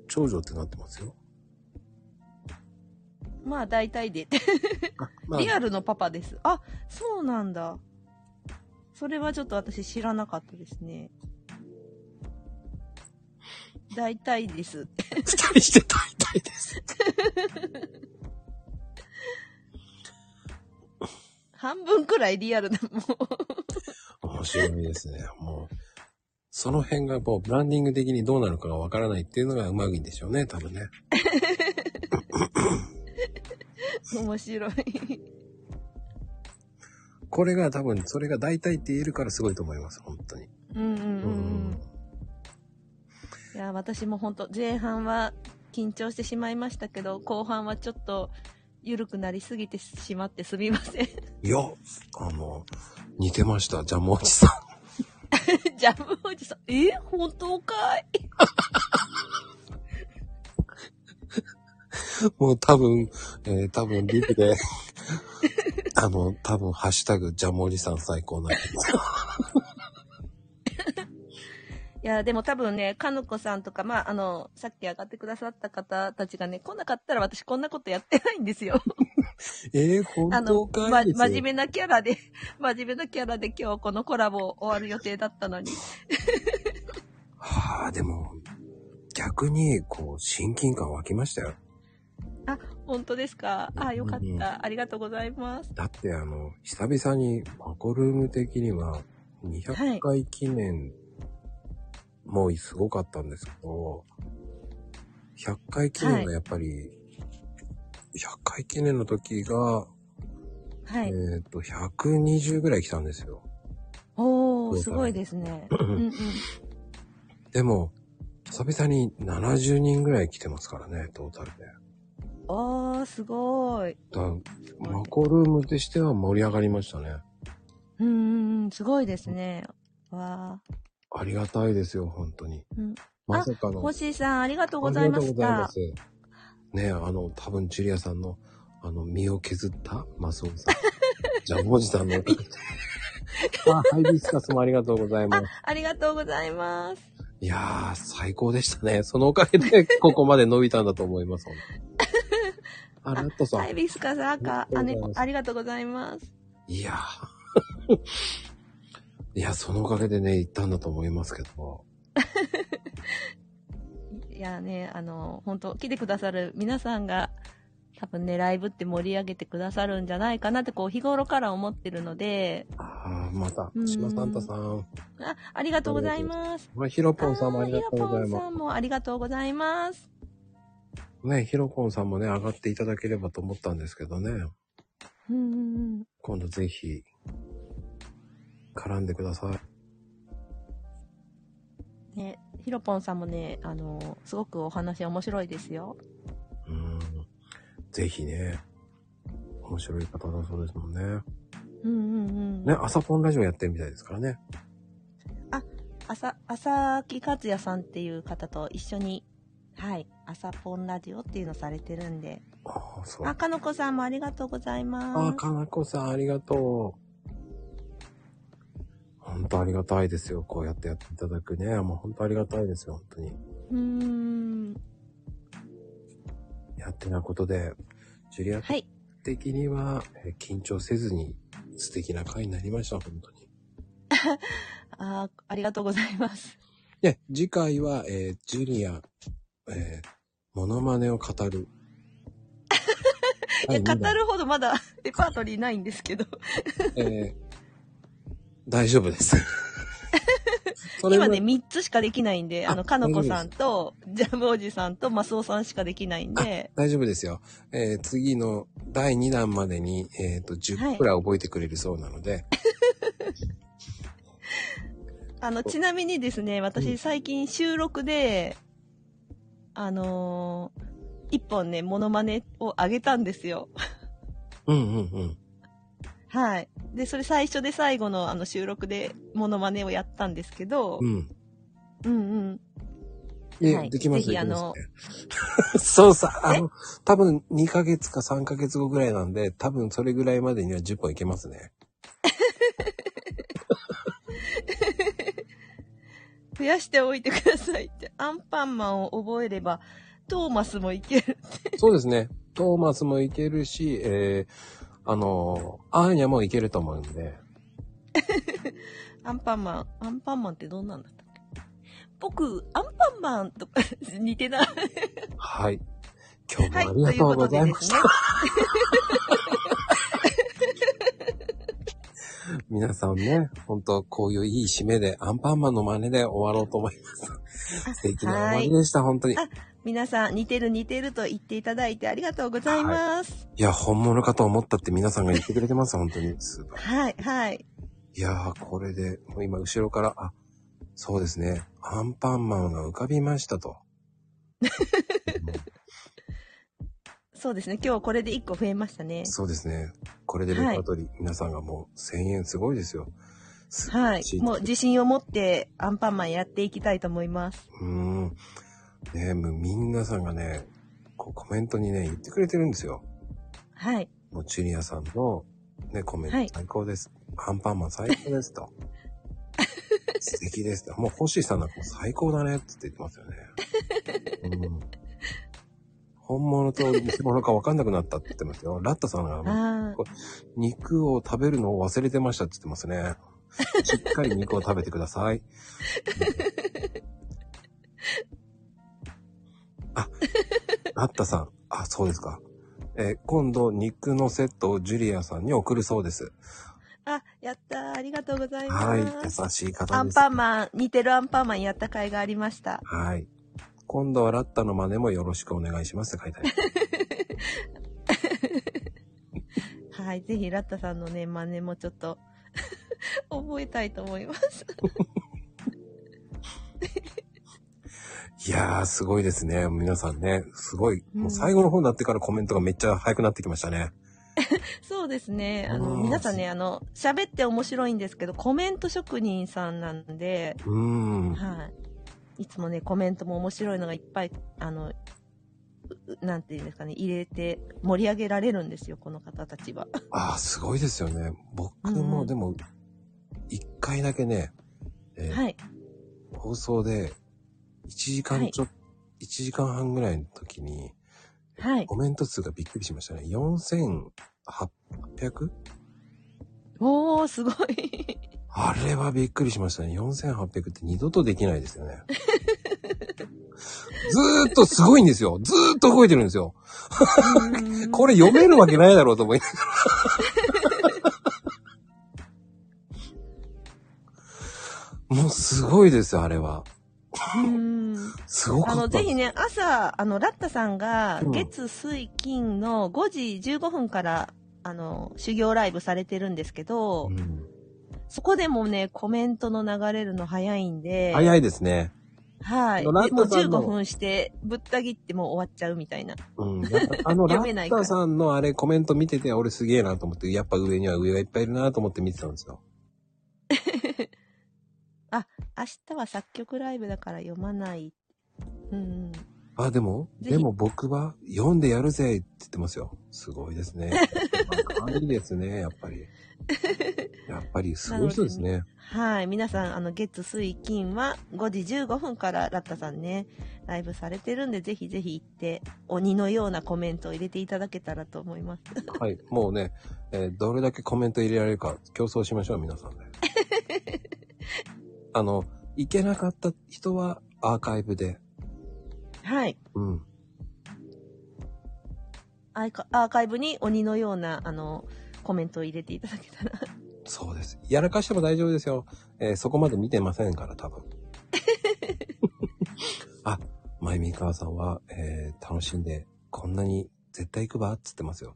Speaker 1: 長女ってなってますよ。
Speaker 2: まあ、大体で。
Speaker 1: ま
Speaker 2: リ
Speaker 1: あ、
Speaker 2: アルのパパです。あ、そうなんだ。それはちょっと私知らなかったですね。大体です。
Speaker 1: 二人して大体です。
Speaker 2: 半分くらいリアルな、も [LAUGHS]
Speaker 1: 面白いですね。もう、その辺がこう、ブランディング的にどうなるかがわからないっていうのがうまいんでしょうね、多分ね。
Speaker 2: う、面白い。
Speaker 1: これが多分、それが大体って言えるからすごいと思います、本当に。
Speaker 2: うんうんうん
Speaker 1: う
Speaker 2: うん。。いや、私も本当前半は緊張してしまいましたけど、後半はちょっと、緩くなりすぎてしまってすみません。 [LAUGHS]
Speaker 1: いや、あの、似てました、ジャムおじさん。
Speaker 2: ジャムおじさん、え本当かい
Speaker 1: もう多分、えー多分リプで、 [LAUGHS] あの、多分ハッシュタグ、ジャムおじさん最高なんです。
Speaker 2: いや、でも多分ね、かのこさんとか、まあ、あの、さっき上がってくださった方たちがね、来なかったら私こんなことやってないんですよ。
Speaker 1: えー、本
Speaker 2: あ
Speaker 1: 当
Speaker 2: の、
Speaker 1: かい
Speaker 2: ま、
Speaker 1: です
Speaker 2: 真面目なキャラで、真面目なキャラで今日このコラボ終わる予定だったのに。
Speaker 1: はあ、でも、逆に、こう、親近感湧きましたよ。
Speaker 2: 本当ですかあ、よかっ
Speaker 1: うん
Speaker 2: た。ありがとうございます。
Speaker 1: だって、あの、久々に、マコルーム的には、
Speaker 2: は
Speaker 1: 200
Speaker 2: い
Speaker 1: 回記念もすごかったんですけど、100回記念がやっぱり、100回記念の時が、
Speaker 2: はい。
Speaker 1: えっ、と、120ぐらい来たんですよ。
Speaker 2: お
Speaker 1: そう
Speaker 2: ー、
Speaker 1: だ
Speaker 2: すごいです [CLEARS THROAT] ね。うんうん。
Speaker 1: でも、久々に70人ぐらい来てますからね、トータルで。
Speaker 2: おー、すごい。
Speaker 1: だ
Speaker 2: すごい
Speaker 1: マコルームとしては盛り上がりましたね。
Speaker 2: うんうんうん、すごいですね。わ
Speaker 1: ありがたいですよ、本当に。
Speaker 2: うん
Speaker 1: まさか
Speaker 2: ー。
Speaker 1: の。
Speaker 2: 星さん、ありがとうございま
Speaker 1: ありがと
Speaker 2: し
Speaker 1: うご
Speaker 2: た。
Speaker 1: ざいます。ねえ、あの、多分ジュリアさんの、あの、身を削ったマスオさん。 [LAUGHS] ジャムおじさん
Speaker 2: [LAUGHS]
Speaker 1: のおかげで。あ、ハイビスカスもありがとうございます。
Speaker 2: ありがとうございます。
Speaker 1: いやー、最高でしたね。そのおかげで、ここまで伸びたんだと思います。本当にあ、ラットさん
Speaker 2: ハイ。ビスカス赤、
Speaker 1: あ
Speaker 2: あ
Speaker 1: り
Speaker 2: ね
Speaker 1: がとうございます
Speaker 2: ありがとうございます。
Speaker 1: いや [LAUGHS] ーいや、そのおかげでね、行ったんだと思いますけど。
Speaker 2: いやね、あの、本当来てくださる皆さんが、多分ね、ライブって盛り上げてくださるんじゃないかなって、こう、日頃から思ってるので、
Speaker 1: ああ、また
Speaker 2: う、ん
Speaker 1: 島サンタさん。
Speaker 2: あ、ありがとうございます。
Speaker 1: まあ、ヒロポンさんもあ
Speaker 2: あ
Speaker 1: りがとうござい
Speaker 2: ヒロポン
Speaker 1: ま
Speaker 2: さんもありがとうございます。
Speaker 1: す。ね、ヒロポンさんもね、上がっていただければと思ったんですけどね。
Speaker 2: うんうんうん。
Speaker 1: 今度ぜひ、絡んでください。
Speaker 2: ね、ヒロポンさんもね、あの、すごくお話面白いですよ。
Speaker 1: うーん。ぜひね、面白い方だそうですもんね。
Speaker 2: うんうんうん。
Speaker 1: ね、朝ポンラジオやってるみたいですからね。
Speaker 2: 朝、朝木克也さんっていう方と一緒に、はい、朝ポンラジオっていうのされてるんで。
Speaker 1: ああ、そう。
Speaker 2: あ、
Speaker 1: あ
Speaker 2: かのこさんもありがとうございます。
Speaker 1: あ、かなこさんありがとう。本当ありがたいですよ。こうやってやっていただくね。もう本当ありがたいですよ。本当に。
Speaker 2: うーん。
Speaker 1: やってなことで、ジュリア
Speaker 2: はい。
Speaker 1: 的には、えー緊張せずに素敵な回になりました。本当に。
Speaker 2: あー、ありがとうございます。
Speaker 1: で、次回は、えージュリア、えー、モノマネを語る。
Speaker 2: [LAUGHS] い
Speaker 1: 第
Speaker 2: や、
Speaker 1: 二弾
Speaker 2: 語るほどまだ [LAUGHS] レパートリーないんですけど。
Speaker 1: えー大丈夫
Speaker 2: [LAUGHS]
Speaker 1: です。それ
Speaker 2: 今
Speaker 1: は
Speaker 2: ね、3つしかできないんで、
Speaker 1: あ
Speaker 2: あの、かのこさんと、ジャムおじさんと、マスオさんしかできないんで、
Speaker 1: 大丈夫ですよ。えー次の第2弾までに、えっ、と、
Speaker 2: は
Speaker 1: 10
Speaker 2: い
Speaker 1: くらい覚えてくれるそうなので、
Speaker 2: あの、ちなみにですね、私最近収録で、あのー、一本ね、モノマネをあげたんですよ。
Speaker 1: うんうんうん。
Speaker 2: はい。で、それ最初で最後のあの収録でモノマネをやったんですけど、
Speaker 1: うん。
Speaker 2: うんうん。
Speaker 1: え
Speaker 2: はい
Speaker 1: できます
Speaker 2: ぜ
Speaker 1: でき
Speaker 2: ひ
Speaker 1: ます [LAUGHS]
Speaker 2: あの
Speaker 1: そうさ、あの、多分2ヶ月か3ヶ月後ぐらいなんで、多分それぐらいまでには10本いけますね。
Speaker 2: 増やしておいてくださいって。アンパンマンを覚えれば、トーマスもいける。
Speaker 1: そうですね。トーマスもいけるし、えー、あのー、アーニャもいけると思うんで。
Speaker 2: アンパンマン、アンパンマンってどんなんだったっけ僕、アンパンマンとか [LAUGHS] 似てない。
Speaker 1: はい。今日
Speaker 2: はい、
Speaker 1: もありが
Speaker 2: という
Speaker 1: と
Speaker 2: こ
Speaker 1: うござ
Speaker 2: とで
Speaker 1: い
Speaker 2: で
Speaker 1: まし
Speaker 2: す
Speaker 1: た。
Speaker 2: ね。
Speaker 1: 皆さんね、本当こういういい締めで、アンパンマンの真似で終わろうと思います。素敵な終わりでした、本当に。い
Speaker 2: あ皆さん、似てる似てると言っていただいてありがとうございます。
Speaker 1: や、本物かと思ったって皆さんが言ってくれてます、本当に。素晴らしい
Speaker 2: はい、はい。
Speaker 1: いやー、これで、もう今後ろから、あ、そうですね、アンパンマンが浮かびましたと。
Speaker 2: そうですね、今日これで1個増えましたね。
Speaker 1: そうですね。これでレパートリー、皆さんがもう1000円すごいですよ。す
Speaker 2: はい
Speaker 1: し。
Speaker 2: もう自信を持ってアンパンマンやっていきたいと思います。
Speaker 1: うーん。ねもうみんなさんがね、こうコメントにね、言ってくれてるんですよ。
Speaker 2: はい。
Speaker 1: もうチュリアさんの、ね、コメ
Speaker 2: は
Speaker 1: ン
Speaker 2: い
Speaker 1: ト最高です。アンパンマン最高です
Speaker 2: [LAUGHS]
Speaker 1: と。素敵ですと。もう星さんなんかも最高だねって言ってますよね。うん、本物と偽物か分かんなくなったって言ってますよ。ラッタさんがもう
Speaker 2: ああ。
Speaker 1: 肉を食べるのを忘れてましたって言ってます
Speaker 2: [LAUGHS]
Speaker 1: ね。しっかり肉を食べてください。あ、ラッタさん。あ、そうですか。えー今度肉のセットをジュリアさんに送るそうです。
Speaker 2: あ、やったー。ありがとうござい
Speaker 1: はい。
Speaker 2: ます。
Speaker 1: 優しい方です。
Speaker 2: アンパンマン、似てるアンパンマンやった甲斐がありました。
Speaker 1: はい。今度はラッタの真似もよろしくお願いしますって書いてあります。
Speaker 2: はい。ぜひ、ラッタさんのね、真似もちょっと、 [LAUGHS] 覚えたいと思います。
Speaker 1: いやー、すごいですね。皆さんね。すごい。もう最後の方になってからコメントがめっちゃ早くなってきましたね。
Speaker 2: そうですね。あの、
Speaker 1: うん
Speaker 2: 皆さんね、あの、喋って面白いんですけど、コメント職人さんなんで、
Speaker 1: うーん。
Speaker 2: はい。いつもね、コメントも面白いのがいっぱい、あの、うなんていうんですかね、入れて盛り上げられるんですよ、この方たちは。
Speaker 1: ああ、すごいですよね。僕
Speaker 2: うんう
Speaker 1: も、
Speaker 2: ん
Speaker 1: でも、一回だけね、えー
Speaker 2: はい。
Speaker 1: 放送で、1時間ちょ、一1時間半ぐらいの時に、
Speaker 2: はい。
Speaker 1: コメント数がびっくりしましたね。4800?
Speaker 2: おー、すごい。
Speaker 1: あれはびっくりしましたね。4800って二度とできないです
Speaker 2: [LAUGHS]
Speaker 1: よね。ずーっとすごいんですよ。ずーっと動いてるんですよ。これ読めるわけないだろうと思いながら。
Speaker 2: [LAUGHS]
Speaker 1: もうすごいですよ、あれは。
Speaker 2: うん。
Speaker 1: すごか
Speaker 2: あ
Speaker 1: った
Speaker 2: の、
Speaker 1: です。
Speaker 2: ぜひね、朝、あの、ラッタさんが
Speaker 1: うん、
Speaker 2: 月、水、金の5時15分から、あの、修行ライブされてるんですけど、
Speaker 1: うん
Speaker 2: そこでもね、コメントの流れるの早いんで、
Speaker 1: 早いですね。
Speaker 2: はい。
Speaker 1: ラッ
Speaker 2: でもう
Speaker 1: タさんの
Speaker 2: 15分して、ぶった切ってもう終わっちゃうみたいな。
Speaker 1: うん。やっぱあの、ラ
Speaker 2: [LAUGHS] 読めない
Speaker 1: ッ
Speaker 2: から
Speaker 1: タさんのあれコメント見てて、俺すげえなと思って、やっぱ上には上がいっぱいいるなと思って見てたんですよ。
Speaker 2: 明日は作曲ライブだから読まない。うんうん。
Speaker 1: あ、でも、
Speaker 2: ぜひ
Speaker 1: でも僕は読んでやるぜって言ってますよ。すごいです
Speaker 2: [LAUGHS]
Speaker 1: ね。かいいですね、やっぱり。やっぱりすごい人ですね。
Speaker 2: はい。皆さん、あの、月、水、金は5時15分からラッタさんね、ライブされてるんで、ぜひぜひ行って、鬼のようなコメントを入れていただけたらと思います。
Speaker 1: はい。もうね、えーどれだけコメント入れられるか競争しましょう、皆さんで。
Speaker 2: [LAUGHS]
Speaker 1: あの、いけなかった人はアーカイブで。
Speaker 2: はい。
Speaker 1: うん。
Speaker 2: アーカアーカイブに鬼のような、あの、コメントを入れていただけたら。
Speaker 1: そうです。やらかしても大丈夫ですよ。えーそこまで見てませんから、
Speaker 2: [LAUGHS]
Speaker 1: 多分。あ、まゆみかわさんは、えー楽しんで、こんなに絶対行くばって言ってますよ。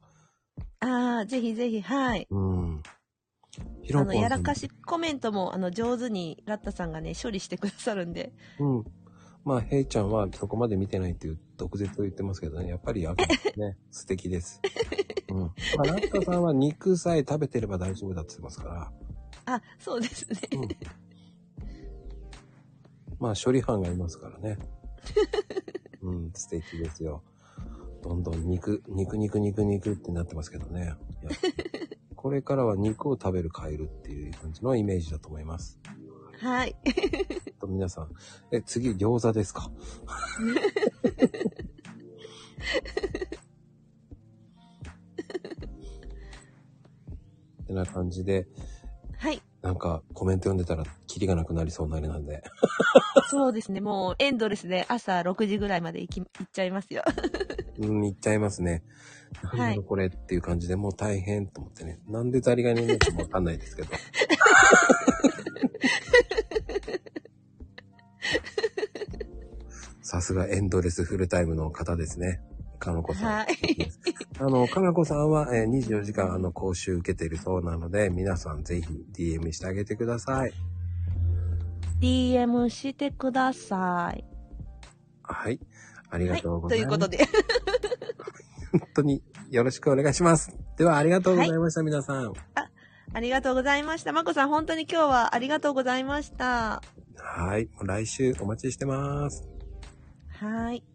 Speaker 2: ああ、ぜひぜひ、はい。
Speaker 1: うん。ひ
Speaker 2: あ
Speaker 1: ろ
Speaker 2: の、
Speaker 1: ぽん
Speaker 2: や
Speaker 1: さ
Speaker 2: ら
Speaker 1: ん
Speaker 2: かしコメントも、あの、上手にラッタさんがね、処理してくださるんで。
Speaker 1: うん。まあ、へいちゃんはそこまで見てないっていう毒舌を言ってますけどね、やっぱりやっぱね、素敵です。うん。まあ、ラッカさんは肉さえ食べてれば大丈夫だって言ってますから、
Speaker 2: あ、そうですね。
Speaker 1: まあ、処理班がいますからね。うん、素敵ですよ。どんどん肉、肉肉肉肉ってなってますけどね。いやこれからは肉を食べるカエルっていう感じのイメージだと思います。
Speaker 2: はい。
Speaker 1: えっと皆さん。え、次、餃子ですかてな感じで、
Speaker 2: はい。
Speaker 1: なんかコメント読んでたらキリがなくなりそうなあれなんで。
Speaker 2: そうですね。もうエンドレスで朝6時ぐらいまで行き、行っちゃいますよ。
Speaker 1: うん、いっちゃいますね。なん
Speaker 2: は
Speaker 1: ないのこれっていう感じで、もう大変と思ってね。なんでザリガニになったかわかんないですけど。さすがエンドレスフルタイムの方ですね。かのこさん。
Speaker 2: はい。
Speaker 1: [LAUGHS] あの、かなこさんは、えー24時間、あの、講習受けているそうなので、皆さんぜひ DM してあげてください。
Speaker 5: DM してください。
Speaker 1: はい。あり
Speaker 2: は
Speaker 1: が
Speaker 2: い。
Speaker 1: とうご
Speaker 2: と
Speaker 1: ざ
Speaker 2: い
Speaker 1: いうます。
Speaker 2: ことで。
Speaker 1: 本当によろしくお願いします。では、ありがとうございました、皆さん。
Speaker 2: ありがとうございました。まこさん、本当に今日はありがとうございました。
Speaker 1: はい。もう来週お待ちしてます。
Speaker 2: はい。